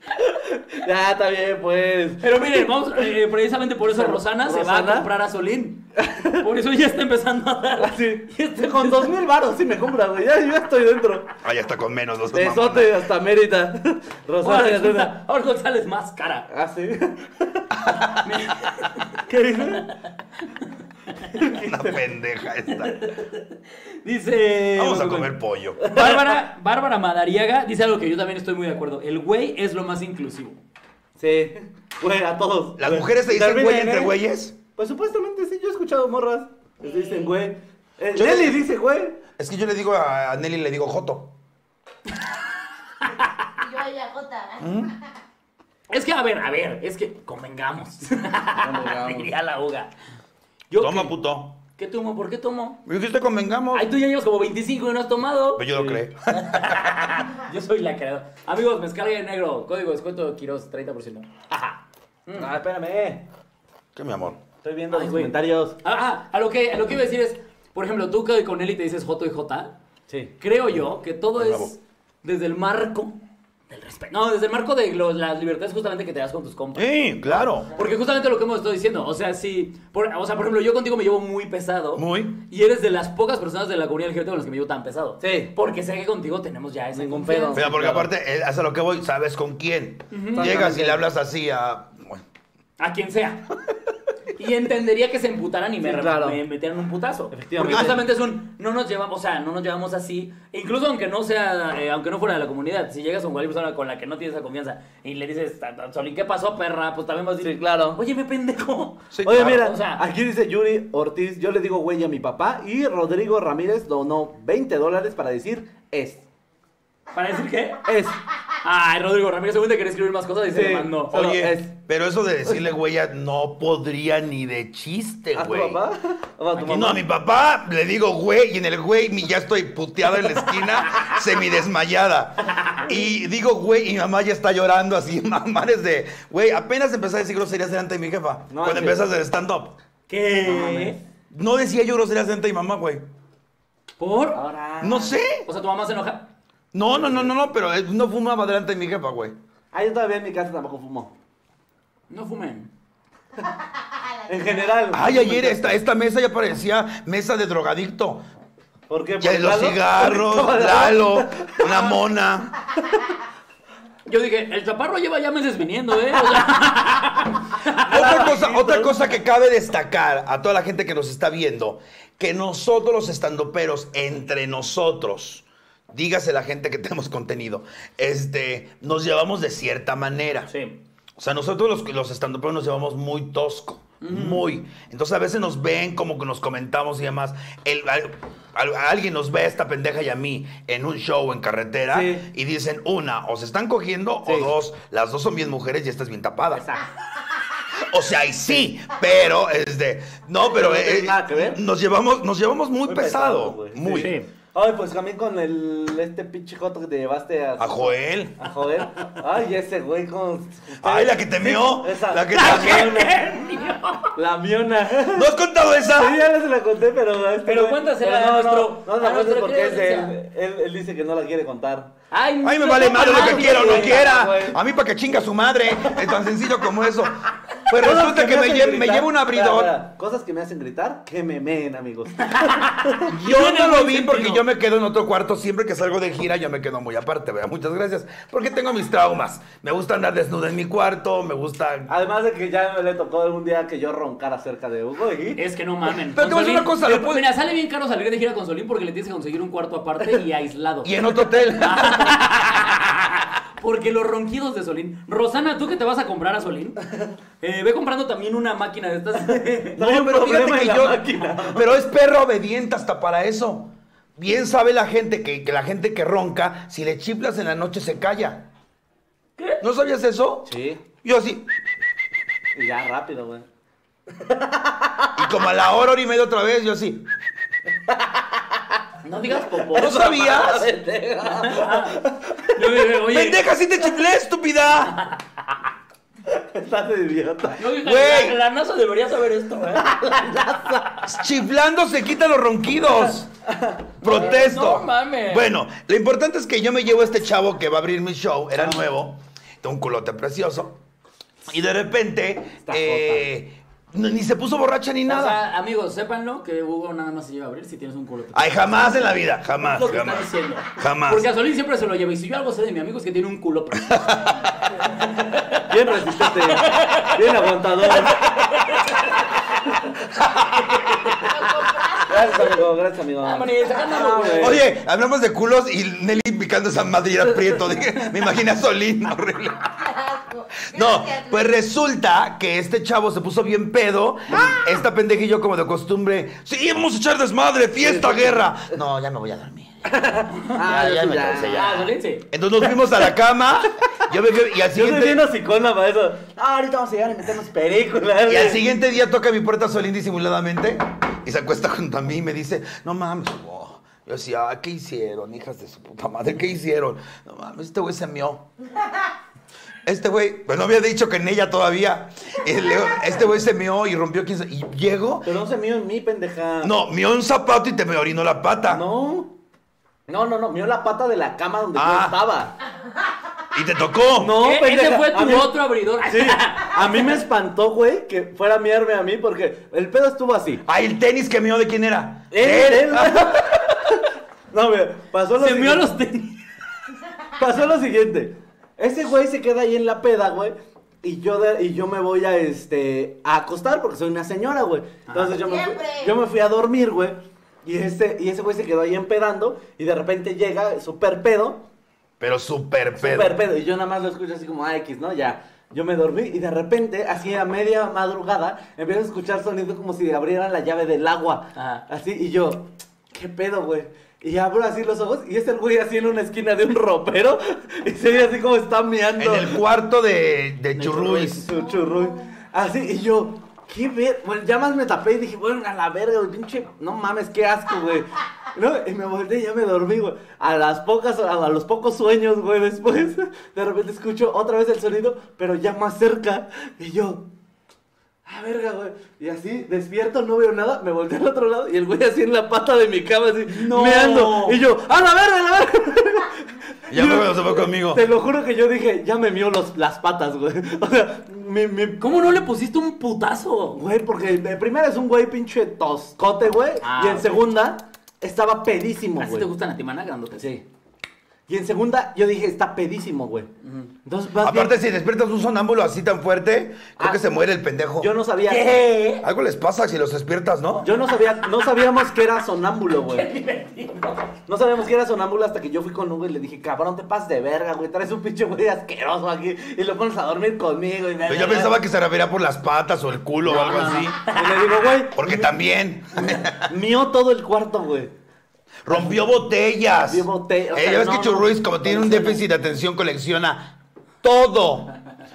[SPEAKER 2] Ya, está bien, pues.
[SPEAKER 1] Pero miren, vamos, eh, precisamente por eso Rosana, se va
[SPEAKER 2] ¿Rosana?
[SPEAKER 1] a comprar a Solín. Por eso ya está empezando a
[SPEAKER 3] Ah,
[SPEAKER 1] dar.
[SPEAKER 2] Así.
[SPEAKER 1] Ya está-
[SPEAKER 2] este, Con dos mil baros sí me compra, güey. Ya, yo estoy dentro.
[SPEAKER 3] Ay, hasta con menos dos
[SPEAKER 2] Besote hasta Mérida.
[SPEAKER 1] Ahora,
[SPEAKER 2] Rosana y
[SPEAKER 1] resulta-
[SPEAKER 2] Atena.
[SPEAKER 1] ahora González más cara.
[SPEAKER 2] Ah, sí. ¿Qué dice?
[SPEAKER 3] Una pendeja esta.
[SPEAKER 1] Dice.
[SPEAKER 3] Vamos a comer pollo.
[SPEAKER 1] Bárbara, Bárbara Madariaga dice algo que yo también estoy muy de acuerdo. El güey es lo más inclusivo.
[SPEAKER 2] Sí. Güey, a todos.
[SPEAKER 3] ¿Las mujeres se dicen
[SPEAKER 2] Terminen,
[SPEAKER 3] güey entre
[SPEAKER 2] ¿eh?
[SPEAKER 3] güeyes?
[SPEAKER 2] Pues supuestamente sí, yo he escuchado morras. Les dicen, güey. Eh, Nelly dice, güey.
[SPEAKER 3] Es que yo le digo a a Nelly, le digo Joto.
[SPEAKER 4] Y yo ahí a Jota. ¿eh?
[SPEAKER 3] ¿Mm?
[SPEAKER 1] Es que, a ver, a ver, es que convengamos. Diría la hoga. Yo
[SPEAKER 3] Toma,
[SPEAKER 1] que-
[SPEAKER 3] puto.
[SPEAKER 1] ¿Qué tomo? ¿Por qué tomo?
[SPEAKER 3] Me dijiste convengamos.
[SPEAKER 1] Ay, tú ya llevas como 25 y no has tomado.
[SPEAKER 3] Pero yo lo creo.
[SPEAKER 1] Yo soy la creadora. Amigos, mezcal de negro. Código de descuento Quiroz, 30%. Ajá.
[SPEAKER 3] Mm.
[SPEAKER 2] Ah,
[SPEAKER 3] eh.
[SPEAKER 2] espérame.
[SPEAKER 3] ¿Qué, mi amor?
[SPEAKER 2] Estoy viendo
[SPEAKER 1] Ay,
[SPEAKER 2] los
[SPEAKER 1] güey.
[SPEAKER 2] comentarios.
[SPEAKER 1] Ah, ah, a lo que, a lo que iba a decir es, por ejemplo, tú que con él y te dices Joto y J,
[SPEAKER 2] Sí.
[SPEAKER 1] creo yo que todo
[SPEAKER 3] De nuevo.
[SPEAKER 1] es desde el marco del respeto. No, desde el marco de lo- las libertades justamente que te das con tus compas.
[SPEAKER 3] Sí, claro.
[SPEAKER 1] Porque justamente lo que hemos estado diciendo, o sea, si, por, o sea, por ejemplo, yo contigo me llevo muy pesado.
[SPEAKER 3] Muy.
[SPEAKER 1] Y eres de las pocas personas de la comunidad LGBT con las que me llevo tan pesado.
[SPEAKER 2] Sí.
[SPEAKER 1] Porque sé que contigo tenemos ya ese
[SPEAKER 2] Ningún
[SPEAKER 1] confianza.
[SPEAKER 2] pedo.
[SPEAKER 3] Mira, porque
[SPEAKER 2] Claro.
[SPEAKER 3] aparte, eh, hasta lo que voy, sabes con quién. Llegas y le hablas así a. bueno,
[SPEAKER 1] A quien sea. Y entendería que se emputaran y me,
[SPEAKER 2] Sí,
[SPEAKER 1] re-
[SPEAKER 2] claro.
[SPEAKER 1] me metieran un putazo.
[SPEAKER 2] Efectivamente.
[SPEAKER 1] Porque justamente es un no nos llevamos, o sea, no nos llevamos así. E incluso aunque no sea, eh, aunque no fuera de la comunidad, si llegas con cualquier persona con la que no tienes esa confianza y le dices, "Ta- ta- Solín, ¿qué pasó, perra? Pues también vas a decir,
[SPEAKER 2] Sí, claro.
[SPEAKER 1] Oye, me pendejo.
[SPEAKER 3] Sí,
[SPEAKER 2] Oye,
[SPEAKER 3] claro.
[SPEAKER 2] mira,
[SPEAKER 1] O sea-
[SPEAKER 2] aquí dice Yuri Ortiz, yo le digo güey a mi papá y Rodrigo Ramírez donó 20 dólares para decir es.
[SPEAKER 1] ¿Para decir qué?
[SPEAKER 2] Es.
[SPEAKER 1] Ay, Rodrigo Ramírez, según te quería escribir más cosas y se
[SPEAKER 2] Sí.
[SPEAKER 1] le mandó.
[SPEAKER 2] Solo
[SPEAKER 3] Oye,
[SPEAKER 2] es.
[SPEAKER 3] pero eso de decirle güey ya no podría ni de chiste,
[SPEAKER 2] ¿A tu
[SPEAKER 3] güey.
[SPEAKER 2] papá? ¿O a tu
[SPEAKER 3] Aquí no, a mi papá le digo güey y en el güey mi- ya estoy puteada en la esquina, semidesmayada. Y digo güey y mi mamá ya está llorando así, mamá desde, güey, apenas empecé a decir groserías delante de mi jefa.
[SPEAKER 2] No,
[SPEAKER 3] cuando
[SPEAKER 2] sí.
[SPEAKER 3] empecé a hacer stand-up.
[SPEAKER 1] ¿Qué?
[SPEAKER 3] No decía yo groserías delante de mi mamá, güey.
[SPEAKER 1] ¿Por?
[SPEAKER 2] Ah.
[SPEAKER 3] No sé.
[SPEAKER 1] O sea, tu mamá se enoja.
[SPEAKER 3] No, no, no, no, no, pero eh, no fumaba delante de mi jefa, güey.
[SPEAKER 2] Ah, yo todavía en mi casa tampoco fumo.
[SPEAKER 1] No fumen.
[SPEAKER 2] En general.
[SPEAKER 3] Ay,
[SPEAKER 2] no fumo
[SPEAKER 3] ayer
[SPEAKER 2] en
[SPEAKER 3] esta,
[SPEAKER 2] casa.
[SPEAKER 3] esta mesa ya parecía mesa de drogadicto.
[SPEAKER 2] ¿Por qué?
[SPEAKER 3] Ya
[SPEAKER 2] ¿Por
[SPEAKER 3] los
[SPEAKER 2] Lalo?
[SPEAKER 3] cigarros,
[SPEAKER 2] ¿Por Lalo?
[SPEAKER 3] Lalo, una mona.
[SPEAKER 1] Yo dije, el chaparro lleva ya meses viniendo, ¿eh? O sea,
[SPEAKER 3] Otra cosa, otra cosa que cabe destacar a toda la gente que nos está viendo, que nosotros los estandoperos, entre nosotros, dígase la gente que tenemos contenido, este, nos llevamos de cierta manera.
[SPEAKER 1] sí.
[SPEAKER 3] O sea, nosotros los, los estandoperos nos llevamos muy tosco, muy. Entonces a veces nos ven como que nos comentamos y demás. El- al- al- alguien nos ve a esta pendeja y a mí en un show en carretera
[SPEAKER 2] Sí.
[SPEAKER 3] y dicen, una, o se están cogiendo
[SPEAKER 2] Sí.
[SPEAKER 3] o dos, las dos son bien mujeres y esta es bien tapada. O sea, y sí, pero este, no, pero
[SPEAKER 2] No tiene
[SPEAKER 3] eh,
[SPEAKER 2] nada que ver.
[SPEAKER 3] nos llevamos, nos llevamos muy,
[SPEAKER 2] Muy pesado,
[SPEAKER 3] pesado,
[SPEAKER 2] güey.
[SPEAKER 3] muy.
[SPEAKER 1] Sí.
[SPEAKER 2] Ay, pues también con el este pinche joto que te llevaste a.
[SPEAKER 3] A Joel.
[SPEAKER 2] A joder. Ay, ese güey con.
[SPEAKER 3] Ay, la que te mió.
[SPEAKER 2] Esa.
[SPEAKER 3] La que
[SPEAKER 2] La
[SPEAKER 3] te
[SPEAKER 2] La miona.
[SPEAKER 3] ¿No has contado
[SPEAKER 2] Sí,
[SPEAKER 3] esa?
[SPEAKER 2] ya no se la conté, pero. este
[SPEAKER 1] Pero
[SPEAKER 2] güey-
[SPEAKER 1] cuéntasela
[SPEAKER 2] pero
[SPEAKER 1] a
[SPEAKER 2] no, No,
[SPEAKER 1] nuestro-
[SPEAKER 2] no, no
[SPEAKER 1] a
[SPEAKER 2] la cuentes
[SPEAKER 1] nuestro
[SPEAKER 2] porque es
[SPEAKER 1] querido
[SPEAKER 2] de él. Él él dice que no la quiere contar.
[SPEAKER 1] Ay,
[SPEAKER 3] A mí me
[SPEAKER 1] no
[SPEAKER 3] vale
[SPEAKER 1] toca
[SPEAKER 3] madre lo que
[SPEAKER 1] nadie,
[SPEAKER 3] quiera o no
[SPEAKER 1] güey.
[SPEAKER 3] quiera.
[SPEAKER 2] güey.
[SPEAKER 3] A mí para que chinga su madre. Es tan sencillo como eso. Pues
[SPEAKER 2] Cosas
[SPEAKER 3] resulta que me,
[SPEAKER 2] hacen
[SPEAKER 3] lle- me
[SPEAKER 2] gritar-
[SPEAKER 3] lleva un
[SPEAKER 2] Espera,
[SPEAKER 3] abridor.
[SPEAKER 2] espera. Cosas que me hacen gritar, que me meen, amigos.
[SPEAKER 3] Yo
[SPEAKER 1] Tiene
[SPEAKER 3] no lo
[SPEAKER 1] buen
[SPEAKER 3] vi
[SPEAKER 1] sentido.
[SPEAKER 3] porque yo me quedo en otro cuarto. Siempre que salgo de gira, yo me quedo muy aparte, ¿verdad? Muchas gracias. Porque tengo mis traumas. Me gusta andar desnudo en mi cuarto. Me gusta
[SPEAKER 2] Además de que ya me le tocó algún día que yo roncara cerca de Hugo y...
[SPEAKER 1] Es que no mamen.
[SPEAKER 3] Pero te voy a decir
[SPEAKER 1] Consolín-
[SPEAKER 3] una cosa, lo
[SPEAKER 1] Pero,
[SPEAKER 3] puedo-
[SPEAKER 1] Mira, sale bien caro salir de gira con Solín porque le tienes que conseguir un cuarto aparte y aislado.
[SPEAKER 3] Y en otro hotel.
[SPEAKER 1] Porque los ronquidos de Solín. Rosana, tú que te vas a comprar a Solín, eh, ve comprando también una máquina de estas.
[SPEAKER 3] No,
[SPEAKER 2] hay un
[SPEAKER 3] pero
[SPEAKER 2] problema
[SPEAKER 3] fíjate
[SPEAKER 2] en
[SPEAKER 3] que
[SPEAKER 2] la
[SPEAKER 3] yo.
[SPEAKER 2] máquina.
[SPEAKER 3] Pero es perro obediente hasta para eso. Bien sabe la gente que, que la gente que ronca, si le chiflas en la noche se calla. ¿No sabías eso?
[SPEAKER 2] Sí.
[SPEAKER 3] Yo así.
[SPEAKER 2] Y ya rápido, güey.
[SPEAKER 3] Y como a la hora, hora y media otra vez, yo así.
[SPEAKER 1] No digas popó. Ah.
[SPEAKER 3] ¿No sabías?
[SPEAKER 1] Yo dije, oye.
[SPEAKER 3] ¡Pendeja, si te chiflé, estúpida!
[SPEAKER 2] Estás de idiota.
[SPEAKER 1] yo dije,
[SPEAKER 3] Güey.
[SPEAKER 1] la, la NASA debería saber esto, ¿eh?
[SPEAKER 3] Chiflando se quita los ronquidos. Protesto.
[SPEAKER 1] No mames.
[SPEAKER 3] Bueno, lo importante es que yo me llevo a este chavo que va a abrir mi show. Era nuevo. De un culote precioso. Y de repente. eh, n- ni se puso borracha ni
[SPEAKER 1] O
[SPEAKER 3] nada.
[SPEAKER 1] sea, amigos, sépanlo que Hugo nada más se lleva a abrir si tienes un culo.
[SPEAKER 3] Ay, jamás en la vida.
[SPEAKER 1] Es
[SPEAKER 3] Jamás,
[SPEAKER 1] lo que
[SPEAKER 3] jamás.
[SPEAKER 1] está diciendo.
[SPEAKER 3] Jamás.
[SPEAKER 1] Porque a Solín siempre se lo lleva. Y si yo algo sé de mi amigo es que tiene un culo. precioso.
[SPEAKER 2] Bien resistente. Bien aguantador. Gracias, amigo. Gracias, amigo.
[SPEAKER 1] Ah, maní, sacándolo, güey.
[SPEAKER 3] Oye, hablamos de culos y Nelly picando esa madre y era prieto. Dije, me imagino a Solín, horrible. No, pues resulta que este chavo se puso bien pedo. Esta pendejillo, como de costumbre, sí, vamos a echar desmadre, fiesta, guerra.
[SPEAKER 6] No, ya me voy a dormir.
[SPEAKER 2] Ah,
[SPEAKER 6] ya, ya
[SPEAKER 2] sí,
[SPEAKER 6] me cansé, ya.
[SPEAKER 1] Ah, Solín sí.
[SPEAKER 3] Entonces nos fuimos a la cama. Yo me fui- y al
[SPEAKER 2] Yo estoy
[SPEAKER 3] siguiente,
[SPEAKER 2] viendo psicona para eso. Ah, ahorita vamos a llegar y metemos películas.
[SPEAKER 3] y al siguiente día toca mi puerta Solín disimuladamente y se acuesta junto a mí y me dice, no mames, Hugo". Yo decía, "Ah, ¿qué hicieron, hijas de su puta madre? ¿Qué hicieron? No mames, este güey se meó. Este güey, pues no había dicho que en ella todavía. Y le digo, este güey se meó y rompió quién sabe- Y llego
[SPEAKER 2] Pero no se mío en mí, pendeja.
[SPEAKER 3] No, mió un zapato y te me orinó la pata.
[SPEAKER 2] No. No, no, no. Mío la pata de la cama donde
[SPEAKER 3] Ah.
[SPEAKER 2] yo estaba.
[SPEAKER 3] Y te tocó.
[SPEAKER 2] No,
[SPEAKER 1] Eh, Ese
[SPEAKER 2] pendeja,
[SPEAKER 1] fue
[SPEAKER 2] a
[SPEAKER 1] tu
[SPEAKER 2] mí-
[SPEAKER 1] otro abridor.
[SPEAKER 2] Sí, a mí me espantó, güey, que fuera a miarme a mí porque el pedo estuvo así.
[SPEAKER 3] Ay, el tenis que mió, ¿de quién era? Ah,
[SPEAKER 2] Él,
[SPEAKER 3] De
[SPEAKER 2] él. No, güey, pasó lo
[SPEAKER 1] Se Ah,
[SPEAKER 2] siguiente.
[SPEAKER 1] meó los tenis.
[SPEAKER 2] Pasó lo siguiente. Ese güey se queda ahí en la peda, güey. Y yo, de- y yo me voy a, este, a acostar porque soy una señora, güey. Entonces yo, me fui,
[SPEAKER 4] Siempre.
[SPEAKER 2] yo me fui a dormir, güey. Y, este, y ese güey se quedó ahí empedando. Y de repente llega, súper pedo.
[SPEAKER 3] Pero súper pedo.
[SPEAKER 2] Súper pedo. Y yo nada más lo escucho así como, ah, X, ¿no? Ya. Yo me dormí y de repente, así a media madrugada, empiezo a escuchar sonido como si abrieran la llave del agua.
[SPEAKER 1] Ajá.
[SPEAKER 2] Así, y yo, ¿qué pedo, güey? Y abro así los ojos y es el güey así en una esquina de un ropero y se ve así como está meando.
[SPEAKER 3] En el cuarto de, de Churruis.
[SPEAKER 2] Su churruy. Así, y yo, qué ver. Bueno, ya más me tapé y dije, bueno, a la verga, güey, pinche. No mames, qué asco, güey. ¿No? Y me volteé y ya me dormí, güey. A las pocas, a, a los pocos sueños, güey, después, de repente escucho otra vez el sonido, pero ya más cerca. Y yo, ah, verga, güey. Y así, despierto, no veo nada, me volteé al otro lado y el güey así en la pata de mi cama, así,
[SPEAKER 3] No.
[SPEAKER 2] meando. Y yo, a la verga, a la verga.
[SPEAKER 3] Ya fue cuando se fue conmigo.
[SPEAKER 2] Te lo juro que yo dije, ya me mió los, las patas, güey. O sea, me, me...
[SPEAKER 1] ¿Cómo no le pusiste un putazo?
[SPEAKER 2] Güey, porque de primera es un güey pinche toscote, güey.
[SPEAKER 1] Ah,
[SPEAKER 2] y en
[SPEAKER 1] ok.
[SPEAKER 2] segunda, estaba pedísimo,
[SPEAKER 1] Así
[SPEAKER 2] güey.
[SPEAKER 1] te gustan a ti, maná, grandote.
[SPEAKER 2] Sí. Y en segunda, yo dije, está pedísimo, güey. Entonces, más
[SPEAKER 3] Aparte,
[SPEAKER 2] bien,
[SPEAKER 3] si despiertas un sonámbulo así tan fuerte, creo
[SPEAKER 2] Ah.
[SPEAKER 3] que se muere el pendejo.
[SPEAKER 2] yo no sabía...
[SPEAKER 3] Algo les pasa si los despiertas, ¿no?
[SPEAKER 2] Yo no sabía, no sabíamos que era sonámbulo, güey. No sabíamos que era sonámbulo hasta que yo fui con Hugo y le dije, cabrón, te pasas de verga, güey. Traes un pinche güey asqueroso aquí y lo pones a dormir conmigo. Y
[SPEAKER 3] Pero yo pensaba que se refería por las patas o el culo o algo así.
[SPEAKER 2] Y le digo, güey,
[SPEAKER 3] Porque también
[SPEAKER 2] Mío todo el cuarto, güey.
[SPEAKER 3] rompió botellas.
[SPEAKER 2] Rompió botellas. O
[SPEAKER 3] Eh,
[SPEAKER 2] sea,
[SPEAKER 3] ya ves
[SPEAKER 2] no,
[SPEAKER 3] que
[SPEAKER 2] no.
[SPEAKER 3] Churruis, como tiene un
[SPEAKER 2] Colecciona.
[SPEAKER 3] déficit de atención, colecciona todo.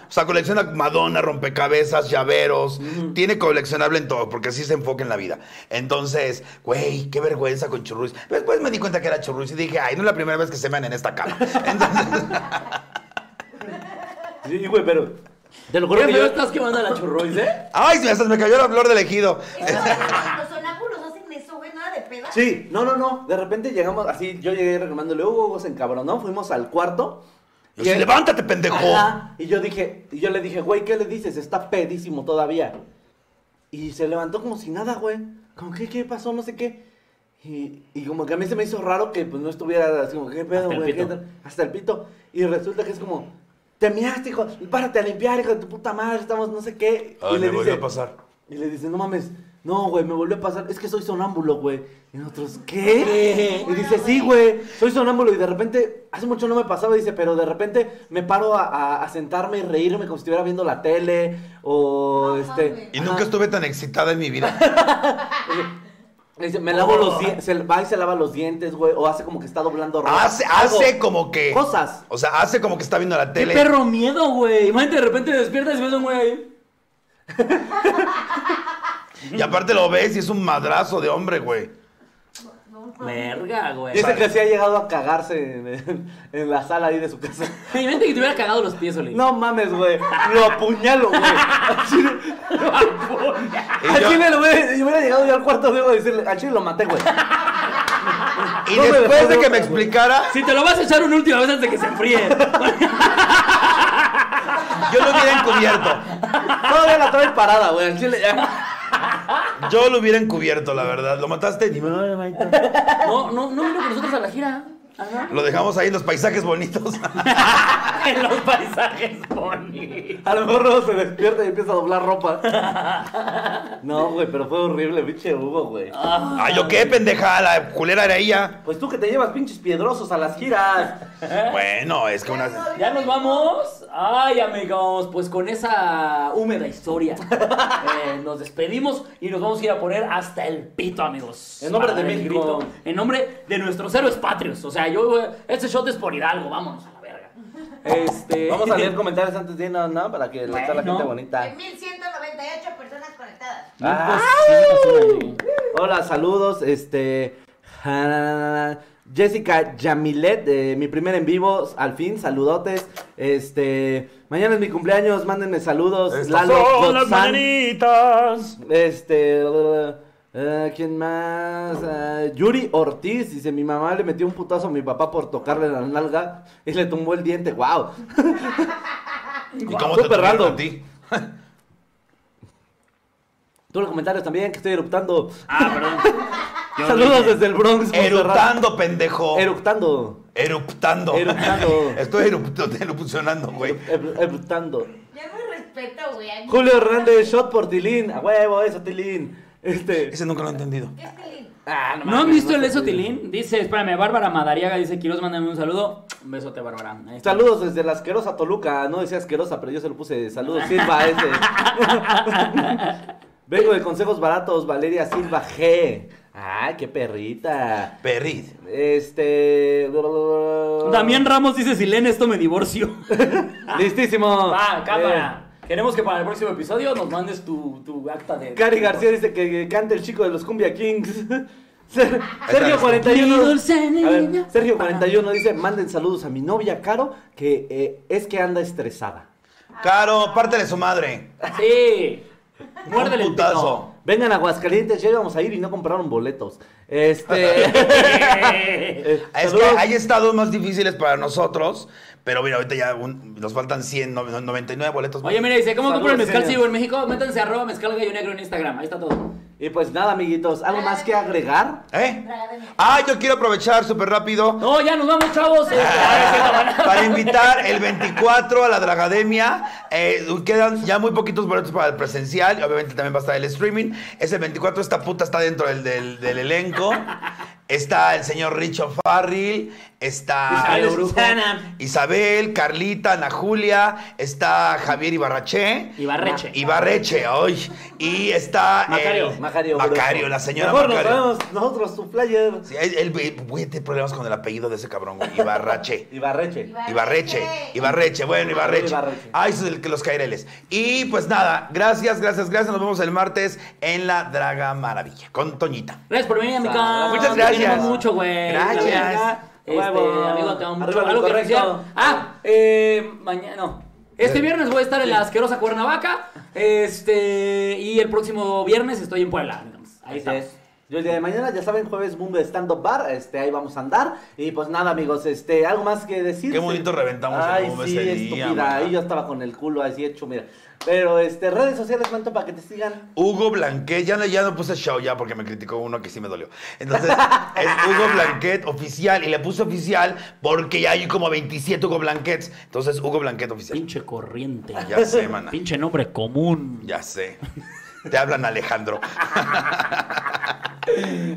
[SPEAKER 3] O sea, colecciona Madonna, rompecabezas, llaveros. Tiene coleccionable en todo, porque así se enfoca en la vida. Entonces, güey, qué vergüenza con Churruis. Después me di cuenta que era Churruis y dije, ay, no es la primera vez que se mean en esta cama. Entonces,
[SPEAKER 2] Sí, güey, pero. Te lo juro
[SPEAKER 1] Porque
[SPEAKER 2] que
[SPEAKER 1] yo
[SPEAKER 2] yo.
[SPEAKER 1] estás quemando a la churrois, ¿eh?
[SPEAKER 3] ay, se me- hasta me cayó la flor del ejido.
[SPEAKER 4] Los sonámbulos hacen eso, güey, nada de pedas.
[SPEAKER 2] Sí, no, no, no. De repente llegamos así. Yo llegué reclamándole, Hugo, Hugo se encabronó. Fuimos al cuarto.
[SPEAKER 3] Yo sí, levántate, pendejo.
[SPEAKER 2] Ajá, Y yo dije, y yo le dije, güey, ¿qué le dices? Está pedísimo todavía. Y se levantó como si nada, güey. Como, ¿qué, qué pasó? No sé qué. Y, y como que a mí se me hizo raro que pues no estuviera así como, ¿qué pedo,
[SPEAKER 1] Hasta el
[SPEAKER 2] güey? ¿Qué
[SPEAKER 1] pito.
[SPEAKER 2] tal? Hasta el pito. Y resulta que es como, te miraste, hijo, párate a limpiar, hijo de tu puta madre, estamos no sé qué.
[SPEAKER 3] Ay,
[SPEAKER 2] y le
[SPEAKER 3] me volvió a pasar.
[SPEAKER 2] Y le dice, no mames, no, güey, me volvió a pasar, es que soy sonámbulo, güey. Y nosotros, ¿qué? Y dice, sí, güey, soy sonámbulo. Y de repente, hace mucho no me pasaba, dice, pero de repente me paro a, a- a sentarme y reírme como si estuviera viendo la tele o
[SPEAKER 4] Ajá,
[SPEAKER 2] este...
[SPEAKER 4] güey.
[SPEAKER 3] Y
[SPEAKER 2] ajá.
[SPEAKER 3] nunca estuve tan excitada en mi vida.
[SPEAKER 2] Le dice, me lavo los dientes. Se, va y se lava los dientes, güey. O hace como que está doblando ropa.
[SPEAKER 3] Hace,
[SPEAKER 2] Algo.
[SPEAKER 3] hace como que.
[SPEAKER 2] Cosas.
[SPEAKER 3] O sea, hace como que está viendo la
[SPEAKER 1] ¡Qué
[SPEAKER 3] tele.
[SPEAKER 1] perro miedo, güey! Imagínate, de repente despiertas y ves a un güey ahí.
[SPEAKER 3] Y aparte lo ves y es un madrazo de hombre, güey.
[SPEAKER 1] Verga, güey.
[SPEAKER 2] Dice que sí ha llegado a cagarse en, en- en la sala ahí de su casa.
[SPEAKER 1] Imagínate que te hubiera cagado los pies, Oli.
[SPEAKER 2] No mames, güey. Lo apuñalo, güey. Al chile,
[SPEAKER 3] Y
[SPEAKER 2] al
[SPEAKER 3] yo-
[SPEAKER 2] chile lo hubiera, yo hubiera llegado yo al cuarto de y decirle, al chile lo maté, güey.
[SPEAKER 3] Y
[SPEAKER 2] No me
[SPEAKER 3] después
[SPEAKER 2] dejó
[SPEAKER 3] de que
[SPEAKER 2] loca,
[SPEAKER 3] me
[SPEAKER 2] güey.
[SPEAKER 3] explicara,
[SPEAKER 1] Si te lo vas a echar una última vez antes de que se enfríe.
[SPEAKER 3] yo lo hubiera encubierto.
[SPEAKER 2] Todavía la trae parada, güey. Al chile ya.
[SPEAKER 3] Yo lo hubiera encubierto, la verdad. Lo mataste.
[SPEAKER 1] No, no, no vino con nosotros a la gira. Ajá.
[SPEAKER 3] Lo dejamos ahí en los paisajes bonitos.
[SPEAKER 1] En los paisajes bonitos.
[SPEAKER 2] A lo mejor luego se despierta y empieza a doblar ropa. No, güey, pero fue horrible, pinche Hugo, güey.
[SPEAKER 3] Ay, yo qué pendeja, la culera era ella.
[SPEAKER 2] Pues tú que te llevas pinches piedrosos a las giras.
[SPEAKER 3] Bueno, es que una.
[SPEAKER 1] ¿Ya nos vamos? Ay, amigos, pues con esa húmeda historia eh, nos despedimos y nos vamos a ir a poner hasta el pito, amigos.
[SPEAKER 2] En nombre
[SPEAKER 1] Para
[SPEAKER 2] de
[SPEAKER 1] dar el
[SPEAKER 2] México.
[SPEAKER 1] grito. En nombre de nuestros héroes patrios. O sea, yo, eh, este shot es por Hidalgo, vámonos a la verga. Este...
[SPEAKER 2] Vamos a leer comentarios antes de irnos, ¿no? Para que le esté la
[SPEAKER 1] Bueno.
[SPEAKER 2] gente bonita.
[SPEAKER 4] 1198 personas conectadas.
[SPEAKER 1] Ah,
[SPEAKER 2] Ah,
[SPEAKER 1] Pues
[SPEAKER 2] Hola, saludos. Este. ja, Jessica Yamilet, eh, mi primer en vivo, al fin, saludotes. Este. Mañana es mi cumpleaños, mándenme saludos. Gotzán.
[SPEAKER 3] manitas.
[SPEAKER 2] Este. eh, ¿Quién más? Ah, Yuri Ortiz dice: Mi mamá le metió un putazo a mi papá por tocarle la nalga y le tumbó el diente. ¡Wow!
[SPEAKER 3] ¿Y cómo te
[SPEAKER 2] Súper
[SPEAKER 3] tuvieron
[SPEAKER 2] random.
[SPEAKER 3] a ti?
[SPEAKER 2] Tú los comentarios también que estoy eruptando.
[SPEAKER 1] Ah, perdón. Yo
[SPEAKER 2] saludos
[SPEAKER 1] dije-
[SPEAKER 2] desde el Bronx. Monterrey.
[SPEAKER 3] Eruptando, pendejo.
[SPEAKER 2] Eruptando.
[SPEAKER 3] Eruptando.
[SPEAKER 2] Eruptando.
[SPEAKER 3] Estoy erupto- erupcionando, güey.
[SPEAKER 2] Eruptando. Eruptando.
[SPEAKER 4] Yo me respeto, güey. a mí-
[SPEAKER 2] Julio Hernández, shot por Tilín. A huevo, eso, Tilín. Este.
[SPEAKER 3] Ese nunca lo he entendido.
[SPEAKER 4] ¿Qué es Tilín?
[SPEAKER 2] Ah,
[SPEAKER 1] ¿No han visto el
[SPEAKER 2] eso,
[SPEAKER 1] esotilín? Dice, espérame, Bárbara Madariaga dice, Quiroz, mándame un saludo. Un besote, Bárbara. Ahí está.
[SPEAKER 2] Saludos desde la asquerosa Toluca. No decía asquerosa, pero yo se lo puse. Saludos, Silva. Este. Vengo de consejos baratos, Valeria Silva G. Ah, qué perrita.
[SPEAKER 3] Perrid.
[SPEAKER 2] Este.
[SPEAKER 1] Damián Ramos dice, si leen esto me divorcio.
[SPEAKER 2] Listísimo.
[SPEAKER 1] Va, cámara. Eh. Queremos que para el próximo episodio nos mandes tu, tu acta de...
[SPEAKER 2] Eh, Cari García dice que, que cante el chico de los Cumbia Kings. Ser- Sergio
[SPEAKER 1] Mi
[SPEAKER 2] 41.
[SPEAKER 1] dulce
[SPEAKER 2] A ver,
[SPEAKER 1] niña.
[SPEAKER 2] Sergio 41 dice, manden saludos a mi novia Caro, que eh, es que anda estresada.
[SPEAKER 3] Caro, pártele su madre.
[SPEAKER 1] Sí. Muérdele el
[SPEAKER 3] Un putazo.
[SPEAKER 2] Vengan a Aguascalientes, ya íbamos a ir y no compraron boletos. Este.
[SPEAKER 1] pito.
[SPEAKER 2] eh,
[SPEAKER 3] Eh, Es que
[SPEAKER 2] saludos.
[SPEAKER 3] hay estados más difíciles para nosotros, pero mira, ahorita ya un- nos faltan 100, no- no- 99 boletos. más.
[SPEAKER 1] Oye, mira, dice, ¿cómo compro el
[SPEAKER 2] Saludos,
[SPEAKER 1] mezcal
[SPEAKER 2] señor.
[SPEAKER 1] cibo en México? Métanse a arroba mezcal gallo negro en Instagram. Ahí está todo.
[SPEAKER 2] Y pues nada, amiguitos, ¿algo más que agregar?
[SPEAKER 3] ¿Eh? Ah, yo quiero aprovechar súper rápido
[SPEAKER 1] No, ya nos vamos, chavos. Este, ahora sí, la van a-
[SPEAKER 3] para invitar el 24 a la Dragademia. Eh, quedan ya muy poquitos boletos para el presencial. y Obviamente también va a estar el streaming. Ese 24, esta puta está dentro del, del- del elenco. Está el señor Richo Farril. Está
[SPEAKER 1] Isabel Brujana.
[SPEAKER 3] Isabel, Carlita, Ana Julia. Está Javier Ibarraché.
[SPEAKER 1] Ibarreche.
[SPEAKER 3] Ibarreche, hoy. Y está. el-
[SPEAKER 1] Macario,
[SPEAKER 2] Macario.
[SPEAKER 3] Macario,
[SPEAKER 2] Brujo.
[SPEAKER 3] la señora
[SPEAKER 2] Mejor
[SPEAKER 3] Macario.
[SPEAKER 2] nos vemos nosotros, tu flyer.
[SPEAKER 3] Sí, él, él- güey, tiene problemas con el apellido de ese cabrón, güey. Ibarrache.
[SPEAKER 2] Ibarreche.
[SPEAKER 3] Ibarreche, Ibarreche, bueno, Ibarreche.
[SPEAKER 2] Ibarreche.
[SPEAKER 3] Ay, eso es el que los caireles. Y pues nada, gracias, gracias, gracias. Nos vemos el martes en la Draga Maravilla con Toñita.
[SPEAKER 1] Gracias por venir, amigo.
[SPEAKER 3] Muchas
[SPEAKER 1] Te
[SPEAKER 3] gracias.
[SPEAKER 1] queremos mucho, güey.
[SPEAKER 3] Gracias.
[SPEAKER 1] La verdad, Este,
[SPEAKER 2] Huevo.
[SPEAKER 1] amigo, te amo mucho.
[SPEAKER 2] Arriba lo
[SPEAKER 1] Algo que
[SPEAKER 2] correcto.
[SPEAKER 1] desear. Ah, eh, mañana, no.
[SPEAKER 3] Eh,
[SPEAKER 1] Este viernes voy a estar en la asquerosa Cuernavaca. Este, y el próximo viernes estoy en Puebla. amigos. Ahí
[SPEAKER 2] Así
[SPEAKER 1] está.
[SPEAKER 2] es. Yo el día de mañana, ya saben, jueves Mundo Stand Up Bar, este, ahí vamos a andar. Y pues nada, amigos, este, algo más que decir.
[SPEAKER 3] Qué bonito reventamos el
[SPEAKER 2] Ay,
[SPEAKER 3] Mundo
[SPEAKER 2] sí,
[SPEAKER 3] ese día,
[SPEAKER 2] estúpida.
[SPEAKER 3] mana.
[SPEAKER 2] ahí yo estaba con el culo así hecho, mira. Pero este, redes sociales, manto, para que te sigan.
[SPEAKER 3] Hugo Blanquet, ya no, ya no puse show ya porque me criticó uno que sí me dolió. Entonces, es Hugo Blanquet oficial y le puse oficial porque ya hay como 27 Hugo Blanquets. Entonces, Hugo Blanquet oficial.
[SPEAKER 1] Pinche corriente.
[SPEAKER 3] Ya sé, mana.
[SPEAKER 1] Pinche nombre común.
[SPEAKER 3] Ya sé. Te hablan Alejandro.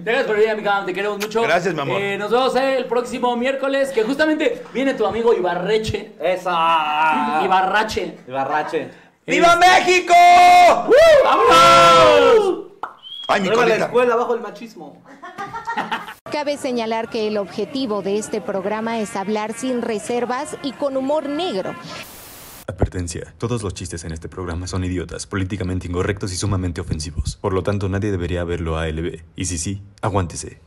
[SPEAKER 1] Gracias por venir, amigo. Te queremos mucho.
[SPEAKER 3] Gracias, mi amor.
[SPEAKER 1] Eh, nos vemos el próximo miércoles, que justamente viene tu amigo Ibarreche.
[SPEAKER 3] Ah.
[SPEAKER 2] ¡Esa!
[SPEAKER 1] Ibarrache.
[SPEAKER 2] Ibarrache.
[SPEAKER 3] ¡Viva México!
[SPEAKER 1] ¡Vámonos!
[SPEAKER 3] Ay, mi
[SPEAKER 2] Arriba la
[SPEAKER 3] colita.
[SPEAKER 2] escuela, abajo el machismo.
[SPEAKER 7] Cabe señalar que el objetivo de este programa es hablar sin reservas y con humor negro.
[SPEAKER 8] Advertencia. Todos los chistes en este programa son idiotas, políticamente incorrectos y sumamente ofensivos. Por lo tanto, nadie debería verlo a LB. Y si sí, aguántese.